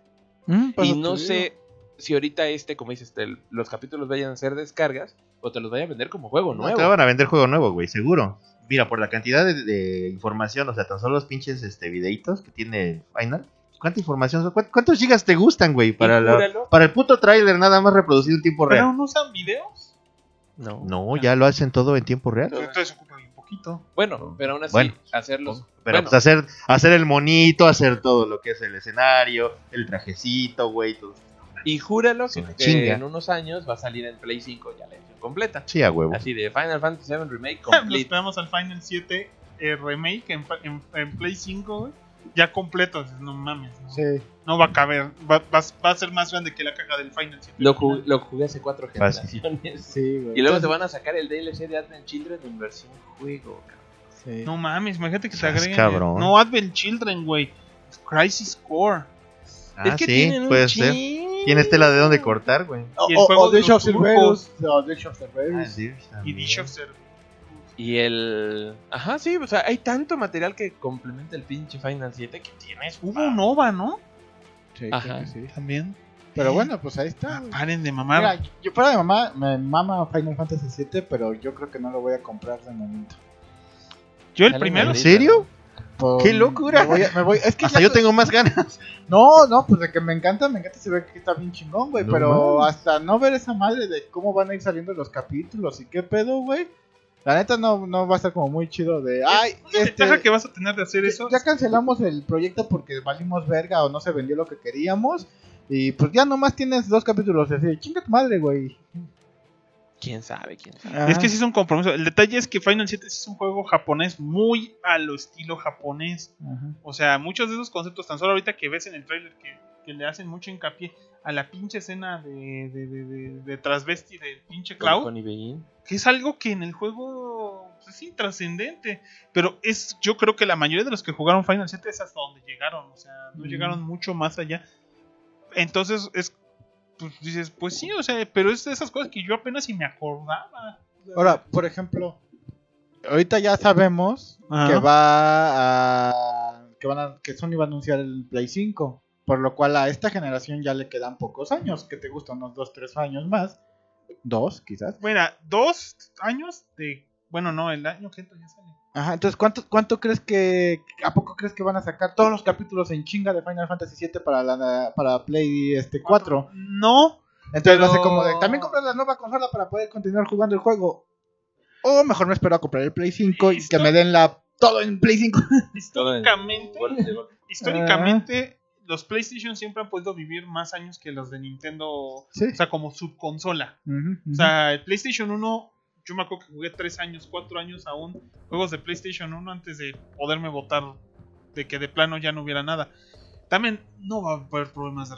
Pues
y
te
no
digo.
sé si ahorita este como dices te- los capítulos vayan a ser descargas o te los vayan a vender como juego
No,
nuevo
te van a vender juego nuevo, güey, seguro. Mira, por la cantidad de, de información, o sea, tan solo los pinches este, videitos que tiene Final. ¿Cuánta información? son? ¿Cuán- ¿Cuántos gigas te gustan, güey? Para, la-
Júralo.
para el puto tráiler nada más reproducido en tiempo
¿Pero
real.
no usan videos?
no
No, ya lo hacen todo en tiempo real.
Entonces ocupa bien poquito.
Bueno, pero aún así,
Bueno.
hacerlos.
Pero
bueno,
pues hacer, hacer el monito, hacer todo lo que es el escenario, el trajecito, güey, todo.
y júralo
Sí,
que
chinga.
en unos años va a salir en Play 5 ya la edición completa.
Sí, a huevo.
Así de Final Fantasy VII Remake
Lo
complete.
esperamos al Final 7 eh, Remake en, fa- en- en Play 5, güey. Ya completo, dices, no mames. No,
Sí.
No va a caber. Va, va- va a ser más grande que la caja del Final 7.
lo, ju- lo jugué hace cuatro
Fácil.
generaciones.
Sí, güey.
Y luego te van a sacar el DLC de Advent Children en versión juego. cabrón.
Sí.
No mames, imagínate que se
Estás
agreguen.
cabrón.
No Advent Children, güey. Crisis Core.
Ah,
es que
sí,
tienen un
puede ser.
chin-
Tienes tela de dónde cortar, güey. Ah,
Y el juego de
Dish of
los turcos.
Cerberus. O Dish of Cerberus.
Y Dish of Ser-
Y el. Ajá, sí, o sea, hay tanto material que complementa el pinche Final 7 que tienes.
Hubo un OVA, ¿no?
Sí,
Ajá.
creo que sí.
También.
Pero bueno, pues ahí está.
Ah,
güey.
paren de mamar.
Mira, yo fuera de mamá, me mama Final Fantasy VII, pero yo creo que no lo voy a comprar de momento.
Yo el
Dale,
primero.
¿En serio?
Por-
¡Qué locura!
Me voy, a- me voy- es que
Hasta
ya
yo
con-
tengo más ganas.
No, no, pues de que me encanta, me encanta, se ve que está bien chingón, güey.
No
pero hasta no ver esa madre de cómo van a ir saliendo los capítulos y qué pedo, güey. La neta no, no va a estar como muy chido de. Ay,
La
este,
ventaja que vas a tener de hacer eso.
ya cancelamos el proyecto porque valimos verga o no se vendió lo que queríamos. Y pues ya nomás tienes dos capítulos así. Chinga tu madre, güey.
Quién sabe, quién sabe.
Es que sí es un compromiso. El detalle es que Final 7 sí es un juego japonés muy a lo estilo japonés.
Ajá.
O sea, muchos de esos conceptos, tan solo ahorita que ves en el trailer que, que le hacen mucho hincapié a la pinche escena de, de, de, de, de transvesti del pinche Cloud,
Con Ibeín.
que es algo que en el juego pues, es intrascendente. Pero es, yo creo que la mayoría de los que jugaron Final 7 es hasta donde llegaron. O sea, no
Mm.
llegaron mucho más allá. Entonces, es. Pues dices, pues sí, o sea, pero es de esas cosas que yo apenas si me acordaba.
Ahora, por ejemplo, ahorita ya sabemos
Ajá.
que va a que van a, que Sony va a anunciar el Play 5, por lo cual a esta generación ya le quedan pocos años, que te gustan unos 2, 3 años más, dos quizás.
Bueno, dos años de. Bueno, no, el año que entra ya sale.
Ajá, entonces ¿cuánto cuánto crees que a poco crees que van a sacar todos los capítulos en chinga de Final Fantasy VII para la para Play este 4?
No,
Entonces va a
Pero-
ser como de también comprar la nueva consola para poder continuar jugando el juego. O mejor me espero a comprar el Play 5 y que
¿Listo?
me den la todo en Play 5.
Todo en-
históricamente,
Golpe, golpe.
históricamente los PlayStation siempre han podido vivir más años que los de Nintendo, o
Sí.
sea, como subconsola.
Ujú, ujú.
O sea, el PlayStation 1, yo me acuerdo que jugué 3 años, 4 años aún juegos de PlayStation 1 antes de poderme votar de que de plano ya no hubiera nada. También no va a haber problemas de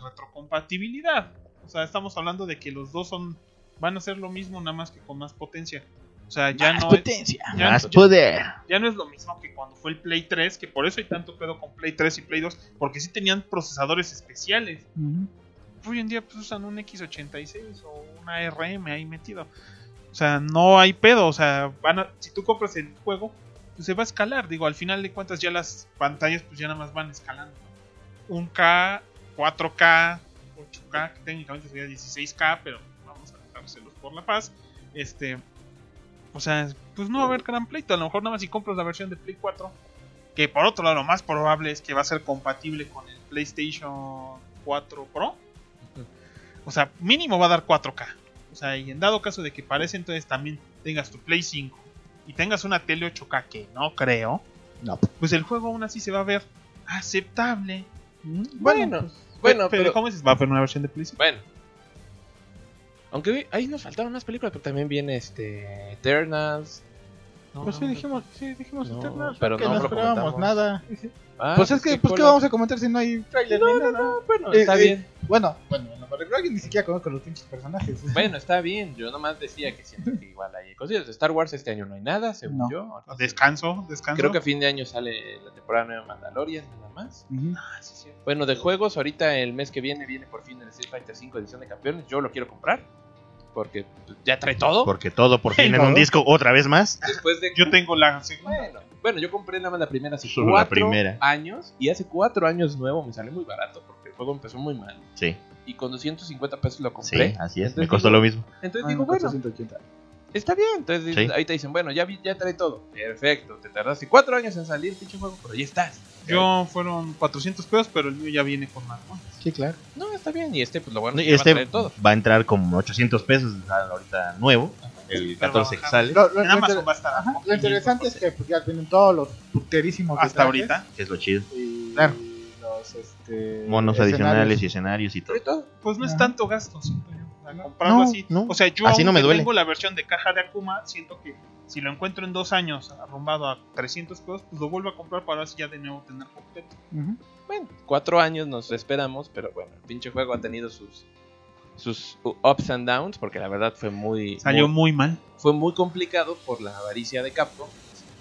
retrocompatibilidad. O sea, estamos hablando de que los dos son van a ser lo mismo, nada más que con más potencia. O sea, ya no es- ya-
Más poder.
ya no es lo mismo que cuando fue el Play 3, que por eso hay tanto pedo con Play 3 y Play 2, porque sí tenían procesadores especiales. Hoy en día pues, usan un X86 o una RM ahí metido. O sea, no hay pedo. O sea, van a- si tú compras el juego, pues se va a escalar. Digo, al final de cuentas ya las pantallas pues ya nada más van escalando. ¿no? 1K, 4K, 8K, que técnicamente sería 16K, pero vamos a dejárselos por la paz. Este, o sea, pues no va a haber gran pleito. A lo mejor nada más si compras la versión de Play 4. Que por otro lado, lo más probable es que va a ser compatible con el PlayStation 4 Pro. O sea, mínimo va a dar 4K. O sea, y en dado caso de que parece, entonces también tengas tu Play 5 y tengas una tele 8K, que no creo.
No.
Pues el juego aún así se va a ver aceptable.
Bueno, bueno,
Pues, pero,
pero.
¿cómo dices? Va a haber una versión de Play 5.
Bueno. Aunque vi- ahí nos faltaron unas películas, pero también viene este. Eternals. No,
Pues sí,
no,
dijimos, sí, dijimos
No,
Eternals,
pero
que
no
no,
lo
esperábamos
comentamos.
nada.
Ah,
pues es que, pues qué
cola.
vamos a comentar si no hay trailer ni nada.
Bueno,
Eh,
está
eh.
bien.
Bueno, bueno, en la Mario Bros. ni siquiera conozco los pinches personajes.
Bueno, está bien. Yo nomás decía que siento que igual hay cosillas. De Star Wars este año no hay nada, según
No.
yo. Ahorita
Descanso, descanso.
Creo que a fin de año sale la temporada nueva de Mandalorian, nada más. Ah,
Ujú.
Bueno, de juegos, ahorita el mes que viene viene por fin el Street Fighter 5 edición de campeones. Yo lo quiero comprar porque ya trae todo.
Porque todo por fin en un
¿no?
disco otra vez más.
Después de
Yo tengo la segunda.
bueno, bueno, yo compré nada más la primera hace
Solo la
cuatro
primera.
años y hace cuatro años nuevo me sale muy barato porque el juego empezó muy mal
Sí,
y con 250 pesos lo
sí,
compré.
así es.
Entonces
Me costó
digo-
lo mismo.
Entonces
Ah,
digo,
no,
bueno,
480.
está bien. Entonces
Sí.
ahí te dicen, bueno, ya vi- ya trae todo. Perfecto, te tardaste cuatro años en salir pinche juego, pero ahí estás.
Yo fueron 400 pesos, pero el mío ya viene con más. ¿no?
Sí, claro.
No, está bien y este pues lo bueno es que
Este
va a traer todo.
va a entrar con 800 pesos ahorita nuevo. El 14 que sale,
Lo, lo-
En
lo
Amazon
inter-
va a estar.
Ajá, lo interesante es que pues, ya tienen todos los puterísimos
hasta
detalles
ahorita.
que es lo chido.
Y
Claro.
los este,
Monos
escenarios.
adicionales y escenarios y todo.
Sobre todo.
Pues no es
Ajá.
tanto gasto, siento yo. o sea, comprarlo
No,
así.
no.
O sea, yo
Así no me
aunque
duele.
tengo la versión de caja de Akuma. Siento que si lo encuentro en dos años arrumbado a 300 pesos, pues lo vuelvo a comprar para así ya de nuevo tener completo.
Ujú.
bueno, cuatro años nos esperamos, pero bueno, el pinche juego ha tenido sus sus ups and downs, porque la verdad fue muy,
Salió
muy-
muy mal.
fue muy complicado por la avaricia de Capcom.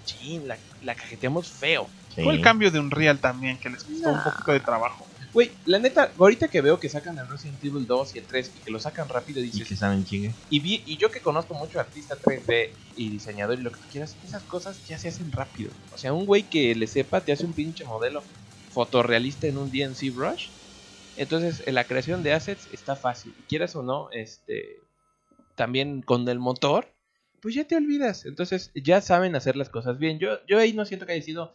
Chin, la, la cajeteamos feo.
Sí.
Fue el cambio de Unreal también, que les costó un poquito de trabajo.
Güey, la neta, ahorita que veo que sacan el Resident Evil 2 y el 3 y que lo sacan rápido,
Y que
dices,
saben chingue.
y, vi- y yo que conozco mucho artista 3D y diseñador y lo que tú quieras, esas cosas ya se hacen rápido. O sea, un güey que le sepa te hace un pinche modelo fotorrealista en un DNC brush. Entonces, eh, la creación de assets está fácil. Quieras o no, este también con el motor, pues ya te olvidas. Entonces, ya saben hacer las cosas bien. Yo, yo ahí no siento que haya sido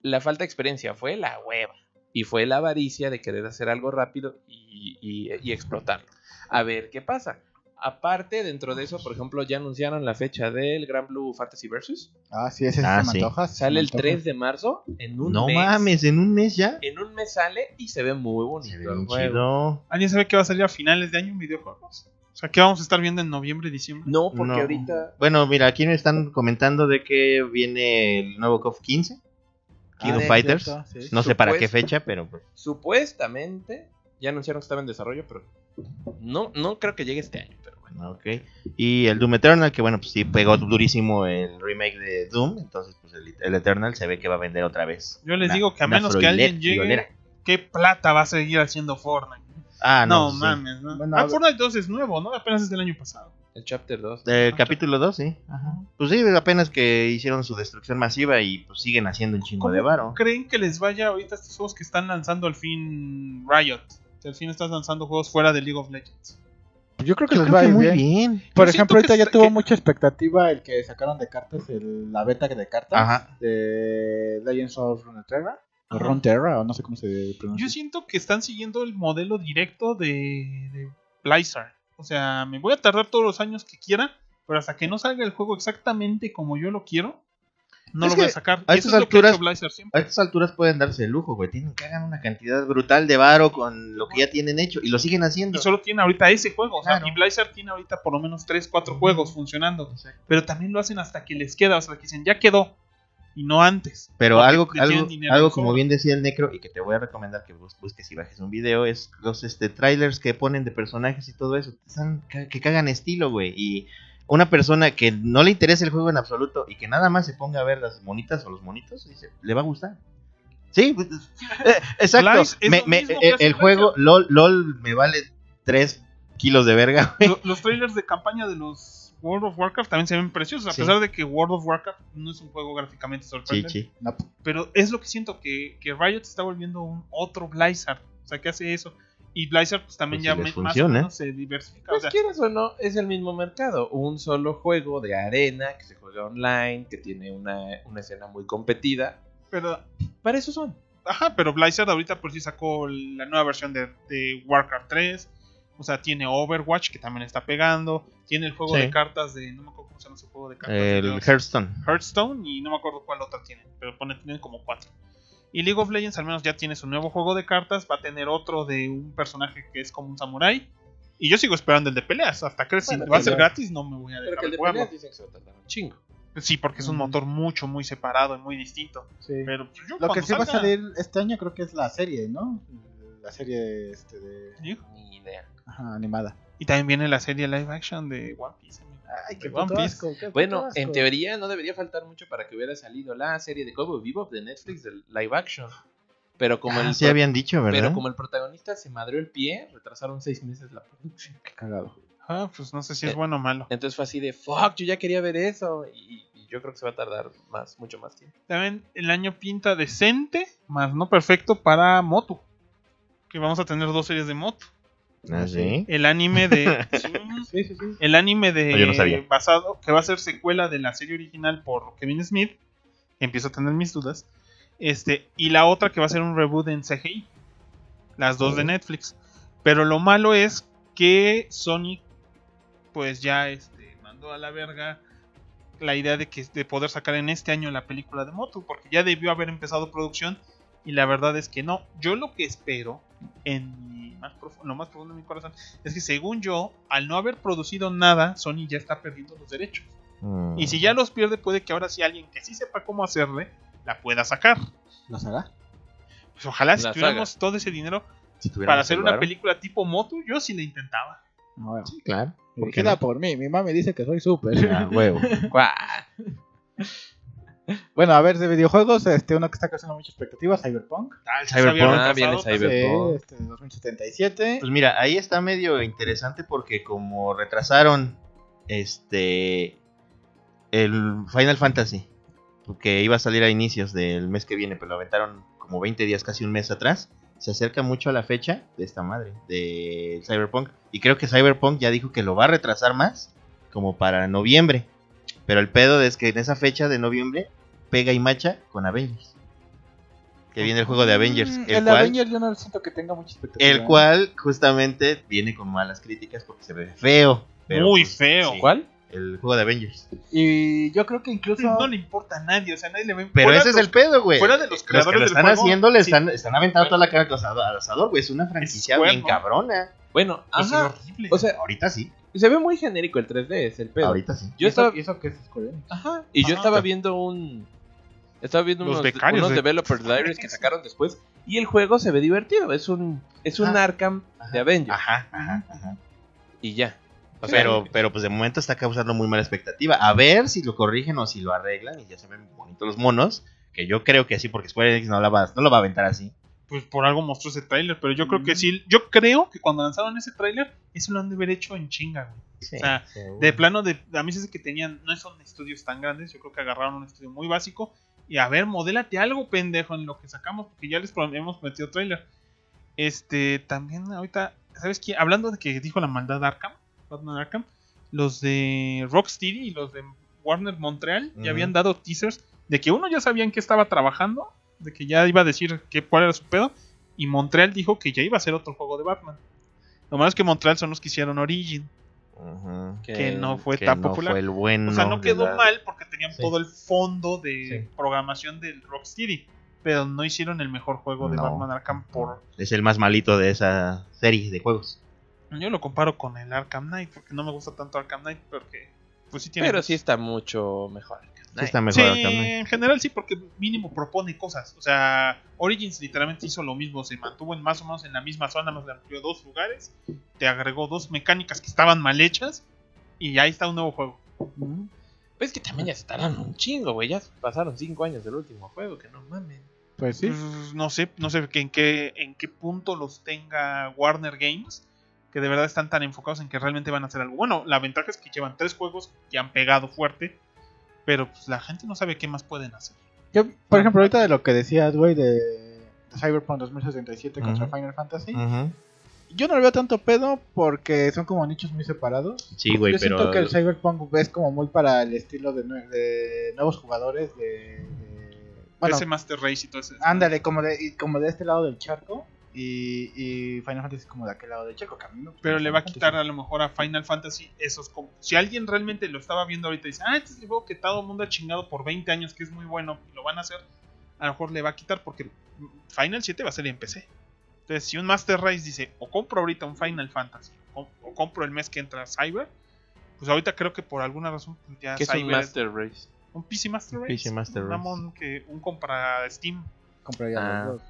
la falta de experiencia, fue la hueva. Y fue la avaricia de querer hacer algo rápido y, y- y explotarlo. A ver qué pasa. Aparte, dentro de eso, por ejemplo, ya anunciaron la fecha del Gran Blue Fantasy Versus.
Ah, sí, ese sí
Ah,
se me
sí.
antoja. se
Sale
me
el
antoja.
3 de marzo en un
No
mes. Eh,
mames, en un mes ya.
En un mes sale y se ve muy bonito.
Se ve
el
bien
juego.
chido.
¿Alguien sabe que va a salir a finales de año en videojuegos? O sea, ¿qué vamos a estar viendo en noviembre, diciembre?
No, porque
No.
ahorita.
Bueno, mira, aquí me están comentando de que viene el nuevo CoF 15. King
Ah,
of
sí,
Fighters.
cierto, sí.
No sé para qué
Supuesto.
fecha, pero pues,
Supuestamente. Ya anunciaron que estaba en desarrollo, pero. No, no creo que llegue este año, pero bueno.
pues, ok. Y el Doom Eternal, que bueno, pues sí pegó durísimo el remake de Doom. Entonces, pues el, el Eternal se ve que va a vender otra vez.
Yo les
Una-
digo que a
una
menos que alguien
froilera-
llegue,
friolera.
¿qué plata va a seguir haciendo Fortnite?
Ah,
no,
no, sí.
mames. ¿no?
Bueno, a
ah,
ver.
Fortnite 2 es nuevo, ¿no? Apenas es del año pasado.
El Chapter 2.
El capítulo 2, sí. Pues sí, apenas que hicieron su destrucción masiva y pues siguen haciendo un chingo
¿Cómo
de varo.
creen que les vaya ahorita estos juegos que están lanzando al fin Riot? Que al fin estás lanzando juegos fuera de League of Legends.
Yo creo que
Yo
les
creo
va a
que
ir
muy
bien.
bien.
Por
Yo siento
ejemplo, ahorita
que
ya
es-
tuvo
que-
mucha expectativa el que sacaron de cartas, el- la beta de cartas
Ajá.
de Legends of Runeterra. O
Ajá.
Runeterra, o no sé cómo se pronuncia.
Yo siento que están siguiendo el modelo directo de, de Blizzard. O sea, me voy a tardar todos los años que quiera, pero hasta que no salga el juego exactamente como yo lo quiero, No
Es
lo voy a
que
sacar.
a
Y
estas
eso es lo que ha hecho
alturas-
Blizzard siempre.
A estas alturas pueden darse el lujo, güey. Tienen que hagan una cantidad brutal de varo con lo que ya tienen hecho y lo siguen haciendo.
Y solo tiene ahorita ese juego. O sea,
Claro.
y Blizzard tiene ahorita por lo menos 3, 4 juegos funcionando. Pero también lo hacen hasta que les queda. O sea, que dicen, ya quedó. Y no antes.
Pero
Porque
algo,
le tienen
algo,
dinero
algo
de
como
sobra.
bien decía el Necro y que te voy a recomendar que bus- busques y bajes un video es los este trailers que ponen de personajes y todo eso están ca- que cagan estilo, güey. Y una persona que no le interesa el juego en absoluto y que nada más se ponga a ver las monitas o los monitos, dice, le va a gustar. Sí, pues, eh, exacto.
Lies es
Me-
lo
me-
mismo
eh,
que
eh,
hace
el juego LOL, LOL me vale 3 kilos de verga.
Lo- los trailers de campaña de los World of Warcraft también se ven preciosos. A
Sí.
pesar de que World of Warcraft no es un juego gráficamente sorprendente.
Chichi.
Pero es lo que siento, que, que Riot se está volviendo un otro Blizzard. O sea, que hace eso. Y Blizzard pues, también
Pues si
ya
les
me-
funciona.
más o menos se diversifica. O
Pues
sea,
quieras o no, es el mismo mercado. Un solo juego de arena que se juega online, que tiene una, una escena muy competida.
pero,
Para eso son.
ajá, pero Blizzard ahorita por sí sacó la nueva versión de, de Warcraft 3. O sea, tiene Overwatch, que también está pegando. Tiene el juego
Sí.
de cartas de. No me acuerdo cómo se llama ese juego de cartas. de
El
Dios.
Hearthstone.
Hearthstone y no me acuerdo cuál otra tienen, pero pone, tienen como cuatro. Y League of Legends al menos ya tiene su nuevo juego de cartas, va a tener otro de un personaje que es como un samurái. Y yo sigo esperando el de peleas, hasta que si
Bueno,
va a ser
pero-
gratis, no me voy a
Pero
dejar
que el
de
de
jugarlo.
peleas dicen que se va a tardar un chingo.
Sí, porque es un
Ujú.
motor mucho, muy separado y muy distinto.
Sí.
Pero pues, yo
Lo que
cuando
sí va a
salga-
salir este año creo que es la serie, ¿no? La serie este, de...
Hijo.
Ni idea.
Ajá, animada.
Y también viene la serie live action de One Piece. amigo.
Ay,
qué One puto Piece.
Bueno, en teoría no debería faltar mucho para que hubiera salido la serie de Cowboy Bebop de Netflix del live action. Pero como el
Ah, sí
pro-
habían dicho, ¿verdad?
pero como el protagonista se madrió el pie, retrasaron seis meses la producción.
Cagado.
Ah, pues no sé si es
Eh,
bueno o malo.
Entonces fue así de fuck, yo ya quería ver eso. Y, y yo creo que se va a tardar más, mucho más tiempo.
También el año pinta decente, más no perfecto para Motu. Que vamos a tener dos series de Motu.
Ah, sí.
El anime de.
Sí, sí, sí.
El anime de.
No, yo no sabía.
Basado, que va a ser secuela de la serie original por Kevin Smith. que Empiezo a tener mis dudas. Este, y la otra que va a ser un reboot en CGI. Las dos de Netflix. Pero lo malo es que Sony, pues ya este, mandó a la verga la idea de, que, de poder sacar en este año la película de Motu. Porque ya debió haber empezado producción. Y la verdad es que no. Yo lo que espero, en mi más profu- lo más profundo de mi corazón, es que según yo, al no haber producido nada, Sony ya está perdiendo los derechos.
Mm.
Y si ya los pierde, puede que ahora sí alguien que sí sepa cómo hacerle, la pueda sacar.
¿Lo hará?
Pues ojalá si
La
tuviéramos todo ese dinero
Si tuviéramos
para hacer
el
una
varo.
película tipo Motu, yo sí le intentaba.
No, bueno.
Sí, claro. ¿Por qué
Dirigida
no?
por mí. Mi mamá me dice que soy súper.
Ah, huevo.
Guau.
Bueno, a ver, de videojuegos, este, uno que está causando mucha expectativa, Cyberpunk.
Tal,
Cyberpunk.
Ah, viene Cyber- Cyberpunk.
Sí, este, 2077.
Pues mira, ahí está medio interesante porque como retrasaron este el Final Fantasy, que iba a salir a inicios del mes que viene, pero lo aventaron como 20 días, casi un mes atrás, se acerca mucho a la fecha de esta madre, de Cyberpunk. Y creo que Cyberpunk ya dijo que lo va a retrasar más, como para noviembre. Pero el pedo es que en esa fecha de noviembre pega y macha con Avengers. Que viene el juego de Avengers.
Mm,
el
el
cual-
Avengers yo no siento que tenga mucha expectativa.
el cual justamente viene con malas críticas porque se ve feo. pero,
Muy
pues,
feo.
sí,
¿Cuál?
El juego de Avengers.
Y yo creo que incluso...
No le importa a nadie, o sea, nadie le va a
Pero
fuera
ese es
los-
el pedo, güey.
Fuera de los
Los que
creadores
lo
del
están
juego,
haciendo le
sí.
están, están aventando toda la cara al asador- al asador, güey. Es una franquicia
cuerno.
bien cabrona.
Bueno,
Pues es
ajá.
horrible.
O sea,
Ahorita sí.
se ve muy genérico el 3D, es el pedo.
Ahorita sí.
Yo estaba,
¿Y eso que es Square Enix?
ajá, y yo
Ajá.
estaba viendo un. Estaba viendo
Los
unos,
becarios
unos
de-
Developers Diaries que sacaron después. Y el juego se ve divertido. Es un, es un
Ajá.
Arkham de Avengers.
Ajá, ajá, ajá.
Y ya. O sea,
Pero, pero pues de momento está causando muy mala expectativa. A ver si lo corrigen o si lo arreglan y ya se ven bonitos los monos. Que yo creo que sí, porque Square Enix no, la va- no lo va a aventar así.
pues por algo mostró ese tráiler, pero yo creo
Mm.
que sí, yo creo que cuando lanzaron ese tráiler, eso lo han de haber hecho en chinga, güey.
Sí,
O sea, De plano, de, a mí se hace que tenían, no son estudios tan grandes, yo creo que agarraron un estudio muy básico y a ver, modélate algo, pendejo, en lo que sacamos, porque ya les prom- hemos prometido trailer. Este, también ahorita, ¿sabes qué? Hablando de que dijo la maldad Arkham, Batman Arkham, los de Rocksteady y los de Warner Montreal
Ujú.
ya habían dado teasers de que uno ya sabían que estaba trabajando, de que ya iba a decir que, cuál era su pedo, y Montreal dijo que ya iba a ser otro juego de Batman. Lo malo es que Montreal son los que hicieron Origin.
Ujú.
que no fue
Que
tan
no
popular.
fue el bueno
o sea, no
de
quedó
la-
mal porque tenían
Sí.
todo el fondo de
Sí.
programación del Rocksteady, pero no hicieron el mejor juego de
No.
Batman Arkham por...
Es el más malito de esa serie de juegos.
Yo lo comparo con el Arkham Knight, porque no me gusta tanto Arkham Knight, porque pues sí tiene...
Pero sí está mucho mejor.
Sí está
Sí,
mejor Arkham Knight.
en general sí, porque mínimo propone cosas. O sea, Origins literalmente hizo lo mismo, se mantuvo en más o menos en la misma zona, más le amplió dos lugares, te agregó dos mecánicas que estaban mal hechas y ahí está un nuevo juego.
Pues es que también ya se tardaron un chingo, güey. Ya pasaron cinco años del último juego, que no mamen.
Pues sí.
Pues, no sé, no sé que en qué en qué punto los tenga Warner Games, que de verdad están tan enfocados en que realmente van a hacer algo. Bueno, la ventaja es que llevan tres juegos que han pegado fuerte, pero pues, la gente no sabe qué más pueden hacer.
Que,
Ah.
por ejemplo, ahorita de lo que decías, güey, de, de Cyberpunk 2077 contra
Ujú.
Final Fantasy.
Ujú.
Yo no le veo tanto pedo porque son como nichos muy separados.
Sí, güey,
Yo
pero.
siento que el Cyberpunk es como muy para el estilo de, nue- de nuevos jugadores de... de- bueno,
Ese Master Race y todo ese.
ándale, como de, y como de este lado del charco y, y Final Fantasy es como de aquel lado del charco. que a mí me gusta
Pero le va a
Final
quitar
Fantasy.
a lo mejor a Final Fantasy esos como Si alguien realmente lo estaba viendo ahorita y dice, ah, este es el juego que todo el mundo ha chingado por 20 años, que es muy bueno, y lo van a hacer, a lo mejor le va a quitar porque Final 7 va a ser en PC. Entonces, si un Master Race dice, o compro ahorita un Final Fantasy, o, com- o compro el mes que entra Cyber, pues ahorita creo que por alguna razón pues, ya
Que es un
Cyber es
Master Race.
un PC Master Race.
PC Master
un
Race.
mamón que un compra Steam.
Compraría los
Ah.
dos.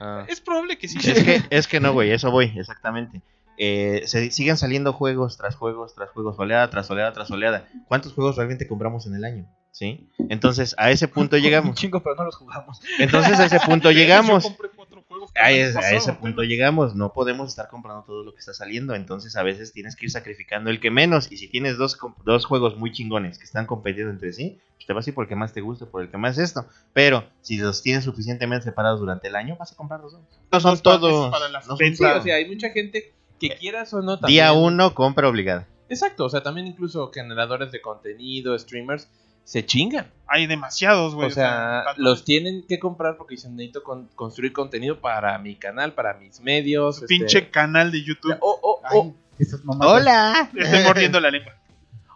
Ah.
Es probable que sí.
Es que, es que no, güey, eso voy, exactamente. Eh, se siguen saliendo juegos tras juegos, tras juegos, oleada tras oleada tras oleada. ¿Cuántos juegos realmente compramos en el año? ¿Sí? Entonces, a ese punto
Un
llegamos.
chingo, pero no los jugamos.
Entonces, a ese punto
Yo
llegamos.
compré cuatro juegos
A,
el año
es- a
pasado,
ese punto
pero-
llegamos. No podemos estar comprando todo lo que está saliendo. Entonces, a veces tienes que ir sacrificando el que menos. Y si tienes dos, com- dos juegos muy chingones que están compitiendo entre sí, pues te vas a ir por el que más te guste, por el que más esto. Pero si los tienes suficientemente separados durante el año, vas a comprar los dos. No son
Dos partes
todos.
para la
no son
Sí,
todos.
o sea, hay mucha gente que quieras o no
Día
también-
uno, compra obligada.
Exacto, o sea, también incluso generadores de contenido, streamers, se chingan.
Hay demasiados, güey.
o sea,
tanto-
los tienen que comprar porque dicen, necesito con- construir contenido para mi canal, para mis medios.
su
este-
pinche canal de YouTube.
O, o-
Ay,
o-
esas mamadas.
¡Hola!
Le Estoy mordiendo la lengua.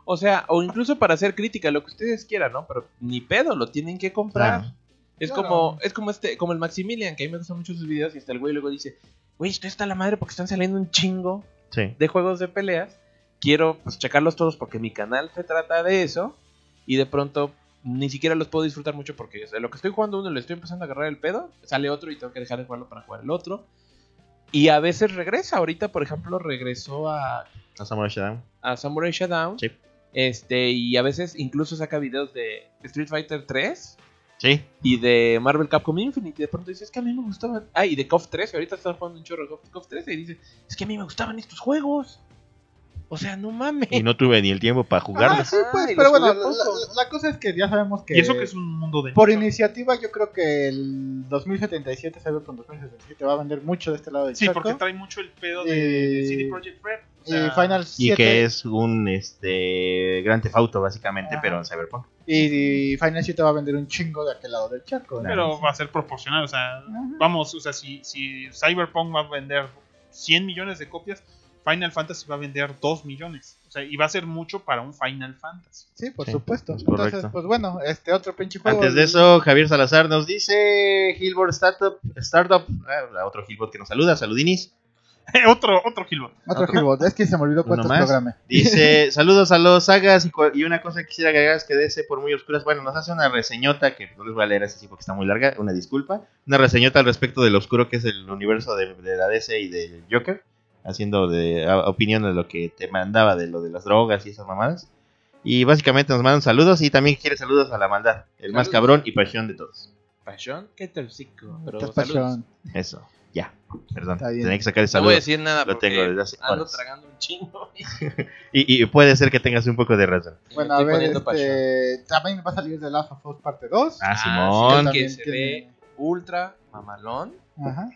o sea, o incluso para hacer crítica, lo que ustedes quieran, ¿no? Pero ni pedo, lo tienen que comprar.
Claro.
Es
Claro.
como es como este como el Maximilian, que a mí me gustan mucho sus videos y hasta el güey luego dice, güey, esto está la madre porque están saliendo un chingo
Sí.
de juegos de peleas. Quiero pues checarlos todos porque mi canal se trata de eso. Y de pronto ni siquiera los puedo disfrutar mucho porque o sea, lo que estoy jugando uno le estoy empezando a agarrar el pedo. Sale otro y tengo que dejar de jugarlo para jugar el otro. Y a veces regresa. Ahorita, por ejemplo, regresó a,
No Samurai Shodown.
a Samurai Shodown.
Sí.
Este, y a veces incluso saca videos de Street Fighter 3
Sí.
y de Marvel Capcom Infinite. Y de pronto dices, es que a mí me gustaban. Ah, y de KOF 3, que ahorita están jugando un chorro de KOF- KOF 3. Y dices, es que a mí me gustaban estos juegos. O sea, no mames.
Y no tuve ni el tiempo para
Ah,
jugarlos.
sí, pues,
Ay,
pero
los
bueno, la,
jugué poco.
la- la cosa es que ya sabemos que...
Y eso que es un mundo de.
Por
nicho.
iniciativa, yo creo que el 2077, Cyberpunk 2077 va a vender mucho de este lado del
Sí,
charco.
porque trae mucho el pedo de
Y-
CD Projekt Red. O
y
sea,
Final
Y
7
que es un este Grand Theft Auto, básicamente,
Ajá.
pero en Cyberpunk.
y Final 7 va a vender un chingo de aquel lado del charco. ¿no?
Pero va a ser proporcional. O sea, vamos, o sea, si, si Cyberpunk va a vender 100 millones de copias, Final Fantasy va a vender 2 millones. O sea, y va a ser mucho para un Final Fantasy.
Sí, por
Sí,
supuesto.
es correcto.
Entonces, pues bueno, este otro pinche juego.
Antes de eso, Javier Salazar nos dice: Hilbert Startup. Startup ah, otro Hilbert que nos saluda, saludinis.
otro, otro Gilbert.
Otro Hillbot. Es que se me olvidó cuántos
más.
programé.
Dice: Saludos a los sagas. Y, cu- y una cosa que quisiera agregar es que DC por muy oscuras. Bueno, nos hace una reseñota que no les voy a leer así sí, porque está muy larga. Una disculpa. Una reseñota al respecto de lo oscuro que es el universo de, de la DC y del Joker. Haciendo de, a- opinión de lo que te mandaba de lo de las drogas y esas mamadas. Y básicamente nos mandan saludos y también quiere saludos a la maldad. El más
Saludos.
cabrón y pasión de todos.
Pasión, qué tercico. Pero
Estás
saludos.
pasión.
Eso, ya. Perdón,
Está bien.
tenía que sacar el
No
saludo.
voy a decir nada
Lo
porque
tengo desde hace
ando
horas.
tragando un chingo. y
y, y puede ser que tengas un poco de razón.
Bueno, a
me Eh, estoy
ver,
poniendo pasión.
este, también va a salir de Last of Us parte 2.
Ah,
sí,
Simón.
que
También
se
tiene-
ve ultra mamalón
Ajá.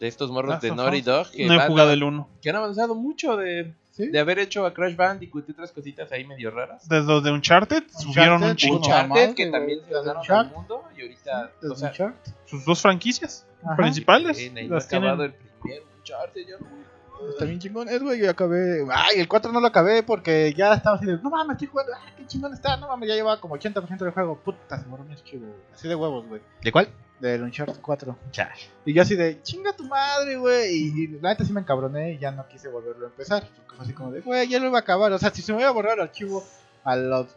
de estos morros
Last
de
of
Naughty
Us.
Dog que,
No he
van-
jugado el 1.
que han avanzado mucho de,
Sí.
de haber hecho a Crash Bandicoot y otras cositas ahí medio raras.
Desde los de Uncharted, subieron un
Uncharted,
chingo.
Uncharted.
Uncharted, que
Uncharted,
también se
güey,
ganaron al
Uncharted.
mundo y ahorita,
Desde
o sea,
Uncharted.
Sus dos franquicias
Ajá.
principales.
Sí, no he
las
acabado
tienen.
el primer Uncharted, yo no-
Está bien chingón. Es, güey, yo acabé. Ay, el 4 no lo acabé porque ya estaba así de. No mames, estoy jugando. Ah, qué chingón está. No mames, ya llevaba como 80% del juego. Puta, se borró mi archivo. güey. Así de huevos, güey.
¿De cuál?
Del Uncharted 4. Y yo así de. Chinga tu madre, güey. Y, y la neta sí me encabroné y ya no quise volverlo a empezar. Porque fue así como de. Güey, ya lo iba a acabar. O sea, si se me iba a borrar el archivo a los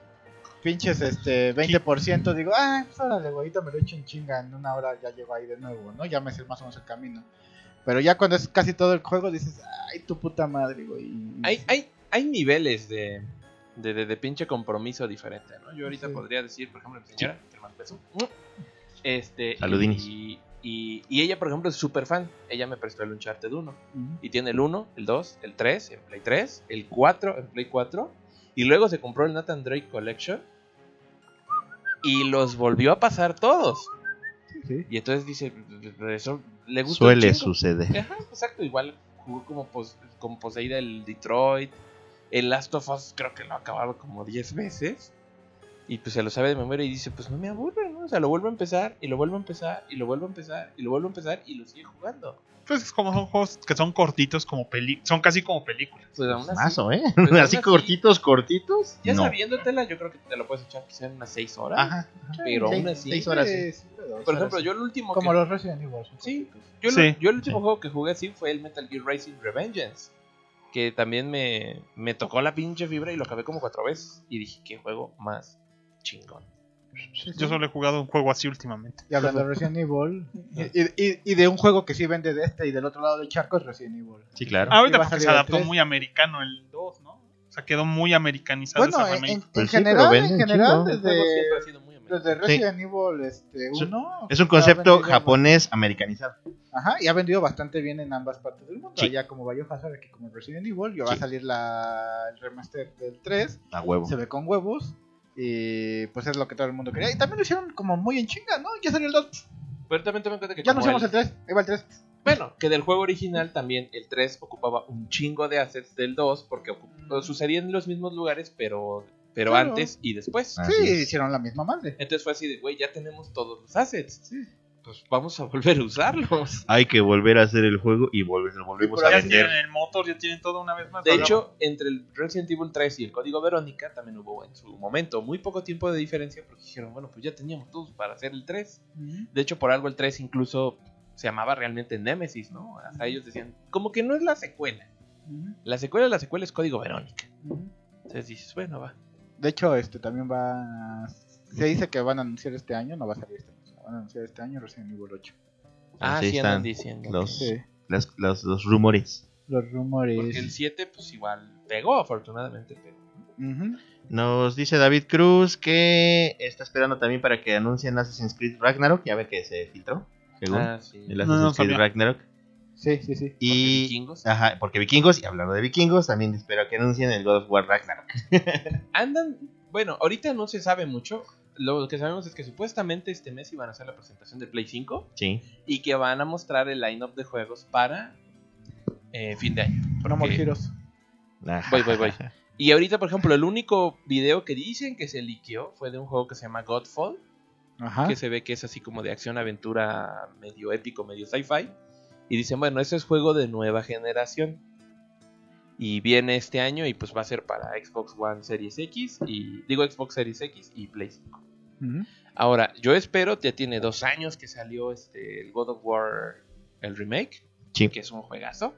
pinches este 20%, digo, ah, pues órale, güey, ahorita me lo echo en chinga. En una hora ya llego ahí de nuevo, ¿no? Ya me sé más o menos el camino. Pero ya cuando es casi todo el juego dices, ay, tu puta madre, güey.
Hay, hay, hay niveles de, de, de- de pinche compromiso diferente, ¿no? Yo ahorita
Sí.
podría decir, por ejemplo, mi señora, que le mando un beso. Este, y-
Saludines.
Y, y ella, por ejemplo, es súper fan. Ella me prestó el Uncharted 1.
Ujú.
Y tiene el 1, el 2, el 3 en Play 3, el 4 en Play 4. Y luego se compró el Nathan Drake Collection. Y los volvió a pasar todos.
Sí.
Y entonces dice, eso le gusta. un
Suele
chingo.
suceder.
Ajá, exacto, igual jugó como, pos- como poseída el Detroit. El Last of Us creo que lo ha acabado como 10 veces. Y pues se lo sabe de memoria y dice, pues no me aburre, ¿no? O sea, lo vuelvo a empezar y lo vuelvo a empezar y lo vuelvo a empezar y lo vuelvo a empezar y lo sigue jugando.
Pues es como son juegos que son cortitos, como peli son casi como películas.
Pues aún así,
Mazo, ¿eh?
Pues aún
así
así-
cortitos, cortitos.
ya
no.
sabiéndotela, yo creo que te lo puedes echar quizá en unas 6 horas.
Ajá.
pero
seis-
aún así. eh,
seis horas,
Sí,
sí.
sí, pero dos
Por
horas,
ejemplo,
sí.
yo el último
Como
que-
los Resident Evil. son
Sí,
cortitos.
Yo, lo-
Sí.
yo el último juego que jugué así fue el Metal Gear Rising Revengeance. Que también me, me tocó la pinche fibra y lo acabé como cuatro veces. Y dije, qué juego más chingón.
Yo solo he jugado un juego así últimamente.
Y hablando de Resident Evil. Y, y- y de un juego que sí vende de este y del otro lado del charco es Resident Evil.
Sí, claro.
Ah,
Ahorita
iba a
porque
salir
se
el
adaptó
tres.
muy americano el 2, ¿no? O sea, quedó muy americanizado
Bueno,
ese
en,
remake.
en- en
Pues sí, pero
general,
vende
en
un
general
chingo.
El juego siempre ha
desde,
sido muy ameno.
desde Resident Evil este,
Es un-
1.
Es un
ha
concepto
vendido-
japonés americanizado.
Ajá, y ha vendido bastante bien en ambas partes del mundo.
Sí.
Allá como Vallejo sabe que como Resident Evil, ya va a salir la, el remaster del 3.
A huevo.
se ve con huevos. Y pues es lo que todo el mundo quería. Y también lo hicieron como muy en chinga, ¿no? Ya salió el 2.
Pero también te me cuenta que
Ya
como
anunciamos
el-
el 3. Ahí va el 3.
Bueno, que del juego original también el 3 ocupaba un chingo de assets del 2 porque ocu- sucedía en los mismos lugares, pero, pero
Mm. Claro.
antes y después.
Ah.
Sí,
Así es.
hicieron la misma madre.
Entonces fue así de, güey, ya tenemos todos los assets. Pues vamos a volver a usarlos.
Hay que volver a hacer el juego y volver, lo volvemos a
ya
vender.
tienen el motor, ya tienen todo una vez más.
De
Hablamos.
hecho, entre el Resident Evil 3 y el código Verónica también hubo en su momento muy poco tiempo de diferencia porque dijeron, bueno, pues ya teníamos todos para hacer el 3. De hecho, por algo el 3 incluso se llamaba realmente Nemesis, ¿no? Hasta ellos decían, como que no es la secuela. La secuela de la secuela es código Verónica. Entonces dices, bueno, va.
De hecho, este también va. Se dice que van a anunciar este año, no va a salir este año. Van a anunciar este año Resident Evil 8.
Ah,
Así
sí andan
están
diciendo.
los, las- las- los rumores.
Los
Porque el
rumores.
7 pues igual pegó, afortunadamente pegó.
Ujú.
Nos dice David Cruz que está esperando también para que anuncien Assassin's Creed Ragnarok. Ya ve que se filtró, según.
Ah, sí.
El
No,
Assassin's
no
Creed
sabía.
Ragnarok.
Sí, sí, sí.
Y.
vikingos.
Ajá, porque vikingos, y hablando de vikingos, también espero que anuncien el God of War Ragnarok.
Andan, bueno, ahorita no se sabe mucho. Lo que sabemos es que supuestamente este mes iban a hacer la presentación de Play 5.
Sí.
y que van a mostrar el lineup de juegos para eh, fin de año.
No more
Porque-
heroes.
Ajá.
Voy, voy, voy. Y ahorita, por ejemplo, el único video que dicen que se liqueó fue de un juego que se llama Godfall,
Ajá.
que se ve que es así como de acción-aventura medio épico, medio sci-fi. Y dicen, bueno, ese es juego de nueva generación. Y viene este año y pues va a ser para Xbox One Series X y digo Xbox Series X y Play 5.
Ujú.
Ahora, yo espero, ya tiene dos años que salió este, el God of War, el remake,
Sí.
que es un juegazo.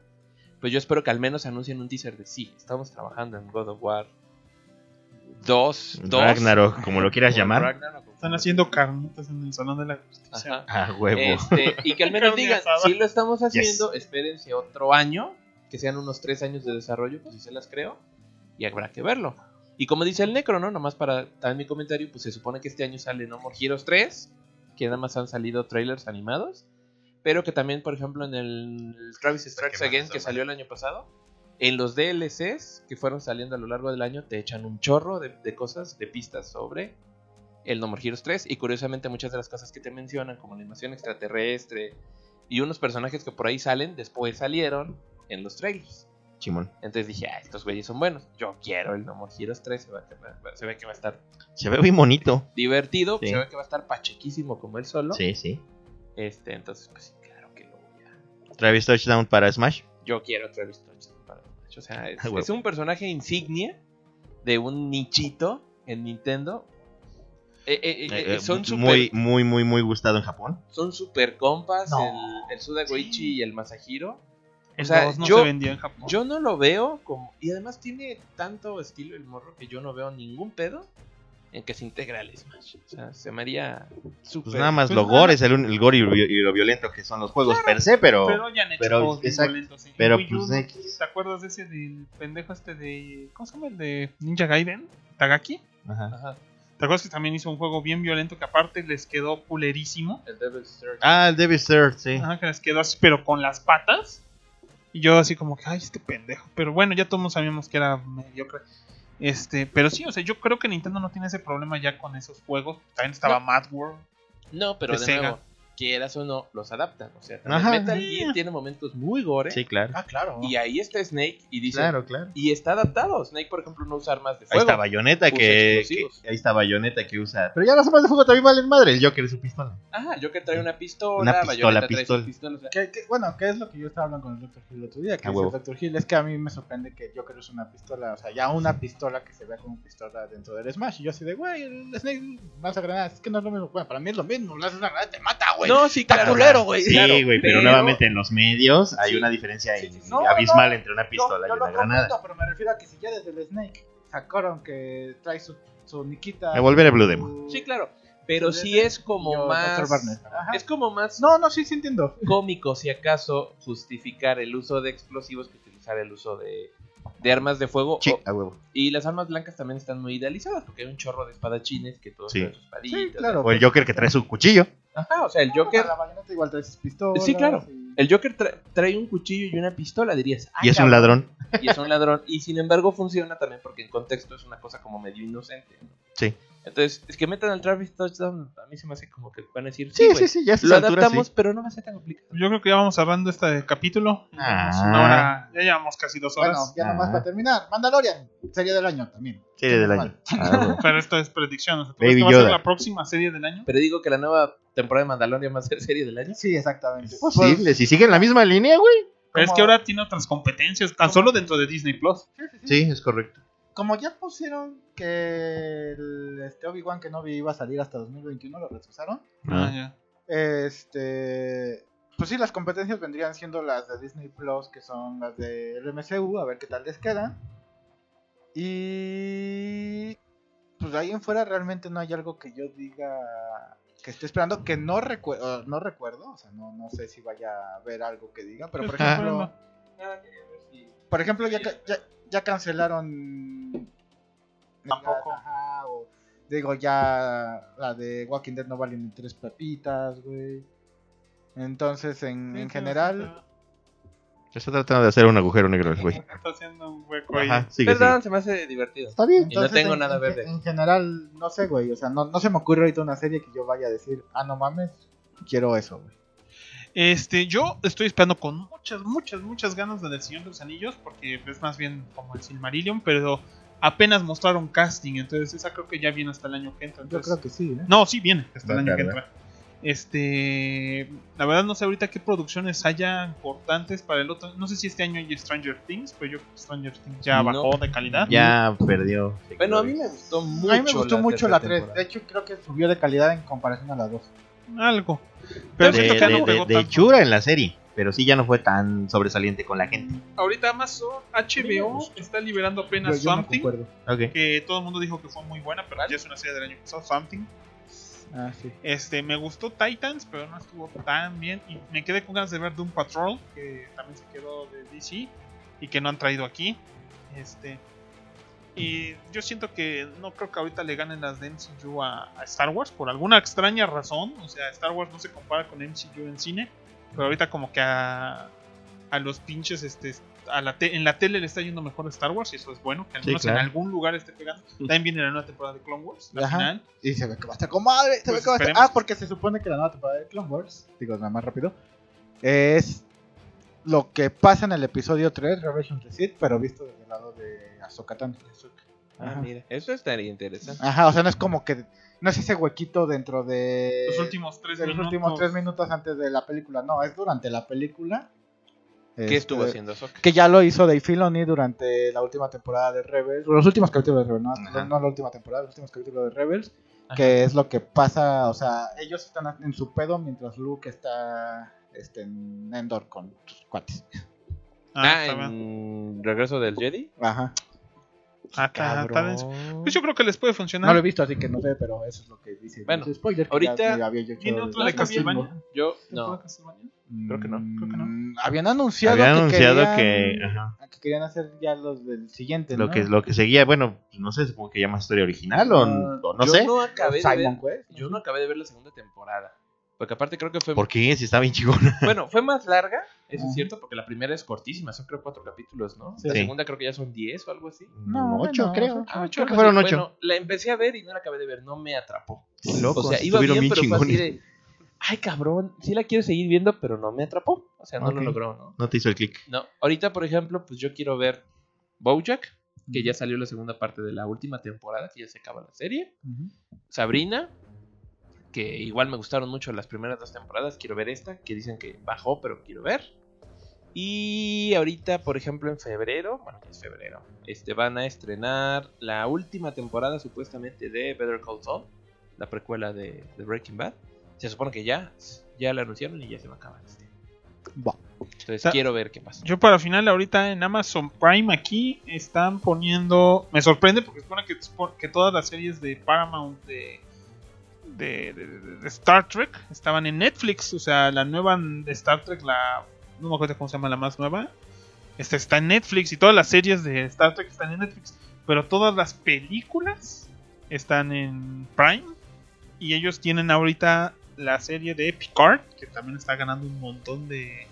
Pues yo espero que al menos anuncien un teaser de sí, estamos trabajando en God of War 2. 2
Ragnarok, como lo quieras
o
llamar.
Ragnarok, o
Están
como-
haciendo carnitas en el Salón de la
Ajá.
Justicia.
A Ah, huevo.
Este, y que al menos
Carne
digan,
asada.
si lo estamos haciendo, espérense otro año, que sean unos tres años de desarrollo, pues si se las creo, y habrá que verlo. Y como dice el Necro, ¿no? Nomás para dar mi comentario, pues se supone que este año sale No More Heroes 3, que nada más han salido trailers animados, pero que también, por ejemplo, en el Travis Strikes
más
Again,
está
que
mal.
salió el año pasado, en los DLCs que fueron saliendo a lo largo del año, te echan un chorro de, de cosas, de pistas sobre el No More Heroes 3. Y curiosamente, muchas de las cosas que te mencionan, como la invasión extraterrestre y unos personajes que por ahí salen, después salieron en los trailers.
Chimón.
Entonces dije, ah, estos güeyes son buenos. Yo quiero el No More Heroes 3. Se, va a- va- se ve que va a estar
Se ve muy bonito.
divertido.
Sí.
Se ve que va a estar pachequísimo como él solo.
Sí, sí.
Este, entonces, pues sí, claro que lo voy a.
Travis Touchdown para Smash.
yo quiero a Travis Touchdown para Overwatch. O sea, es,
Ah, huevo.
es un personaje insignia de un nichito en Nintendo. Eh, eh, eh,
Eh, eh,
son super,
muy, muy, muy, muy gustado en Japón.
son super compas,
No.
el, el Sudagoichi y el Masahiro.
El
O sea,
2 no
yo-
se vendió en Japón.
Yo no lo veo como... Y además tiene tanto estilo el morro que yo no veo ningún pedo en que se integra al Smash. O sea, se me haría súper...
Pues nada más
pues
lo
nada.
gore, es el, un- el gore y, lo vi- y lo violento que son los juegos per se, pero,
pero ya han hecho
pero,
juegos bien
exacto,
violentos, sí.
pero,
Wii U,
pues,
¿no?
X.
¿Te acuerdas de ese del pendejo este de. ¿Cómo se llama? El de Ninja Gaiden? ¿Tagaki?
Ajá.
Ajá,
¿Te acuerdas que también hizo un juego bien violento que aparte les quedó culerísimo?
el Devil's Third.
Ah, el Devil's Third, sí.
Ah,
Ajá, que les quedó así, pero con las patas. Y yo así como que, ay, este pendejo. Pero bueno, ya todos sabíamos que era mediocre. Este, pero sí, o sea, yo creo que Nintendo no tiene ese problema ya con esos juegos. También estaba
No.
Mad World.
No, pero
de
de,
Sega.
nuevo, quieras o no, los adaptan. O sea, también
Ajá.
Metal Gear tiene momentos muy gore.
Sí, claro.
Ah, claro.
Y ahí está Snake y dice...
Claro, claro.
Y está adaptado. Snake, por ejemplo, no usa armas de
Ahí
fuego.
está Bayonetta
Usa
que,
explosivos.
que- Ahí está Bayonetta que usa. Pero ya las armas de fuego también valen madre. El Joker es su pistola.
Ajá, Joker trae una pistola,
Una pistola,
Bayonetta trae
pistola.
su pistola. o sea,
Que- que- bueno, que es lo que yo estaba hablando con el Dr. Hill el otro día? Que
A
dice
huevo.
el Dr. Hill es que a mí me sorprende que Joker use una pistola, o sea, ya una pistola que se vea como pistola dentro del Smash. Y yo así de, güey, el Snake lanza granadas, es que no es lo mismo. Bueno, para mí es lo mismo, lanzas una granada, y te mata, güey.
no, sí, claro.
culero, güey.
Sí,
Claro,
güey, pero,
pero-
nuevamente en los medios hay
Sí.
una diferencia
Sí, sí, sí.
No,
abismal
no,
entre una
Yo-
pistola
yo
y
lo
una granada.
comprendo, pero me refiero a que si ya desde el Snake sacaron que trae su, su Nikita.
Me volveré Blue
su-
Demon.
Sí, claro. Pero sí Pues es como
Yo, Dr. Ah, Barnes.
más.
Ajá.
Es como más
No, no, sí, sí entiendo.
cómico, si acaso, justificar el uso de explosivos que utilizar el uso de, de armas de fuego.
Sí,
O-
a huevo.
y las armas blancas también están muy idealizadas porque hay un chorro de espadachines que todos
Sí.
traen sus paditas.
Sí, claro. pues,
O el Joker que trae su cuchillo.
Ajá, o sea, el Joker.
La bayoneta igual trae sus pistolas.
Sí, claro.
y-
El Joker tra- trae un cuchillo y una pistola, dirías. "Ah,
Y es un
cabrón".
ladrón.
y es un ladrón. Y sin embargo funciona también porque en contexto es una cosa como medio inocente. ¿no?
Sí.
Entonces, es que metan al Travis Touchdown, a mí se me hace como que van a decir, sí,
Sí,
güey,
sí, sí, ya se
lo adaptamos, pero no va a ser tan complicado.
Yo creo que ya vamos cerrando este capítulo. Ya
Ah.
llevamos una hora- ya llevamos casi dos horas.
Bueno, ya
Ah.
nomás para terminar. Mandalorian, serie del año también.
Serie del año. Ah, huevo.
Pero esto es predicción. O sea, ¿tú
Baby
crees que va a ser
Yoda.
la próxima serie del año?
Pero digo que la nueva temporada de Mandalorian va a ser serie del año.
Sí, exactamente.
Pues,
Es posible. Si siguen la misma línea, güey.
Pero es
¿Cómo?
que ahora tiene otras competencias, tan solo dentro de Disney Plus.
Sí, es correcto.
Como ya pusieron que el, este Obi-Wan Kenobi iba a salir hasta 2021, lo retrasaron.
Ah, ya.
Este, pues sí, las competencias vendrían siendo las de Disney Plus, que son las del MCU, a ver qué tal les queda. Y pues de ahí en fuera realmente no hay algo que yo diga que esté esperando, que no recuerdo, no recuerdo, o sea, no, no sé si vaya a haber algo que diga, pero por
Yo estoy
ejemplo...
esperando.
Por ejemplo, ya, ca- ya, ya cancelaron.
Tampoco.
Ajá, o- digo, ya la de Walking Dead no vale ni tres papitas, güey. Entonces, en, en general.
Ah, Está tratando de hacer un agujero negro el güey.
Está haciendo un hueco ahí.
Ajá, sigue,
Perdón,
sigue.
se me hace divertido.
Está bien.
Y no
entonces,
tengo
en-
nada
en-
verde.
En general, no sé, güey. O sea, no, no se me ocurre ahorita una serie que yo vaya a decir, ah, no mames, quiero eso, güey.
Este, yo estoy esperando con muchas, muchas, muchas ganas la del Señor de los Anillos, porque es más bien como el Silmarillion, pero apenas mostraron casting, entonces esa creo que ya viene hasta el año que entra.
Yo
Pues,
entonces-
creo que sí, ¿eh?
No, sí viene hasta
Va
el
a
año que
tardar.
entra. Este, la verdad no sé ahorita qué producciones haya importantes para el otro. No sé si este año hay Stranger Things, pero yo creo que Stranger Things ya
No.
bajó de calidad.
Ya perdió.
Bueno, a mí me gustó mucho.
a mí me gustó mucho la 3.
tercera
De
temporada.
hecho, creo que subió de calidad en comparación a la 2.
Algo. Pero
de,
siento que ya no
de-
pegó
de
tanto.
hechura en la serie, pero sí ya no fue tan sobresaliente con la gente.
Ahorita Amazon HBO está liberando apenas
Yo- yo no
Something,
concuerdo.
Ok.
que todo el mundo dijo que fue muy buena, pero ya es una serie del año pasado, Something.
Ah, sí.
Este, me gustó Titans, pero no estuvo tan bien. Y me quedé con ganas de ver Doom Patrol, que también se quedó de DC y que no han traído aquí. Este, y yo siento que no creo que ahorita le ganen las de MCU a, a Star Wars por alguna extraña razón. O sea, Star Wars no se compara con MCU en cine, pero ahorita como que a, a los pinches, este, a la te- en la tele le está yendo mejor a Star Wars y eso es bueno, que al
Sí,
menos
claro.
en algún lugar esté pegando. También viene la nueva temporada de Clone Wars, la
Ajá.
final.
Y se ve que va a estar con madre. Se
Pues
ve que va a estar.
esperemos.
Ah, porque se supone que la nueva temporada de Clone Wars, digo nada más rápido, es lo que pasa en el episodio 3, Revelation of the Sith, pero visto desde el lado de Ahsoka Tano.
Ah,
Ajá.
mira, eso estaría interesante.
Ajá, o sea, no es como que. No es ese huequito dentro de.
Los últimos tres
de Eh, los
minutos.
últimos tres minutos antes de la película. No, es durante la película.
¿Qué estuvo
Este,
haciendo Ahsoka?
que ya lo hizo Dave Filoni durante la última temporada de Rebels, los últimos capítulos de Rebels, no,
Ajá.
no la última temporada, los últimos capítulos de Rebels,
Ajá.
que es lo que pasa, o sea, ellos están en su pedo mientras Luke está este, en Endor con sus cuates.
Ah,
está bien.
en Regreso del Jedi.
Ajá.
Ah, está- está denso.
Cabrón.
Pues yo creo que les puede funcionar.
No lo he visto, así que no sé, pero eso es lo que dice.
Bueno,
Es spoiler que
ahorita-
ya- ya había yo hecho
¿Tiene otro
desde
de
hace
Castlevania?
tiempo.
Yo,
¿Otro
no.
de Castlevania?
Creo que no,
creo que no.
Mm, Habían anunciado
Habían
que
anunciado que,
querían,
ajá,
que querían hacer ya los del siguiente,
lo
¿no?
que lo que seguía, bueno, no sé, supongo que llama historia original o,
Ah,
o no
yo
sé.
No acabé de ver,
Simon pues. Quest.
yo no acabé de ver la segunda temporada. Porque aparte creo que fue.
¿Por qué? Si está bien chingona.
Bueno, fue más larga, eso
Ajá.
es cierto, porque la primera es cortísima, son creo cuatro capítulos, ¿no?
Sí.
La
Sí.
segunda creo que ya son diez o algo así.
No,
ocho,
bueno,
creo.
ocho.
Ah,
creo que
algo
fueron
así.
ocho.
Bueno, la empecé a ver y no la acabé de ver, no me atrapó.
Locos,
o sea, iba bien,
estuvieron bien
pero fue así
chingones.
de. Ay, cabrón, sí la quiero seguir viendo, pero no me atrapó. O sea, no
Ok.
lo logró, ¿no?
No te hizo el clic.
No, ahorita, por ejemplo, pues yo quiero ver Bojack, que ya salió la segunda parte de la última temporada, que ya se acaba la serie.
Ujú.
Sabrina, que igual me gustaron mucho las primeras dos temporadas, quiero ver esta, que dicen que bajó, pero quiero ver. Y ahorita, por ejemplo, en febrero, bueno, ya es febrero, este, van a estrenar la última temporada supuestamente de Better Call Saul, la precuela de, de Breaking Bad. Se supone que ya, ya la anunciaron y ya se va a acabar. este.
Va.
Entonces
Ta-
quiero ver qué pasa.
Yo para final ahorita en Amazon Prime aquí están poniendo... Me sorprende porque supone que, que todas las series de Paramount de, de, de- de- de Star Trek estaban en Netflix. O sea, la nueva de Star Trek, la... No me acuerdo cómo se llama la más nueva. Esta está en Netflix y todas las series de Star Trek están en Netflix. Pero todas las películas están en Prime. Y ellos tienen ahorita la serie de Picard, que también está ganando un montón de,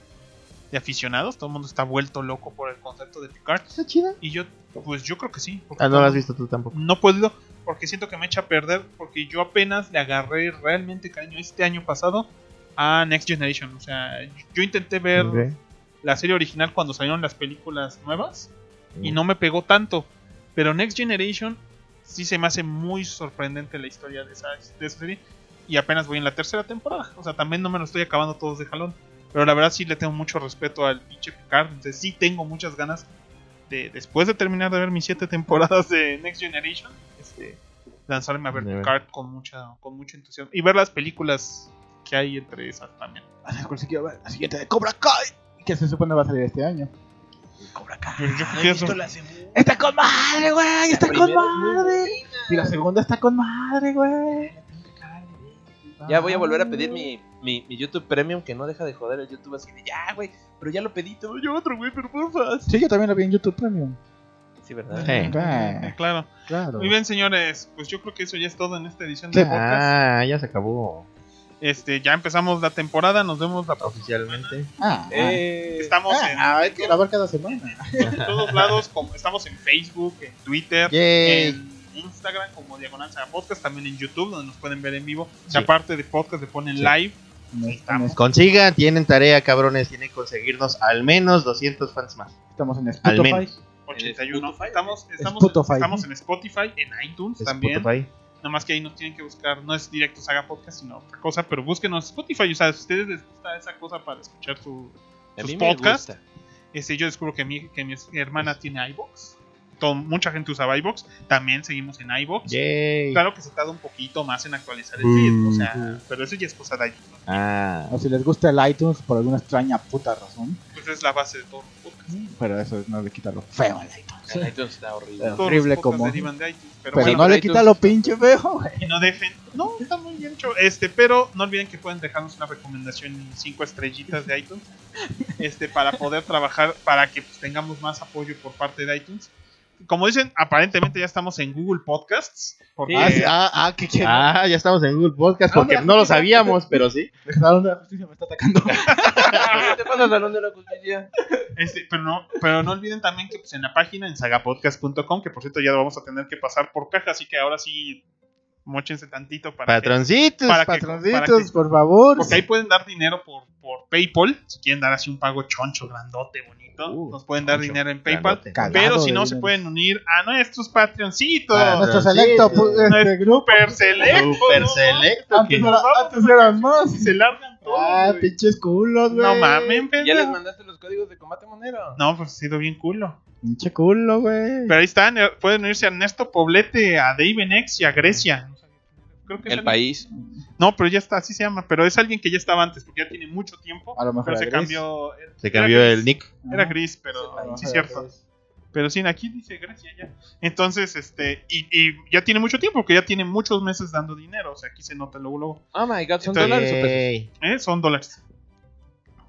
de aficionados. Todo el mundo está vuelto loco por el concepto de Picard.
¿Está chida?
Y yo, pues yo creo que sí. porque
Ah, no la has visto tú tampoco.
No puedo, porque siento que me echa a perder, porque yo apenas le agarré realmente cariño este año pasado a Next Generation. O sea, yo intenté ver
Ok.
la serie original cuando salieron las películas nuevas
Mm.
y no me pegó tanto. Pero Next Generation sí se me hace muy sorprendente la historia de esa, de esa serie. Y apenas voy en la tercera temporada. O sea, también no me lo estoy acabando todos de jalón. Pero la verdad sí le tengo mucho respeto al pinche Picard. Entonces sí tengo muchas ganas de, después de terminar de ver mis siete temporadas de Next Generation, este, lanzarme a ver
De ver.
Picard con, mucha, con mucho entusiasmo. Y ver las películas que hay entre esas también.
A ver, ¿cuál se quiere ver? La siguiente de Cobra Kai. Que se supone va a salir este año. Cobra Kai.
Pero yo
Ah,
No he
quiero-
visto la segunda.
Está con madre, güey. Está con
primera es muy
madre. Y la segunda está con madre, güey. Ah.
Ya voy a volver a pedir mi, mi, mi YouTube Premium que no deja de joder el YouTube así de ya, güey, pero ya lo pedí, te doy otro, güey, pero porfa.
Sí, yo también lo vi en YouTube Premium.
Sí, ¿verdad?
Sí.
Ok,
Claro.
Claro.
Muy bien, señores. Pues yo creo que eso ya es todo en esta edición
Sí.
de podcast.
Ah, ya se acabó
Este, ya empezamos la temporada. Nos vemos la próxima.
oficialmente.
Ah, ah.
Eh,
Estamos
Ah, hay que grabar cada semana.
en todos lados. como- estamos en Facebook, en Twitter,
Yay.
en Instagram como Diagonal Saga Podcast. También en YouTube, donde nos pueden ver en vivo. Y
Sí.
aparte de podcast, le ponen
Sí.
live.
Estamos,
Consigan, tienen tarea, cabrones. Tienen que conseguirnos al menos 200 fans más.
estamos en
Al
Spotify.
menos.
81. Estamos, estamos,
Spotify.
estamos en Spotify, en iTunes también.
Spotify.
Nada más que ahí no tienen que buscar, no es directo Saga Podcast, sino otra cosa, pero búsquenos Spotify. O sea, si ustedes les gusta esa cosa para escuchar su,
a mí me
sus podcasts.
gusta.
Este, yo descubro que mi, que mi hermana tiene iBox. To- mucha gente usaba iBox. También seguimos en iBox.
Yay.
Claro que se tarda un poquito más en actualizar el feed. O sea, pero eso ya es cosa de ahí. ¿no?
Ah,
O si les gusta el iTunes por alguna extraña puta razón.
Pues es la base de todos los podcasts.
Pero eso no le quita lo feo al iTunes.
El iTunes Ah, está horrible.
Pero-
Todos
Horrible
los podcasts
como-
derivan de iTunes. Pero,
Pero
bueno,
no le
pero
quita
iTunes-
lo pinche feo, güey.
y no dejen. No, está muy bien hecho. Este, pero no olviden que pueden dejarnos una recomendación en cinco estrellitas de iTunes. Este, para poder trabajar, para que pues, tengamos más apoyo por parte de iTunes. Como dicen, aparentemente ya estamos en Google Podcasts. Porque
Ah, sí, ah, ah, que que-
ah, ya estamos en Google Podcast porque
Ah, mira.
no lo sabíamos, pero sí.
El Salón de la Justicia me está atacando. Ah.
¿Qué te pasa, Salón de la Justicia?
Este, pero, no, pero no olviden también que pues, en la página, en sagapodcast.com, que por cierto ya lo vamos a tener que pasar por caja, así que ahora sí, mochense tantito para que-
Patroncitos.
para que- para
Patroncitos,
que-
por favor.
porque ahí pueden dar dinero por, por PayPal, si quieren dar así un pago choncho, grandote, bonito,
Uh,
nos pueden dar
choncho,
dinero en PayPal,
grandote.
Cagado
pero si
de
no se
dinero.
pueden unir a nuestros patroncitos,
Ah,
a
Nuestro
Sí,
selecto
sí.
pu-
No
este grupo.
super selectos,
Super
¿no?
selecto.
Antes,
que-
era- antes eran más.
se largan todos.
Ah,
güey.
pinches culos, güey.
no mamen,
Ya les
pendejo.
mandaste los códigos de combate monero.
No, pues ha sido bien culo.
Pinche culo, güey.
Pero ahí están, eh, pueden unirse a Ernesto Poblete, a Davenex y a Grecia.
Mm.
Creo que es
El
alguien-
país.
No, pero ya está, así se llama. Pero es alguien que ya estaba antes, porque ya tiene mucho tiempo.
A lo mejor
Pero
era
se
gris.
cambió. eh,
Se cambió el nick.
Era
Ah. A
gris,
lo
pero
mejor
sí,
era
cierto.
gris.
Pero sí, aquí dice Grecia ya. Entonces, este, y, y ya tiene mucho tiempo, porque ya tiene muchos meses dando dinero. O sea, aquí se nota luego, luego.
Oh my god, son
Entonces-
dólares o pesos.
Ey,
¿Eh? Son dólares.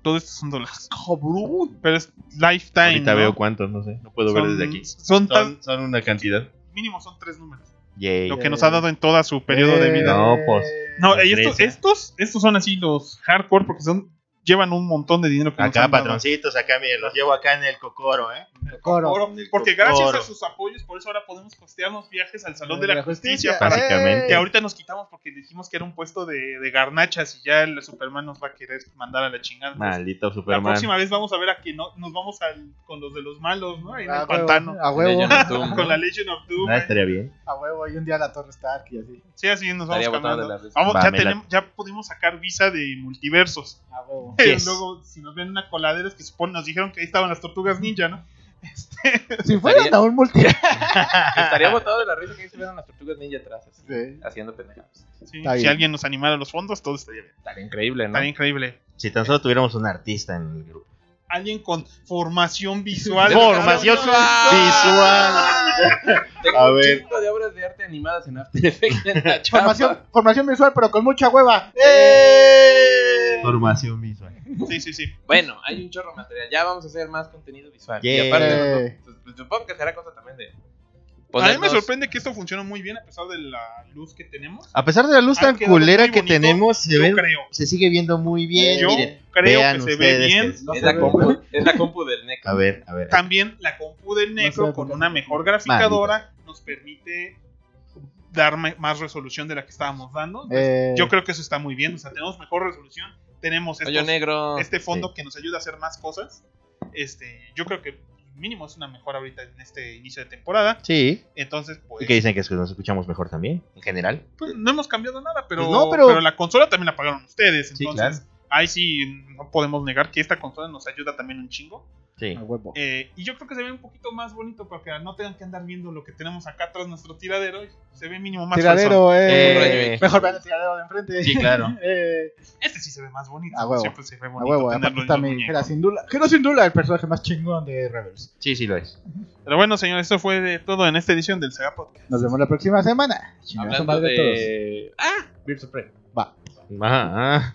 Todo esto son dólares.
Oh,
Cabrón. Pero es lifetime.
Ahorita
¿no?
veo cuántos, no sé. No puedo ver
Son-
desde aquí.
Son, tan-
Son, son una cantidad.
mínimo son tres números.
Yay.
Lo que nos ha dado en toda su periodo
Eh,
de vida.
No, pues.
No,
La
y estos,
Grecia.
estos, estos son así los hardcore porque son llevan un montón de dinero que nos
Acá,
han dado.
patroncitos, acá, miren, los llevo acá en el cocoro, ¿eh?
Coro.
Oro,
En el
Porque
cocoro.
gracias a sus apoyos, por eso ahora podemos costearnos viajes Eh. al Salón de la, Justicia. para-
Eh,
Básicamente.
que ahorita nos quitamos porque dijimos que era un puesto de, de garnachas y ya el Superman nos va a querer mandar a la chingada. Entonces,
Maldito
la
Superman.
próxima vez vamos a ver a que no, nos vamos al- con los de los malos, ¿no? Ahí en
A
el
huevo,
pantano.
A huevo.
Ya, ya no estuvo, ¿no?
Con la Legend of Doom.
Ah,
eh.
estaría bien.
A huevo. Y un día la Torre Stark y así.
Sí, así nos vamos
Estaría botado
cambiando.
de la risa.
Vamos,
Va,
ya,
me la-
tenemos, ya pudimos sacar visa de multiversos.
A huevo.
Y
Yes.
Luego, si nos ven una coladera, es que supone, nos dijeron que ahí estaban las tortugas ninja, ¿no?
Si fueran a un multi.
Estaría botado de la risa que ahí se vean las tortugas ninja atrás, así,
Sí.
haciendo pendejadas.
Sí,
Está
si
bien.
alguien nos animara los fondos, todo estaría bien.
Estaría increíble, ¿no?
Estaría increíble.
Si tan solo tuviéramos un artista en el grupo.
Alguien con formación visual.
Formación visual.
Tengo
A
un
ver.
chingo de obras de arte animadas en After Effects en la chamba.
Formación, formación visual, pero con mucha hueva.
Eh.
Formación visual.
Sí, sí, sí.
Bueno, hay un chorro de material. Ya vamos a hacer más contenido visual.
Yeah.
Eh,
Y aparte, no, no, pues, supongo que será cosa también de.
Pues
A mí me
ponernos-
sorprende que esto funciona muy bien a pesar de la luz que tenemos.
A pesar de la luz
Ha
tan
quedado
culera
Ah, muy
que
bonito,
tenemos, se,
Yo
ven-
creo.
se sigue viendo muy bien.
Yo
Miren,
creo
vean
que se ve
ustedes
bien.
que-
Es la, compu, es la compu del NEC.
A ver, a ver.
También la compu del
No
negro
sé,
con
porque-
una mejor graficadora nos permite dar me- más resolución de la que estábamos dando.
Eh,
Yo creo que eso está muy bien. O sea, tenemos mejor resolución. Tenemos
Hoyo
estos-
negro.
este fondo que nos ayuda a hacer más cosas. Este, yo creo que mínimo es una mejora ahorita en este inicio de temporada.
Sí.
Entonces,
Y
pues,
que dicen que es que nos escuchamos mejor también, en general.
pues, no hemos cambiado nada, pero,
Pues no,
pero...
pero-
la consola también la pagaron ustedes.
Sí,
Entonces, ahí sí no podemos negar que esta consola nos ayuda también un chingo.
Sí.
A huevo.
Eh, y yo creo que se ve un poquito más bonito para que no tengan que andar viendo lo que tenemos acá atrás nuestro tiradero. y se ve mínimo más fresón.
Tiradero, eh.
Eh,
Mejor vean el tiradero de enfrente.
Sí, claro.
Eh,
Este sí se ve más bonito.
A huevo.
Siempre se ve
a
bonito.
huevo.
tenerlo
Aparte
en
está
los
mi
muñecos.
Hera sin Dula. Hera sin Dula, el personaje más chingón de Rebels.
Sí, sí lo es.
Pero bueno, señores, esto fue de todo en esta edición del Saga Podcast.
Nos vemos la próxima semana. Chingados,
Hablando
madre todos.
de. Ah, Birds of Prey.
Va.
Ajá. ah.